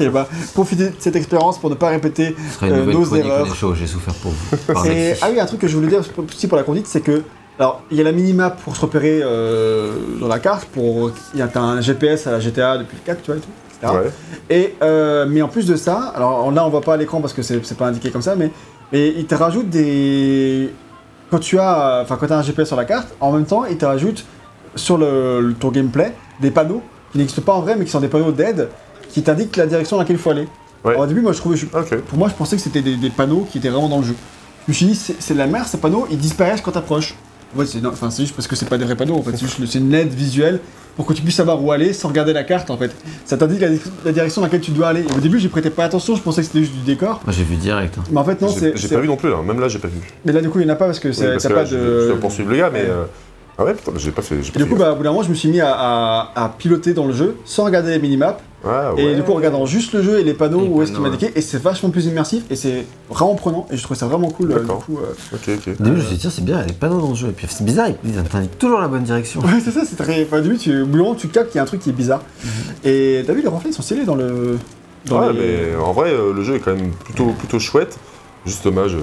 Et bah profitez de cette expérience pour ne pas répéter
Ce serait une
Euh,
nouvelle
nos
chronique,
erreurs.
on est chaud, j'ai souffert pour vous. Pardon.
Et, ah oui, un truc que je voulais dire aussi pour la conduite, c'est que. Alors, il y a la minimap pour se repérer euh, dans la carte, pour, il y a t'as un GPS à la GTA depuis le 4, tu vois, et tout, etc.
Ouais.
Et, euh, mais en plus de ça, alors là, on voit pas à l'écran parce que c'est c'est pas indiqué comme ça, mais, mais il te rajoute des. Quand tu as, euh, enfin, quand t'as un GPS sur la carte, en même temps, il te rajoute sur le, le- ton gameplay des panneaux qui n'existent pas en vrai, mais qui sont des panneaux d'aide qui t'indiquent la direction dans laquelle il faut aller.
Ouais.
Alors, au début, moi, je trouvais, je-
Ok.
pour moi, je pensais que c'était des, des panneaux qui étaient vraiment dans le jeu. Je me suis dit, c'est c'est de la merde, ces panneaux, ils disparaissent quand t'approches. En fait, c'est non, enfin, c'est juste parce que c'est pas des vrais panneaux, en fait, c'est juste c'est une aide visuelle pour que tu puisses savoir où aller sans regarder la carte, en fait. Ça t'indique la, la direction dans laquelle tu dois aller. Et au début, j'y prêtais pas attention, je pensais que c'était juste du décor.
Moi j'ai vu direct. hein.
Mais en fait, non, c'est.
J'ai j'ai
c'est-
pas vu non plus, là. même là, j'ai pas vu.
Mais là, du coup, il n'y en a pas parce que
Oui,
c'est-
parce
t'as
que
pas
là, je- Je
de.
dois poursuivre le gars, mais.
Ouais.
euh, Ah ouais, putain, mais j'ai pas fait. j'ai pas
Et du
fait
coup,
gaffe.
bah, au bout d'un moment, je me suis mis à, à- à piloter dans le jeu sans regarder les minimaps.
Ah,
Et
ouais.
du coup, en regardant juste le jeu et les panneaux,
Les
où est-ce qu'il
panneaux,
m'a indiqué, et c'est vachement plus immersif, et c'est vraiment prenant, et je trouvais ça vraiment cool. euh, du
D'accord.
coup, euh,
Ok, ok.
Au début, je me suis dit, tiens, c'est bien, elle est pas dans le jeu. Et puis c'est bizarre, ils t'invitent toujours la bonne direction.
Ouais, c'est ça, c'est très. Enfin, au début, tu, au bout d'un moment, tu captes qu'il y a un truc qui est bizarre. Et t'as vu, les reflets, ils sont scellés dans le. Dans
Mhm. Ouais,
les-
mais en vrai, euh, le jeu est quand même plutôt, plutôt chouette. Juste dommage, euh,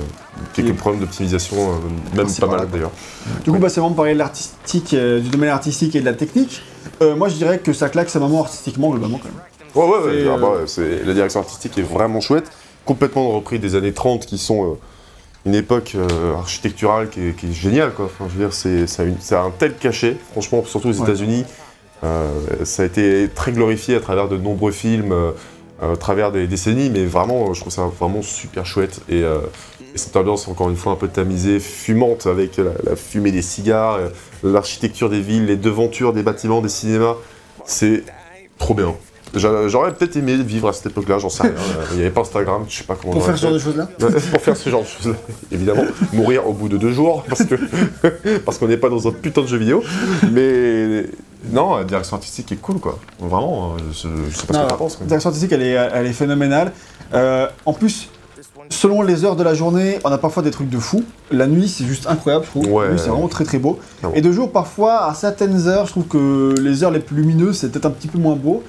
quelques
Il-
problèmes d'optimisation, euh, même
C'est
pas
pas
mal
grave.
d'ailleurs.
Du coup, bah, c'est vraiment parler de l'artistique, euh, du domaine artistique et de la technique. Euh, moi, je dirais que ça claque sa maman artistiquement, globalement, quand même.
Ouais, ouais, ouais.
C'est,
ah bah,
euh,
c'est- la direction artistique est vraiment chouette. Complètement repris des années 30 qui sont euh, une époque euh, architecturale qui est, qui est géniale, quoi. Enfin, je veux dire, c'est, ça a une- ça a un tel cachet, franchement, surtout aux
Ouais.
États-Unis. Euh, ça a été très glorifié à travers de nombreux films, euh, à travers des décennies, mais vraiment, euh, je trouve ça vraiment super chouette. Et, euh, et cette ambiance, encore une fois, un peu tamisée, fumante, avec la, la fumée des cigares, euh, l'architecture des villes, les devantures des bâtiments, des cinémas. C'est trop bien. J'a- J'aurais peut-être aimé vivre à cette époque-là, j'en sais rien. Euh, Il n'y avait pas Instagram, je sais pas comment. on
Pour faire
aurait
ce genre
fait.
de choses-là.
pour faire ce genre de choses, évidemment. Mourir au bout de deux jours, parce que parce qu'on n'est pas dans un putain de jeu vidéo. Mais non, la direction artistique est cool, quoi. Vraiment, euh, je, je sais pas ce
Non,
que t'en
la
penses. mais-
direction artistique, elle est, elle est phénoménale. Euh, en plus, selon les heures de la journée, on a parfois des trucs de fou. La nuit, c'est juste incroyable, je trouve.
Ouais. Ah
La nuit, c'est vraiment très très beau.
Clairement.
Et de jour, parfois, à certaines heures, je trouve que les heures les plus lumineuses, c'est peut-être un petit peu moins beau.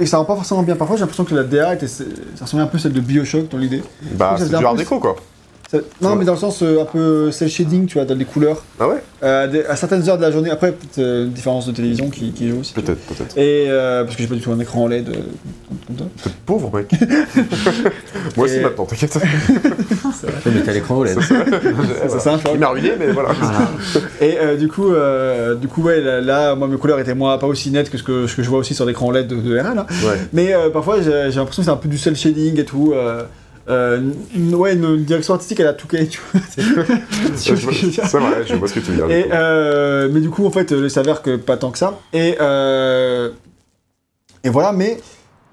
Et ça rend pas forcément bien. Parfois, j'ai l'impression que la DA, était, ça ressemblait un peu à celle de Bioshock dans l'idée.
Bah,
ça
c'est
faisait
du
un
art
plus-
déco, quoi.
Ça- Non,
Ouais.
mais dans le sens euh, un peu cel shading, tu vois, dans les couleurs.
Ah ouais
Euh, des- à certaines heures de la journée, après, peut-être euh, une différence de télévision qui, qui joue aussi.
Peut-être, peut-être.
Et euh, parce que j'ai pas du tout un écran LED euh, comme toi.
T'es pauvre, mec. Moi aussi,
Et-
maintenant, t'inquiète.
Ouais, mais t'as l'écran OLED.
Voilà.
ça, je crois.
Il m'a ruiné, mais voilà.
Ah,
Voilà.
Et euh, du coup, euh, du coup ouais, là, là, moi, mes couleurs étaient moins, pas aussi nettes que ce que, ce que je vois aussi sur l'écran LED de, de RL. hein.
Ouais.
Mais euh, parfois, j'ai j'ai l'impression que c'est un peu du cel shading et tout. euh, euh, une- ouais, une, une direction artistique à la 2K, tu vois. Tu vois
Je
ce que je veux
vois-
dire
C'est vrai, je vois ce que tu veux dire. du
Et,
coup.
euh, mais du coup, en fait, euh, il s'avère que pas tant que ça. Et, euh, et voilà, mais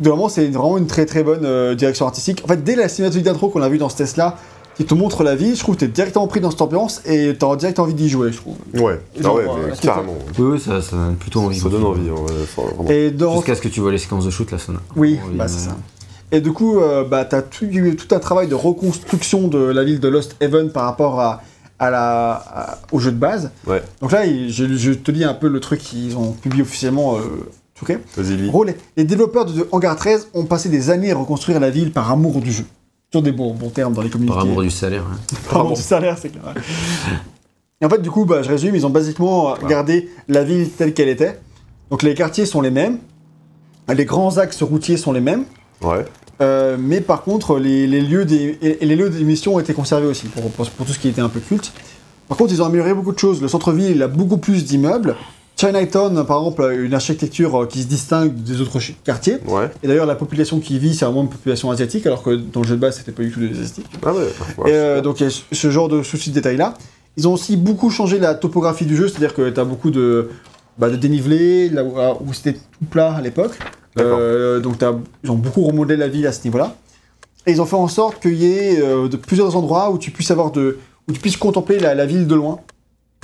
de vraiment, c'est vraiment une très très bonne euh, direction artistique. En fait, dès la cinématique d'intro qu'on a vue dans ce test-là, qui te montre la vie, je trouve que t'es directement pris dans cette ambiance et t'as direct envie d'y jouer, je trouve.
Ouais, ah
Genre,
ouais,
euh,
mais
est-ce que
carrément.
Oui, oui, ça, ça donne plutôt envie.
Ça donne envie, hein, ouais, enfin, vraiment.
Et dans
Jusqu'à ce que tu vois les séquences de shoot, là, ça donne.
Oui,
envie,
bah
mais-
c'est ça. Et du coup, euh, bah, tu as tout, il y a eu tout un travail de reconstruction de la ville de Lost Haven par rapport à, à la, à- au jeu de base.
Ouais,
Donc là, il- je, je te lis un peu le truc qu'ils ont publié officiellement. Euh, ok.
vas-y, lis.
En gros, les, les développeurs de Hangar 13 ont passé des années à reconstruire la ville par amour du jeu. Sur des bons, bons termes dans les communautés.
Par amour du salaire. hein.
Par amour du salaire, c'est clair. Et en fait, du coup, bah, je résume, ils ont basiquement euh, gardé la ville telle qu'elle était. Donc les quartiers sont les mêmes, les grands axes routiers sont les mêmes.
Ouais,
Euh, mais par contre, les, les lieux des, et et les lieux des missions ont été conservés aussi, pour, pour, pour tout ce qui était un peu culte. Par contre, ils ont amélioré beaucoup de choses. Le centre-ville, il a beaucoup plus d'immeubles. Chinatown, par exemple, a une architecture euh, qui se distingue des autres chi- quartiers.
Ouais.
Et d'ailleurs, la population qui y vit, c'est vraiment une population asiatique, alors que dans le jeu de base, c'était pas du tout des asiatiques.
Ah ouais.
Et, euh, donc il y a ce- ce genre de souci de détail là. Ils ont aussi beaucoup changé la topographie du jeu, c'est-à-dire que tu as beaucoup de, bah, de dénivelé, là où, là où c'était tout plat à l'époque.
D'accord.
Euh, donc t'as- ils ont beaucoup remodelé la ville à ce niveau-là. Et ils ont fait en sorte qu'il y ait euh, de plusieurs endroits où tu puisses avoir de, où tu puisses contempler la, la ville de loin.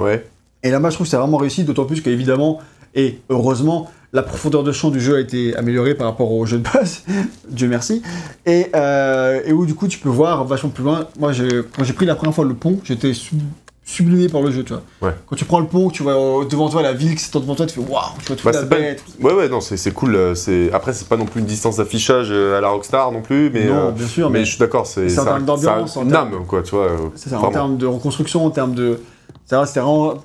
ouais.
Et là, moi, je trouve que c'est vraiment réussi, d'autant plus qu'évidemment, et heureusement, la profondeur de champ du jeu a été améliorée par rapport au jeu de base, Dieu merci, et, euh, et où du coup tu peux voir vachement plus loin. Moi, j'ai- quand j'ai pris la première fois le pont, j'étais sub- sublimé par le jeu, tu vois.
Ouais.
Quand tu prends le pont, tu vois euh, devant toi la ville qui s'étend devant toi, tu fais waouh, tu vois toute
Bah,
la
c'est pas-
baie, tout
Ouais, ouais, non, c'est c'est cool. euh, c'est- Après, c'est pas non plus une distance d'affichage euh, à la Rockstar non plus, mais.
Non,
euh,
bien sûr,
mais
mais
je suis d'accord, c'est.
c'est en
ça-
termes d'ambiance,
ça a
en
Une
termes-
âme, quoi, tu vois. euh,
c'est ça, en
vraiment.
termes de reconstruction, en termes de. Ça va, c'était vraiment.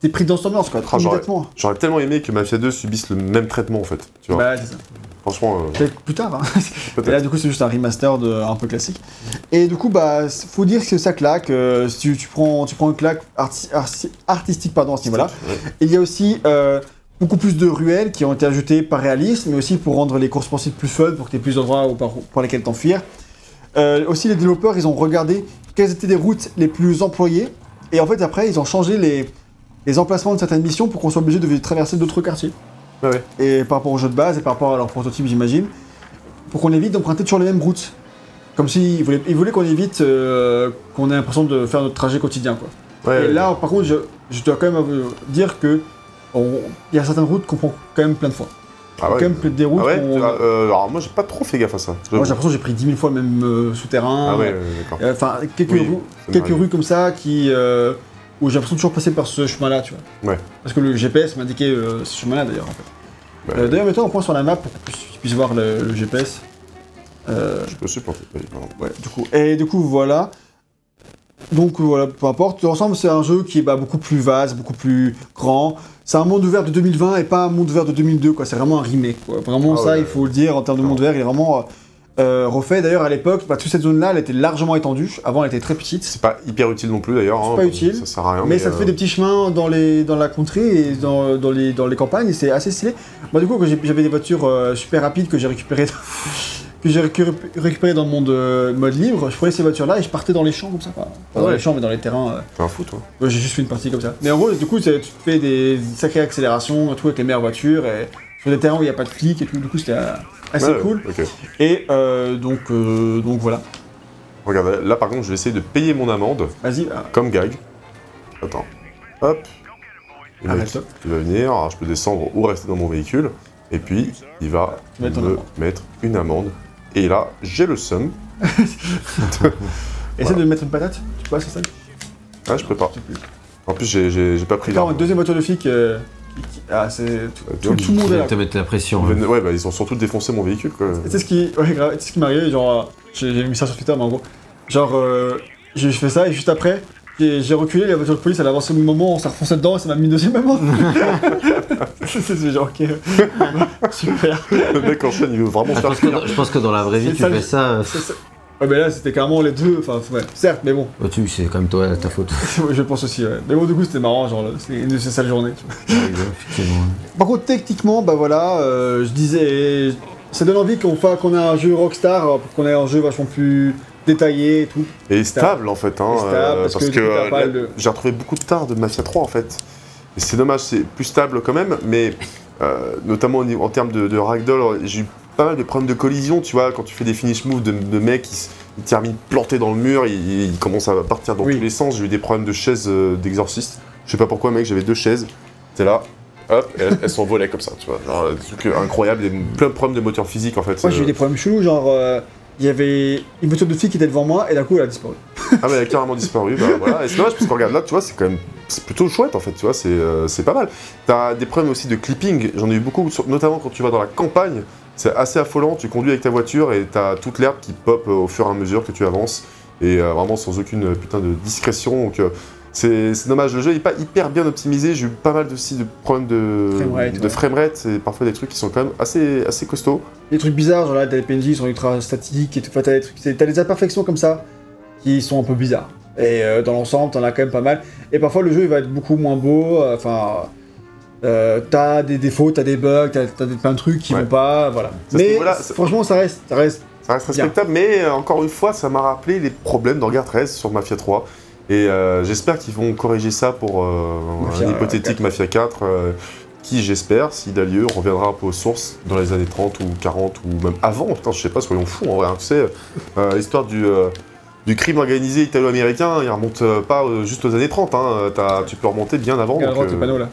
T'es pris dans cette ambiance, quoi,
Ah, j'aurais-
immédiatement.
J'aurais tellement aimé que Mafia 2 subisse le même traitement, en fait. Tu vois.
Bah, c'est ça.
Franchement, euh,
Peut-être plus tard, hein.
Peut-être.
Et là, du coup, c'est juste un remaster de, un peu classique. Et du coup, bah, c- faut dire que ça claque. euh, si tu, tu prends, tu prends une claque arti- arti- artistique pardon, à ce niveau-là.
ouais.
Et Il y a aussi euh, beaucoup plus de ruelles qui ont été ajoutées par réalisme, mais aussi pour rendre les courses poursuites plus fun, pour que tu aies plus d'endroits où- par- pour lesquels t'enfuir. Euh, aussi, les développeurs, ils ont regardé quelles étaient les routes les plus employées. Et en fait, après, ils ont changé les, les emplacements de certaines missions pour qu'on soit obligé de traverser d'autres quartiers
Ouais, ouais.
et par rapport au jeu de base et par rapport à leur prototype, j'imagine, pour qu'on évite d'emprunter toujours les mêmes routes. Comme s'ils voulaient, ils voulaient qu'on évite euh, qu'on ait l'impression de faire notre trajet quotidien. Quoi.
Ouais,
et
ouais.
là, par contre, je, je dois quand même euh, dire que on- il y a certaines routes qu'on prend quand même plein de fois.
Ah ouais.
Quand même plus des routes.
Ah ouais
qu'on-
Ah, euh, Alors, moi, j'ai pas trop fait gaffe à ça.
Moi, j'ai l'impression que j'ai pris 10 000 fois le même euh, souterrain.
Ah ouais, ouais, d'accord.
Euh, Enfin, quelques,
Oui,
rues,
ça
quelques
m'arrive.
rues comme ça qui, euh, où j'ai l'impression de toujours passer par ce chemin-là, tu vois.
Ouais.
Parce que le GPS m'indiquait euh, ce chemin-là d'ailleurs. En fait.
Bah,
Euh, d'ailleurs, mettons un point sur la map pour que tu puisses voir le, le GPS. Euh,
Je peux supporter. Oui, pardon.
ouais, du coup. Et du coup, voilà. Donc euh, voilà, peu importe. Ensemble, c'est un jeu qui est bah, beaucoup plus vaste, beaucoup plus grand. C'est un monde ouvert de 2020 et pas un monde ouvert de 2002, quoi. C'est vraiment un remake, quoi. Vraiment,
Ah
ça,
ouais.
il faut le dire, en termes de monde ouvert, il est vraiment euh, euh, refait. D'ailleurs, à l'époque, bah, toute cette zone-là, elle était largement étendue. Avant, elle était très petite.
C'est pas hyper utile non plus d'ailleurs.
C'est
hein,
pas
parce que
utile,
Ça sert à rien.
Mais ça te fait
euh,
des petits chemins dans, les, dans la contrée et dans, dans les, dans les campagnes, et c'est assez stylé. Moi, du coup, quand j'ai- j'avais des voitures euh, super rapides que j'ai récupérées dans, que j'ai récu- récupérées dans le monde euh, mode libre, je prenais ces voitures-là et je partais dans les champs comme ça. Enfin, pas dans
Ah Ouais.
les champs, mais dans les terrains. euh.
T'es un hein. fou, toi.
Ouais, j'ai juste fait une partie comme ça. Mais en gros, du coup, c'est- tu te fais des sacrées accélérations, et tout avec les meilleures voitures, et sur des terrains où il n'y a pas de flics et tout. Du coup, c'était euh, assez
Ouais,
cool.
Ok.
Et euh, donc, euh, donc voilà.
Regarde, là par contre, je vais essayer de payer mon amende
Vas-y, ah,
comme gag. Attends. Hop. Le mec
Arrête-toi.
qui va venir. Alors, je peux descendre ou rester dans mon véhicule. Et puis, il va
Mets ton
me
amende.
mettre une amende. Et là, j'ai le seum.
essaie de mettre une patate. Tu vois ce que c'est
Ah, je peux pas. En plus, j'ai- j'ai j'ai pas pris
Attends,
d'arme.
une deuxième voiture de flic. euh, qui- qui- ah, c'est tout,
Euh,
tout-
tu
tout le monde est là.
te mettre la pression. hein.
Ouais, bah ils ont surtout défoncé mon véhicule quoi.
Tu sais ce qui, ouais, grave, tu sais ce qui m'est arrivé, genre, euh, j'ai j'ai mis ça sur Twitter, mais en gros, genre, euh, j'ai fait ça et juste après, j'ai j'ai reculé, la voiture de police, elle a avancé au même moment, on s'est refoncé dedans et ça m'a mis une deuxième amende. c'est c'est genre, ok, super.
Le mec enchaîne, il veut vraiment se
Ah, je,
faire
pense que
cuire.
dans, je pense que dans la vraie vie,
C'est
tu
ça,
fais ça. euh,
C'est ça. Ouais, mais là, c'était carrément les deux, enfin, ouais, certes, mais bon,
oh, tu- c'est quand même toi, ta faute.
Ouais, je pense aussi, ouais. Mais bon, du coup, c'était marrant, genre, là, c'est une de ces sales journées. tu vois.
Effectivement.
Par contre, techniquement, bah voilà, euh, je disais, ça donne envie qu'on fa- qu'on ait un jeu Rockstar, euh, pour qu'on ait un jeu vachement plus détaillé et tout.
Et stable en fait, hein,
Et stable,
euh,
parce
parce
que
que,
du coup, t'as
euh,
pas
là,
le-
j'ai retrouvé beaucoup de tard de Mafia 3 en fait. Et c'est dommage, c'est plus stable quand même, mais euh, notamment au niveau- en termes de, de ragdoll, j'ai eu pas mal de problèmes de collision, tu vois, quand tu fais des finish moves de, de mecs qui s- ils terminent plantés dans le mur, ils, ils commencent à partir dans
Oui.
tous les sens. J'ai eu des problèmes de chaises euh, d'exorciste. Je sais pas pourquoi, mec, j'avais deux chaises, t'es là. Hop, et elles elles s'envolaient comme ça, tu vois. Genre, un truc incroyable, des- plein de problèmes de moteur physique en fait.
Moi j'ai eu
euh.
des problèmes chelous, genre euh, il y avait une voiture de fille qui était devant moi et d'un coup elle a disparu.
Ah mais elle a carrément disparu, bah voilà. Et c'est dommage parce qu'on regarde là, tu vois, c'est quand même c'est plutôt chouette en fait, tu vois, c'est euh, c'est pas mal. T'as des problèmes aussi de clipping, j'en ai eu beaucoup, sur- notamment quand tu vas dans la campagne, c'est assez affolant, tu conduis avec ta voiture et t'as toute l'herbe qui pop euh, au fur et à mesure que tu avances, et euh, vraiment sans aucune euh, putain de discrétion, donc euh, c'est c'est dommage, le jeu est pas hyper bien optimisé, j'ai eu pas mal aussi de problèmes de
Framerate,
de
ouais.
framerate, et parfois des trucs qui sont quand même assez, assez costauds.
Des trucs bizarres, genre là t'as les PNJ ils sont ultra statiques et tout, enfin, t'as des trucs, t'as des imperfections comme ça qui sont un peu bizarres. Et euh, dans l'ensemble t'en as quand même pas mal. Et parfois le jeu il va être beaucoup moins beau, euh, enfin euh, t'as des défauts, t'as des bugs, t'as t'as des- plein de trucs qui
Ouais.
vont pas, voilà.
ce
Mais
niveau-là,
c-
c'est-
franchement, ça reste, ça reste.
Ça reste respectable, mais euh, encore une fois, ça m'a rappelé les problèmes dans Guerre 13 sur Mafia 3. Et euh, j'espère qu'ils vont corriger ça pour euh,
Mafia
un hypothétique
4.
Mafia 4, euh, qui, j'espère, s'il a lieu, reviendra un peu aux sources dans les années 30 ou 40 ou même avant. Putain, je sais pas, soyons fous en vrai. hein. Tu sais, euh, l'histoire du. euh, du crime organisé italo-américain, il remonte euh, pas euh, juste aux années 30, hein. Euh, t'as- tu peux remonter bien avant.
Regarde à
donc,
droite, le
euh,
panneau là.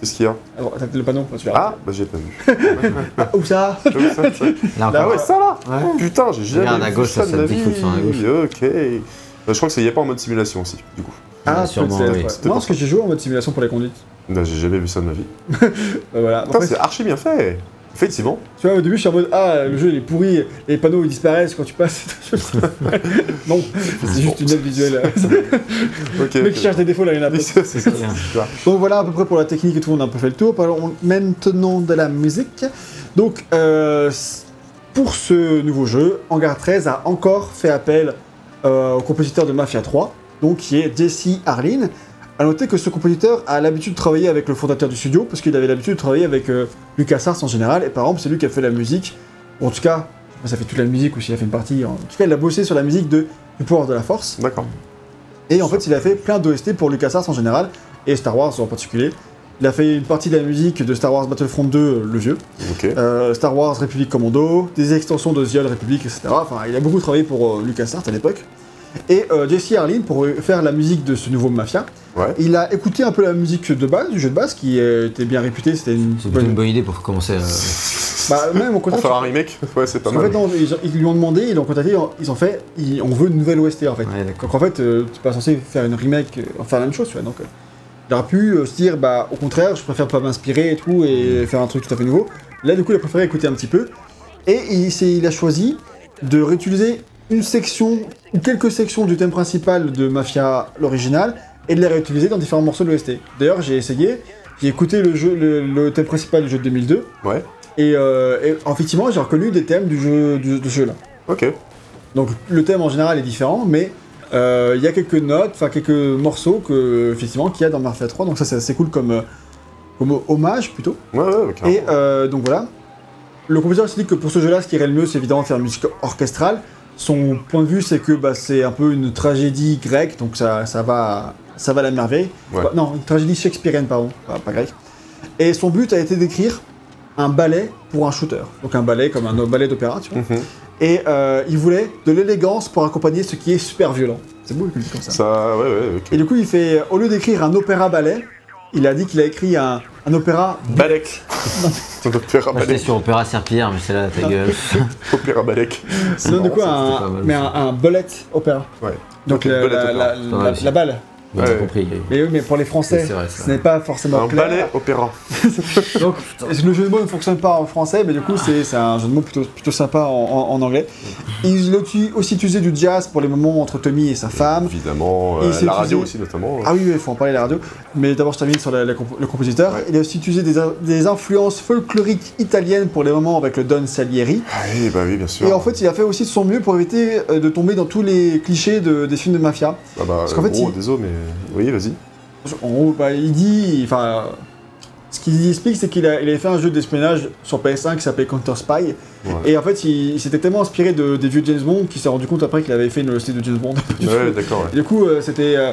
Qu'est-ce qu'il y a
À droite, Ah t'as le panneau, tu verras.
Ah, bah j'ai pas vu.
Ah, Où ça
Ah oui, ça, ça.
Là,
Ah
encore.
ouais, ça là
Ouais.
Putain, j'ai jamais
Regarde, à
vu
gauche, ça,
de
ça
ma
te dit
vie.
qu'il faut le faire à
Ok. Euh, je crois que ça y est pas en mode simulation aussi, du coup.
Ah, sûrement,
peut-être,
oui.
ouais. Moi, parce que j'ai joué en mode simulation pour les conduites.
Bah, j'ai jamais vu ça de ma vie.
Bah, voilà.
Putain,
Après,
c'est archi bien fait Effectivement.
tu vois, au début, je suis en mode Ah, le jeu il est pourri, les panneaux ils disparaissent quand tu passes. non, c'est juste une aide visuelle.
Ok.
Le mec
ok.
qui cherche des défauts là, il y en a pas.
Oui, c'est- c'est- c'est-
Tiens.
c'est-
Donc voilà à peu près pour la technique et tout, on a un peu fait le tour. Parlons maintenant de la musique. Donc euh, s- pour ce nouveau jeu, Hangar 13 a encore fait appel euh, au compositeur de Mafia 3, donc qui est Jesse Harlin. À noter que ce compositeur a l'habitude de travailler avec le fondateur du studio, parce qu'il avait l'habitude de travailler avec euh, LucasArts en général, et par exemple c'est lui qui a fait la musique, ou en tout cas, je sais pas, ça fait toute la musique ou s'il a fait une partie, en tout cas il a bossé sur la musique de, du pouvoir de la force.
D'accord.
Et en fait, il a fait plein d'OST pour LucasArts en général, et Star Wars en particulier. Il a fait une partie de la musique de Star Wars Battlefront 2, euh, le vieux,
Ok.
euh, Star Wars République Commando, des extensions de The Old Republic, etc. Enfin, il a beaucoup travaillé pour euh, LucasArts à l'époque. Et euh, Jesse Harlin, pour euh, faire la musique de ce nouveau Mafia,
Ouais.
il a écouté un peu la musique de base, du jeu de base, qui euh, était bien réputé, c'était une
C'est plutôt
bonne...
une bonne idée pour commencer. euh,
Bah, même au
Pour
contraire,
faire un remake, ouais, c'est pas
parce qu'en fait,
mal.
non, ils, ils lui ont demandé, ils l'ont contacté, ils ont fait, ils- on veut une nouvelle OST en fait.
Ouais, d'accord.
Donc en fait, euh, t'es pas censé faire une remake, euh, enfin la même chose, tu vois. Donc, euh, il aurait pu euh, se dire, bah au contraire, je préfère pas m'inspirer et tout, et faire un truc tout à fait nouveau. Là, du coup, il a préféré écouter un petit peu. Et il, s'est- il a choisi de réutiliser une section, ou quelques sections du thème principal de Mafia l'original, et de les réutiliser dans différents morceaux de l'OST. D'ailleurs, j'ai essayé, j'ai écouté le, jeu, le, le thème principal du jeu de 2002,
Ouais.
et, euh, et effectivement, j'ai reconnu des thèmes du jeu, du, de ce jeu-là.
Ok.
Donc le thème en général est différent, mais euh, il y a quelques notes, enfin quelques morceaux que effectivement qu'il y a dans Mafia 3. Donc ça c'est assez cool comme, euh, comme hommage plutôt.
Ouais, ouais, ok.
Et euh, donc voilà. Le compositeur s'est dit que pour ce jeu-là, ce qui irait le mieux, c'est évidemment de faire une musique orchestrale. Son point de vue, c'est que bah, c'est un peu une tragédie grecque, donc ça, ça va, ça va à la merveille.
Ouais.
Bah, non, une tragédie shakespearienne, pardon, pas, pas grecque. Et son but a été d'écrire un ballet pour un shooter. Donc un ballet comme un ballet d'opéra, tu vois.
Mhm.
Et euh, il voulait de l'élégance pour accompagner ce qui est super violent. C'est beau le dit comme ça.
Ça, ouais, ouais, ok.
Et du coup, il fait, au lieu d'écrire un opéra ballet, il a dit qu'il a écrit un, un opéra
Balek Opéra
Moi, j'étais
Balek.
sur Opéra Serpillère, mais c'est là
Ah.
ta gueule.
Opéra Balek. C'est
Non, du
marrant,
coup,
ça.
un,
pas mal,
mais
ça.
un, un bullet opéra.
Ouais.
Donc,
Ok,
la,
bullet
la-
opéra.
la-
Pas mal
la-
aussi.
la balle.
Bon, j'ai
Ouais.
compris.
Mais oui, mais pour les Français,
C'est vrai, ça.
ce n'est pas forcément
Un
clair.
ballet opéra.
Donc, le jeu de mots ne fonctionne pas en français, mais du coup, c'est c'est un jeu de mots plutôt, plutôt sympa en, en- en anglais. Il a aussi- aussi utilisé du jazz pour les moments entre Tommy et sa femme.
Évidemment,
Ah, Et
euh,
il s'est
la radio
utilisé-
aussi, notamment.
Ah oui, il faut en parler à la radio. Mais d'abord, je termine sur la- la comp- le compositeur.
Ouais.
Il a aussi utilisé des, in- des influences folkloriques italiennes pour les moments avec le Don Salieri.
Ah oui, bah oui, bien sûr.
Et en fait, il a fait aussi de son mieux pour éviter euh, de tomber dans tous les clichés de- des films de mafia.
Ah bah,
parce qu'en fait,
gros,
il-
désolé, mais. Oui, vas-y.
En gros, bah, il dit. Enfin. euh, Ce qu'il explique, c'est qu'il a, il avait fait un jeu d'espionnage sur PS1 qui s'appelait Counter Spy.
Ouais.
Et en fait, il, il s'était tellement inspiré de, des vieux James Bond qu'il s'est rendu compte après qu'il avait fait une OST de James Bond.
Ouais, d'accord, ouais.
Et du coup, euh, c'était. euh,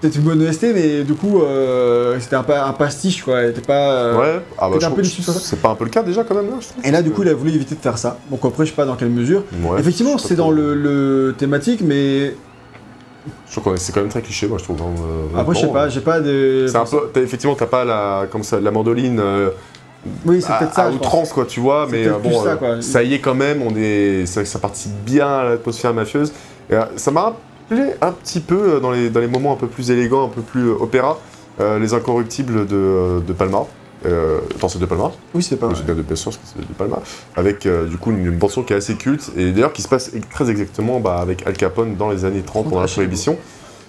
c'était une bonne OST, mais du coup, euh, c'était un, pa- un pastiche, quoi. Il était pas. euh,
Ouais, ah bah,
c'était
je
un peu
trouve
une
que
substance-
c'est pas un peu le cas déjà quand même là, je trouve.
Et là, du coup, il a voulu éviter de faire ça. Donc après, je sais pas dans quelle mesure.
Ouais,
Effectivement,
sais pas
c'est dans
trop.
le, le thématique, mais
je trouve que c'est quand même très cliché, moi je trouve. hein, euh,
après, je sais
honnêtement.
pas, j'ai pas de.
C'est un peu, t'as- effectivement, t'as pas la, comme ça, la mandoline euh,
Oui, c'est
à,
peut-être ça.
à
je pense.
outrance, quoi, tu vois,
C'est
mais
peut-être
euh,
plus
bon,
ça,
euh,
quoi.
ça y est quand même, on est, ça, ça participe bien à l'atmosphère mafieuse. Et, euh, ça m'a rappelé un petit peu, euh, dans les, dans les moments un peu plus élégants, un peu plus euh, opéra, euh, les incorruptibles de, de Palma. Euh, attends, c'est de Palma
Oui, c'est pas.
Je viens de bien sûr, parce que c'est de Palma, avec euh, du coup une, une bande son qui est assez culte, et d'ailleurs qui se passe ex- très exactement bah, avec Al Capone dans les années 30 pendant la prohibition,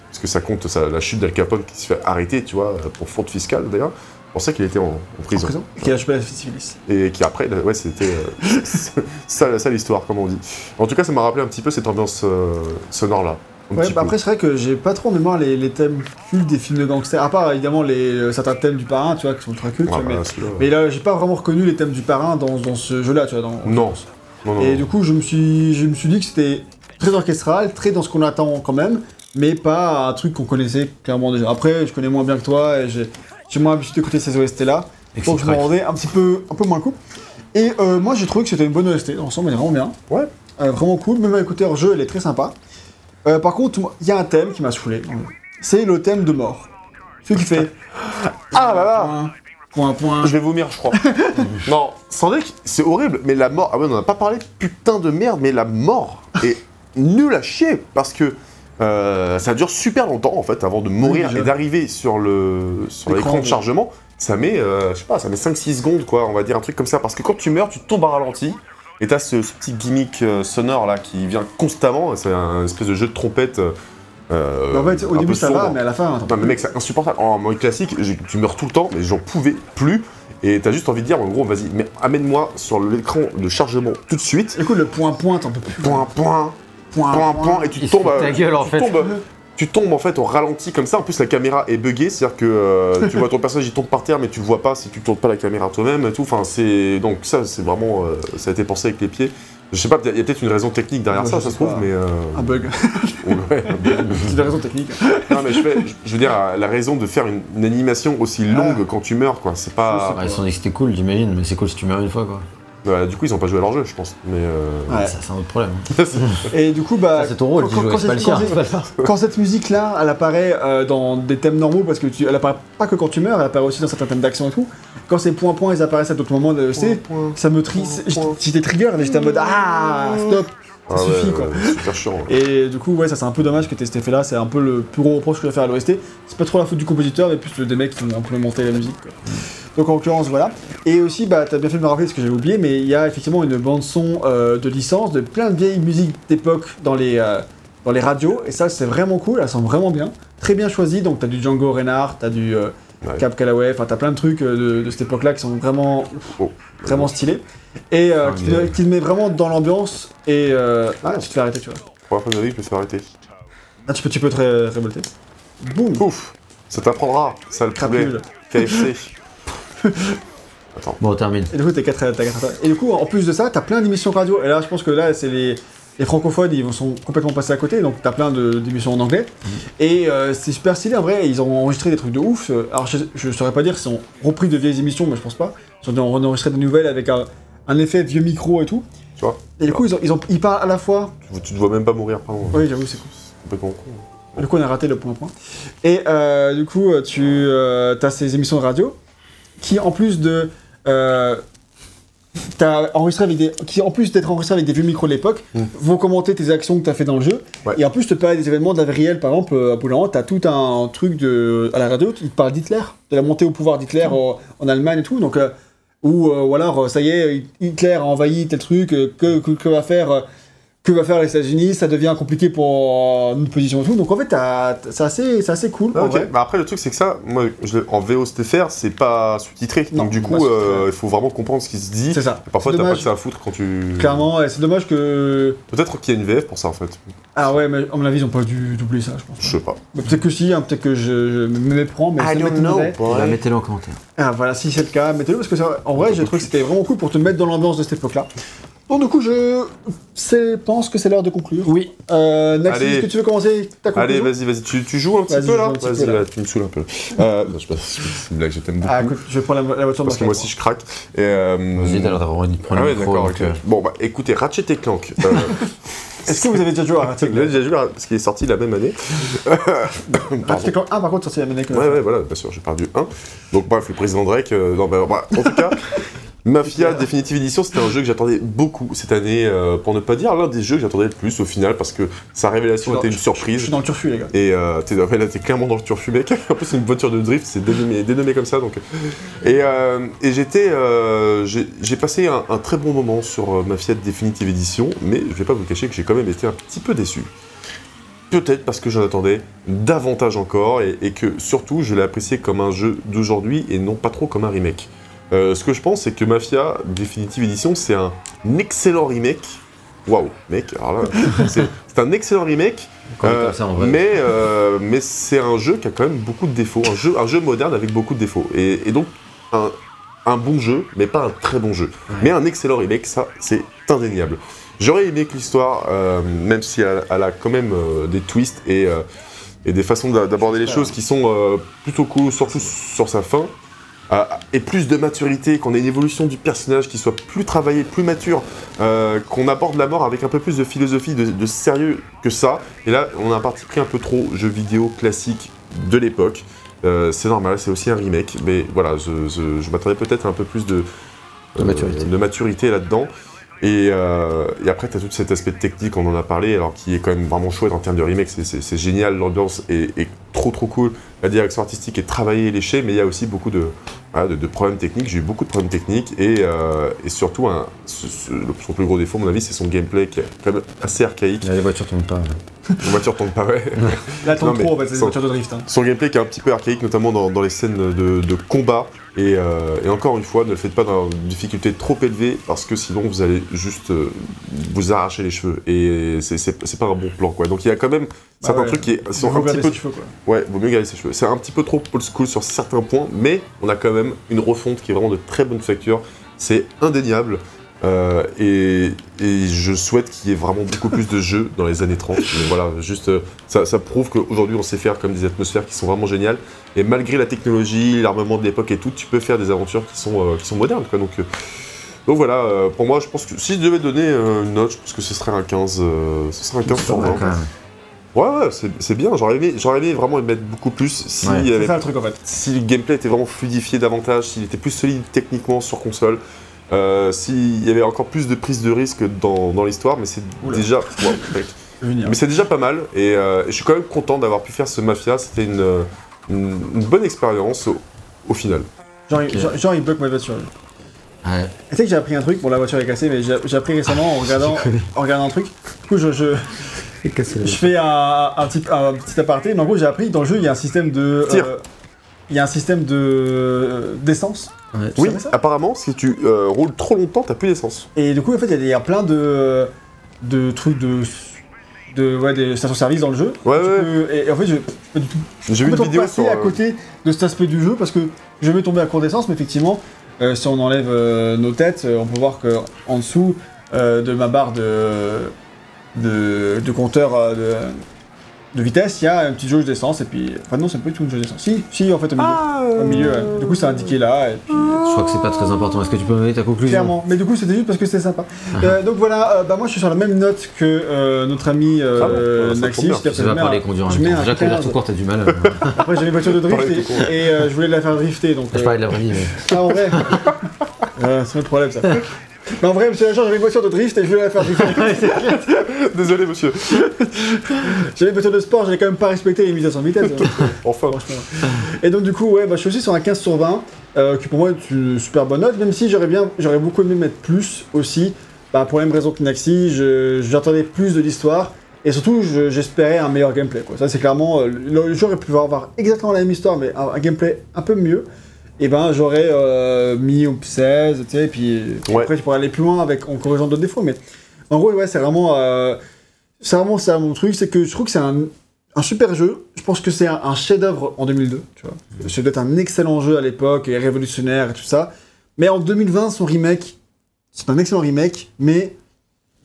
parce que ça compte ça, la chute d'Al Capone qui se fait arrêter, tu vois, euh, pour fraude fiscale d'ailleurs. C'est pour ça qu'il était en, en prison.
Qui a chopé la syphilis.
Et qui après, là, ouais, c'était euh, ça, ça l'histoire, comme on dit. En tout cas, ça m'a rappelé un petit peu cette ambiance euh, sonore là. un
Ouais,
petit
bah
peu.
après, c'est vrai que j'ai pas trop en mémoire les, les thèmes cultes des films de gangsters, à part évidemment les, euh, certains thèmes du parrain, tu vois, qui sont très cultes.
Ouais,
mais,
bah, celui-là, ouais.
mais là, j'ai pas vraiment reconnu les thèmes du parrain dans, dans ce jeu-là, tu vois. Dans,
Non. Non, non,
Et
non.
du coup, je me suis, je me suis dit que c'était très orchestral, très dans ce qu'on attend quand même, mais pas un truc qu'on connaissait clairement déjà. Après, je connais moins bien que toi et j'ai j'ai moins l'habitude d'écouter ces OST-là,
Et que
donc
c'est
je m'en
crack.
rendais un petit peu, un peu moins coup. Et euh, moi, j'ai trouvé que c'était une bonne OST, dans l'ensemble, elle est vraiment bien.
Ouais.
Euh, vraiment cool, même à écouter hors jeu, elle est très sympa. Euh, par contre, moi, il y a un thème qui m'a saoulé, c'est le thème de mort. Celui qui fait.
Ah là là
Point, point.
Je vais vomir, je crois. non, sans deck, c'est horrible, mais la mort. Ah ouais, on en a pas parlé, putain de merde, mais la mort est nulle à chier parce que euh, ça dure super longtemps en fait avant de mourir
déjà.
et d'arriver sur le sur
L'écran,
l'écran de
oui.
chargement. Ça met, euh, je sais pas, ça met 5-6 secondes quoi, on va dire un truc comme ça parce que quand tu meurs, tu tombes à ralenti. Et t'as ce, ce petit gimmick euh, sonore là qui vient constamment, c'est un espèce de jeu de trompette. euh,
Mais en fait, au
un
début
peu
ça
sombre.
va, mais à la fin. attends.
Non mais mec c'est insupportable. En mode classique, j'ai- tu meurs tout le temps, mais j'en pouvais plus. Et t'as juste envie de dire en gros vas-y, mais amène-moi sur l'écran de chargement tout de suite.
Écoute, le point, point, t'en peux plus.
Point, point,
point,
point, point, et tu
Il se
tombes.
fout de
euh,
ta gueule, en
tu
fait.
tombes- tu tombes en fait au ralenti comme ça. En plus la caméra est buggée, c'est-à-dire que euh, tu vois ton personnage il tombe par terre, mais tu le vois pas si tu tournes pas la caméra toi-même et tout. Enfin c'est donc ça c'est vraiment euh, ça a été pensé avec les pieds. Je sais pas, il y a peut-être une raison technique derrière
Moi,
ça,
je
ça se
sais
trouve,
pas.
mais. euh,
Un bug.
ouais, un bug.
C'est des raisons techniques.
Non mais je, fais- je- je veux dire, la raison de faire une, une animation aussi
Ah.
longue quand tu meurs, quoi, c'est pas...
Ouais, Ah, ils se sont dit que c'était cool, j'imagine, mais c'est cool si tu meurs une fois quoi.
Bah, du coup, ils ont pas joué à leur jeu, je pense. Mais... euh,
Ouais.
Ça, c'est un autre problème. hein.
Et du coup, bah.
Ça, c'est ton rôle d'y
quand-
jouer,
quand
c'est pas le
cette-
sien.
quand
c'est pas le sien.
cette- Quand cette musique-là, elle apparaît euh, dans des thèmes normaux, parce que tu, elle apparaît pas que quand tu meurs, elle apparaît aussi dans certains thèmes d'action et tout. Quand ces points-points, ils apparaissent à d'autres moments de l'EC, ça me triste. J'étais trigger, j'étais en mode Ah, stop, ça
ah ouais,
suffit
ouais,
quoi.
ouais, super chiant. ouais.
Et du coup, ouais, ça c'est un peu dommage que t'aies cet effet-là, c'est un peu le plus gros reproche que je vais faire à l'OST. C'est pas trop la faute du compositeur, mais plus des mecs qui ont implémenté la musique. quoi. Donc en l'occurrence, voilà. Et aussi, bah, t'as bien fait de me rappeler ce que j'avais oublié, mais il y a effectivement une bande-son euh, de licence de plein de vieilles musiques d'époque dans les. euh, dans les radios, et ça c'est vraiment cool, elles sont vraiment bien, très bien choisies, donc t'as du Django Reinhardt, t'as du euh,
Ouais.
Cap Calloway, enfin t'as plein de trucs euh, de, de cette époque-là qui sont vraiment,
Oh.
vraiment stylés, et euh,
Ah,
qui,
mais-
te, qui te met vraiment dans l'ambiance, et euh, ah, tu te fais arrêter, tu vois.
Première fois de ma vie, je me suis arrêté.
Ah, tu peux, tu peux te ré- révolter. Boum
Pouf Ça t'apprendra, ça le poulet.
Crapule.
KFC.
Bon, on termine.
Et du coup, t'as 4 t'as quatre attaques. Et du coup, en plus de ça, t'as plein d'émissions radio. Et là, je pense que là, c'est les, les francophones, ils vont- sont complètement passés à côté. Donc, t'as plein de- d'émissions en anglais. Et euh, c'est super stylé, en vrai. Ils ont enregistré des trucs de ouf. Euh, Alors, je, je saurais pas dire s'ils ont repris de vieilles émissions, mais je pense pas. Ils ont dû en enregistrer des nouvelles avec un, un effet vieux micro et tout.
Tu vois
Et du coup, ils, ont- ils, ont- ils parlent à la fois.
Tu- Tu te vois même pas mourir, pardon.
Oui, j'avoue, c'est cool.
C'est complètement con.
Du coup, on a raté le point point. Et euh, du coup, euh, tu as ces émissions de radio qui, en plus de. euh, t'as enregistré avec des, qui, en plus d'être enregistré avec des vieux micros de l'époque, vont commenter tes actions que tu as fait dans le jeu.
Hmm. Ouais.
Et en plus, te parler des événements de la vie réelle. Par exemple, euh, à Boulan, tu as tout un truc de, à la radio, ils te parlent d'Hitler, de la montée au pouvoir d'Hitler
Hmm.
en, en Allemagne et tout. Donc. euh, ou, euh, ou alors, euh, ça y est, Hitler a envahi tel truc, euh, que, que- que va faire euh, que va faire les États-Unis, ça devient compliqué pour euh, une position et tout. Donc en fait, t'as- t'as- c'est assez, c'est assez cool.
Ah,
en
ok.
vrai.
Bah après, le truc, c'est que ça, moi, je l'ai- en VOSTFR, c'est pas sous-titré.
Non,
Donc, du
pas
coup,
sous-titré.
euh, il faut vraiment comprendre ce qui se dit.
C'est ça.
Et Parfois,
C'est
t'as pas
dommage.
que ça à foutre quand tu.
Clairement, et c'est dommage que.
Peut-être qu'il y a une VF pour ça, en fait.
Ah ouais, mais à mon avis, ils ont pas dû doubler ça, je pense.
Je sais pas.
Mais Peut-être que si, hein, peut-être que je, je me méprends, mais ça m'étonnerait.
Bah, Mettez-le en commentaire.
Ah voilà, si c'est le cas, mettez-le parce que ça- en vrai, j'ai trouvé que c'était vraiment cool pour te mettre dans l'ambiance de cette époque-là. Donc du coup, je c'est- pense que c'est l'heure de conclure.
Oui.
Euh, Naxi,
Allez.
est-ce que tu veux commencer ta conclusion
Allez, vas-y, vas-y, tu, tu joues un petit
Vas-y,
peu
je
là
joue un petit
Vas-y,
peu, là.
là, tu me saoules un peu. Euh, non, je sais pas, c'est une blague, je t'aime beaucoup.
Ah, écoute, je vais prendre la, la voiture de
parce que moi aussi, je craque. Et, euh,
Vas-y, t'as l'air de prendre
ah
le
ouais,
micro.
d'accord,
donc,
ok.
euh,
Bon, bah écoutez, Ratchet et Clank. Euh,
Est-ce que vous avez déjà joué à Ratchet
vous l'avez déjà joué là, parce qu'il est sorti la même année. Pardon.
Ratchet Clank 1, ah, par contre, sorti euh, la même année que
Ouais, ouais, voilà, bien sûr, j'ai perdu un. Donc, bref, le président Drake. euh, non, bah, bah, en tout cas, Mafia Definitive Edition, c'était un jeu que j'attendais beaucoup cette année, euh, pour ne pas dire l'un des jeux que j'attendais le plus au final, parce que sa révélation
Je suis
était
dans-
une surprise.
Je suis dans le turfu, les gars.
Et euh, t'es ouais, là, t'es clairement dans le turfu, mec. en plus, c'est une voiture de drift, c'est dénommé, dénommé comme ça. Donc. Et, euh, et j'étais. euh, j'ai j'ai passé un, un très bon moment sur euh, ma Fiat Definitive Edition, mais je vais pas vous cacher que j'ai quand même été un petit peu déçu. Peut-être parce que j'en attendais davantage encore et, et que surtout je l'ai apprécié comme un jeu d'aujourd'hui et non pas trop comme un remake. Euh, ce que je pense, c'est que Mafia Definitive Edition, c'est un excellent remake waouh, mec, alors là, c'est c'est un excellent remake.
Quand on est
euh,
comme ça, en vrai.
mais euh, mais c'est un jeu qui a quand même beaucoup de défauts, un jeu, un jeu moderne avec beaucoup de défauts. Et, et donc, un, un bon jeu, mais pas un très bon jeu. Mais un excellent remake, ça, c'est indéniable. J'aurais aimé que l'histoire, euh, même si elle, elle a quand même euh, des twists et, euh, et des façons d'a- d'aborder les choses qui sont euh, plutôt cool, surtout sur sa fin, euh, et plus de maturité, qu'on ait une évolution du personnage qui soit plus travaillée, plus mature, euh, qu'on aborde la mort avec un peu plus de philosophie, de, de sérieux que ça. Et là, on a un parti pris un peu trop jeu vidéo classique de l'époque. Euh, c'est normal, c'est aussi un remake, mais voilà, je, je- je m'attendais peut-être à un peu plus de, euh,
De maturité.
de maturité là-dedans. Et, euh, et après, tu as tout cet aspect technique, on en a parlé, alors qui est quand même vraiment chouette en termes de remake. C'est- C'est c'est génial, l'ambiance est, est trop trop cool. La direction artistique est travaillée et léchée, mais il y a aussi beaucoup de, voilà, de, de problèmes techniques. J'ai eu beaucoup de problèmes techniques et, euh, et surtout, un- ce- ce- le- son plus gros défaut, à mon avis, c'est son gameplay qui est quand même assez archaïque.
Là, les voitures tournent pas.
La voiture tombe pas, ouais.
Là, t'en
Non, mais
trop, en fait, c'est des
sans-
voitures de drift. hein.
Son gameplay qui est un petit peu archaïque, notamment dans, dans les scènes de, de combat. Et, euh, et encore une fois, ne le faites pas dans une difficulté trop élevée, parce que sinon vous allez juste euh, vous arracher les cheveux. Et c'est- c'est c'est pas un bon plan, quoi. Donc il y a quand même certains
ouais.
trucs qui sont
Faut
un petit
regarder
peu
ce qu'il faut, quoi.
Ouais, vaut mieux garder ses cheveux. C'est un petit peu trop old school sur certains points, mais on a quand même une refonte qui est vraiment de très bonne facture. C'est indéniable. Euh, et, et je souhaite qu'il y ait vraiment beaucoup plus de jeux dans les années 30. Mais voilà, juste, euh, ça, ça prouve qu'aujourd'hui on sait faire comme des atmosphères qui sont vraiment géniales. Et malgré la technologie, l'armement de l'époque et tout, tu peux faire des aventures qui sont, euh, qui sont modernes. Quoi. Donc, euh, donc voilà, euh, pour moi, je pense que si je devais donner euh, une note, je pense que ce serait un 15, euh, ce serait un 15 sur
Oh,
20. Ouais, ouais, c'est c'est bien. J'aurais aimé, j'aurais aimé vraiment y mettre beaucoup plus si,
Ouais.
il y
C'est
avait-
ça le truc, en fait.
si le gameplay était vraiment fluidifié davantage, s'il était plus solide techniquement sur console, euh, s'il y avait encore plus de prise de risque dans, dans l'histoire, mais c'est
Oula.
déjà. Wow, mec.
Je vais venir.
mais c'est déjà pas mal et euh, je suis quand même content d'avoir pu faire ce Mafia. C'était une, euh, une, une bonne expérience au, au final.
Genre, il- genre- genre, il bloque ma voiture.
Ouais.
Tu sais que j'ai appris un truc, bon la voiture est cassée, mais j'ai j'ai appris récemment en regardant, en regardant un truc. Du coup, je, je,
C'est cassé.
je fais un, un petit, un petit aparté, mais en gros, j'ai appris que dans le jeu, il y a un système de.
Tire.
euh, Il y a un système de. d'essence.
Ouais.
Tu
Oui,
savais ça
apparemment, si tu euh, roules trop longtemps, t'as plus d'essence.
Et du coup, en fait, il y a des- il y, a plein de. de trucs de. de ouais, des stations-service dans le jeu.
Ouais,
Tu
ouais.
peux- et, et en fait, je. je
J'ai vu une
complètement
vidéo
passé
sur. euh,
à côté de cet aspect du jeu parce que je vais tomber à court d'essence, mais effectivement, euh, si on enlève euh, nos têtes, euh, on peut voir que en dessous euh, de ma barre de, de, de compteur euh, de, de vitesse, il y a une petite jauge d'essence et puis. Enfin, non, c'est pas du tout une jauge d'essence. Si, si, en fait, au milieu.
Ah, euh,
Au milieu, hein ouais. Du coup, c'est indiqué là. Et puis,
Je crois que c'est pas très important. Est-ce que tu peux me donner ta conclusion
Clairement. Mais du coup, c'était juste parce que c'était sympa. Euh, donc voilà, euh, bah moi je suis sur la même note que euh, notre ami
Ah bon,
euh,
ça tombe
Naxis.
bien.
qui a
Tu
fait
vas
le maire.
parler conduire en
je
même
mets
temps.
un
Déjà conduire
15.
tout court, t'as du mal. hein.
Après, j'avais une voiture de drift
Parler
et,
tout court.
et, euh, je voulais la faire drifter. Donc,
Je
euh,
parlais de la vraie vie, mais.
Ah, en vrai Euh, C'est le problème, ça. Mais en vrai, monsieur l'agent, j'avais une voiture de drift et je voulais la faire drifter.
Désolé, monsieur.
J'avais une voiture de sport, j'avais quand même pas respecté les limitations de vitesse. hein,
Enfin.
franchement. Et donc, du coup, ouais, bah, je suis aussi sur un 15 sur 20, euh, qui pour moi est une super bonne note, même si j'aurais bien, j'aurais beaucoup aimé mettre plus aussi. Bah, pour la même raison que Naxi, je- j'attendais plus de l'histoire. Et surtout, je- j'espérais un meilleur gameplay. Quoi. Ça, c'est clairement. euh, Le, le jeu aurait pu avoir exactement la même histoire, mais un, un gameplay un peu mieux. Et ben, j'aurais euh, mis au 16, tu sais, et puis et
Ouais.
après, je pourrais aller plus loin avec, en corrigeant d'autres défauts. Mais en gros, ouais, c'est vraiment. euh, c'est vraiment ça mon truc, c'est que je trouve que c'est un, un super jeu. Je pense que c'est un, un chef-d'œuvre en 2002, tu vois.
Mmh.
C'est peut-être un excellent jeu à l'époque, et révolutionnaire et tout ça. Mais en 2020, son remake, c'est un excellent remake, mais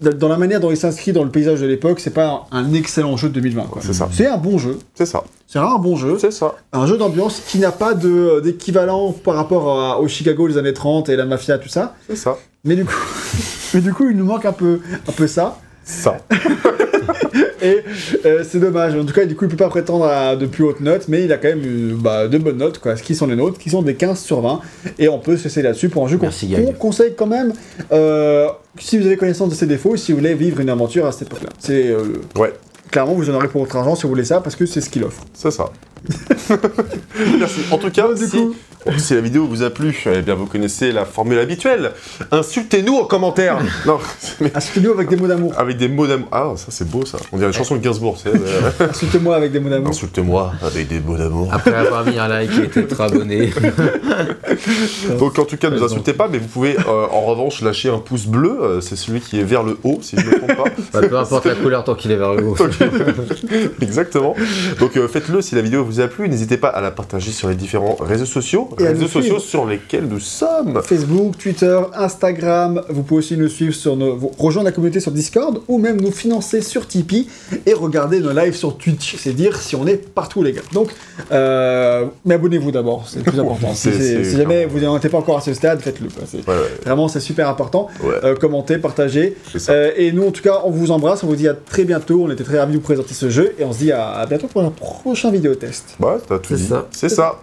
dans- dans la manière dont il s'inscrit dans le paysage de l'époque, c'est pas un, un excellent jeu de 2020. quoi.
C'est ça.
C'est un bon jeu,
C'est ça.
c'est vraiment un bon jeu,
C'est ça.
un jeu d'ambiance qui n'a pas de- euh, d'équivalent par rapport à- au Chicago des années 30 et la mafia, tout ça.
C'est ça.
Mais du coup, mais du coup il nous manque un peu, un peu ça.
Ça.
Et euh, c'est dommage. En tout cas, du coup, il peut pas prétendre à de plus hautes notes, mais il a quand même eu, bah, de bonnes notes, quoi. Ce qui sont les nôtres, qui sont des 15 sur 20. Et on peut se laisser là-dessus pour un jeu qu'on
Merci, Gaël.
qu'on conseille quand même. euh, si vous avez connaissance de ses défauts, si vous voulez vivre une aventure à cette époque-là. C'est euh,
Ouais.
clairement, vous en aurez pour votre argent si vous voulez ça, parce que c'est ce qu'il offre.
C'est ça. Merci. En tout cas,
du
si
coup-
Si la vidéo vous a plu, eh bien vous connaissez la formule habituelle. Insultez-nous en commentaire. non, mais
Insultez-nous Ah, avec des mots d'amour.
avec des mots d'amour. Ah, ça c'est beau ça. On dirait une chanson de Gainsbourg. tu sais, euh,
Insultez-moi Ah, avec des mots d'amour.
Insultez-moi avec des mots d'amour.
Après avoir mis un like et être abonné.
Ah,
Donc en tout cas, ne nous insultez pas, mais vous pouvez euh, en revanche lâcher un pouce bleu. euh, c'est celui qui est vers le haut, si je ne me trompe pas.
Bah, peu importe la couleur tant qu'il est vers le haut.
Exactement. Donc euh, faites-le si la vidéo vous a plu. N'hésitez pas à la partager sur les différents réseaux sociaux,
Et à nous
réseaux sociaux
suivre.
sur lesquels nous sommes.
Facebook, Twitter, Instagram. Vous pouvez aussi nous suivre sur nos. vous- rejoindre la communauté sur Discord ou même nous financer sur Tipeee et regarder nos lives sur Twitch. C'est dire si on est partout, les gars. Donc, euh, mais abonnez-vous d'abord, c'est le plus important.
C'est-
si,
c'est-
c'est- si jamais vous n'en êtes pas encore à ce stade, faites-le. quoi. C'est-
Ouais, ouais,
Vraiment, c'est super important.
ouais.
Euh, commentez, partagez.
C'est ça.
Euh, et nous, en tout cas, on vous embrasse. On vous dit à très bientôt. On était très ravis de vous présenter ce jeu et on se dit à, à bientôt pour un prochain vidéo test.
Ouais, Bah, t'as tout
c'est
dit.
ça.
C'est ça.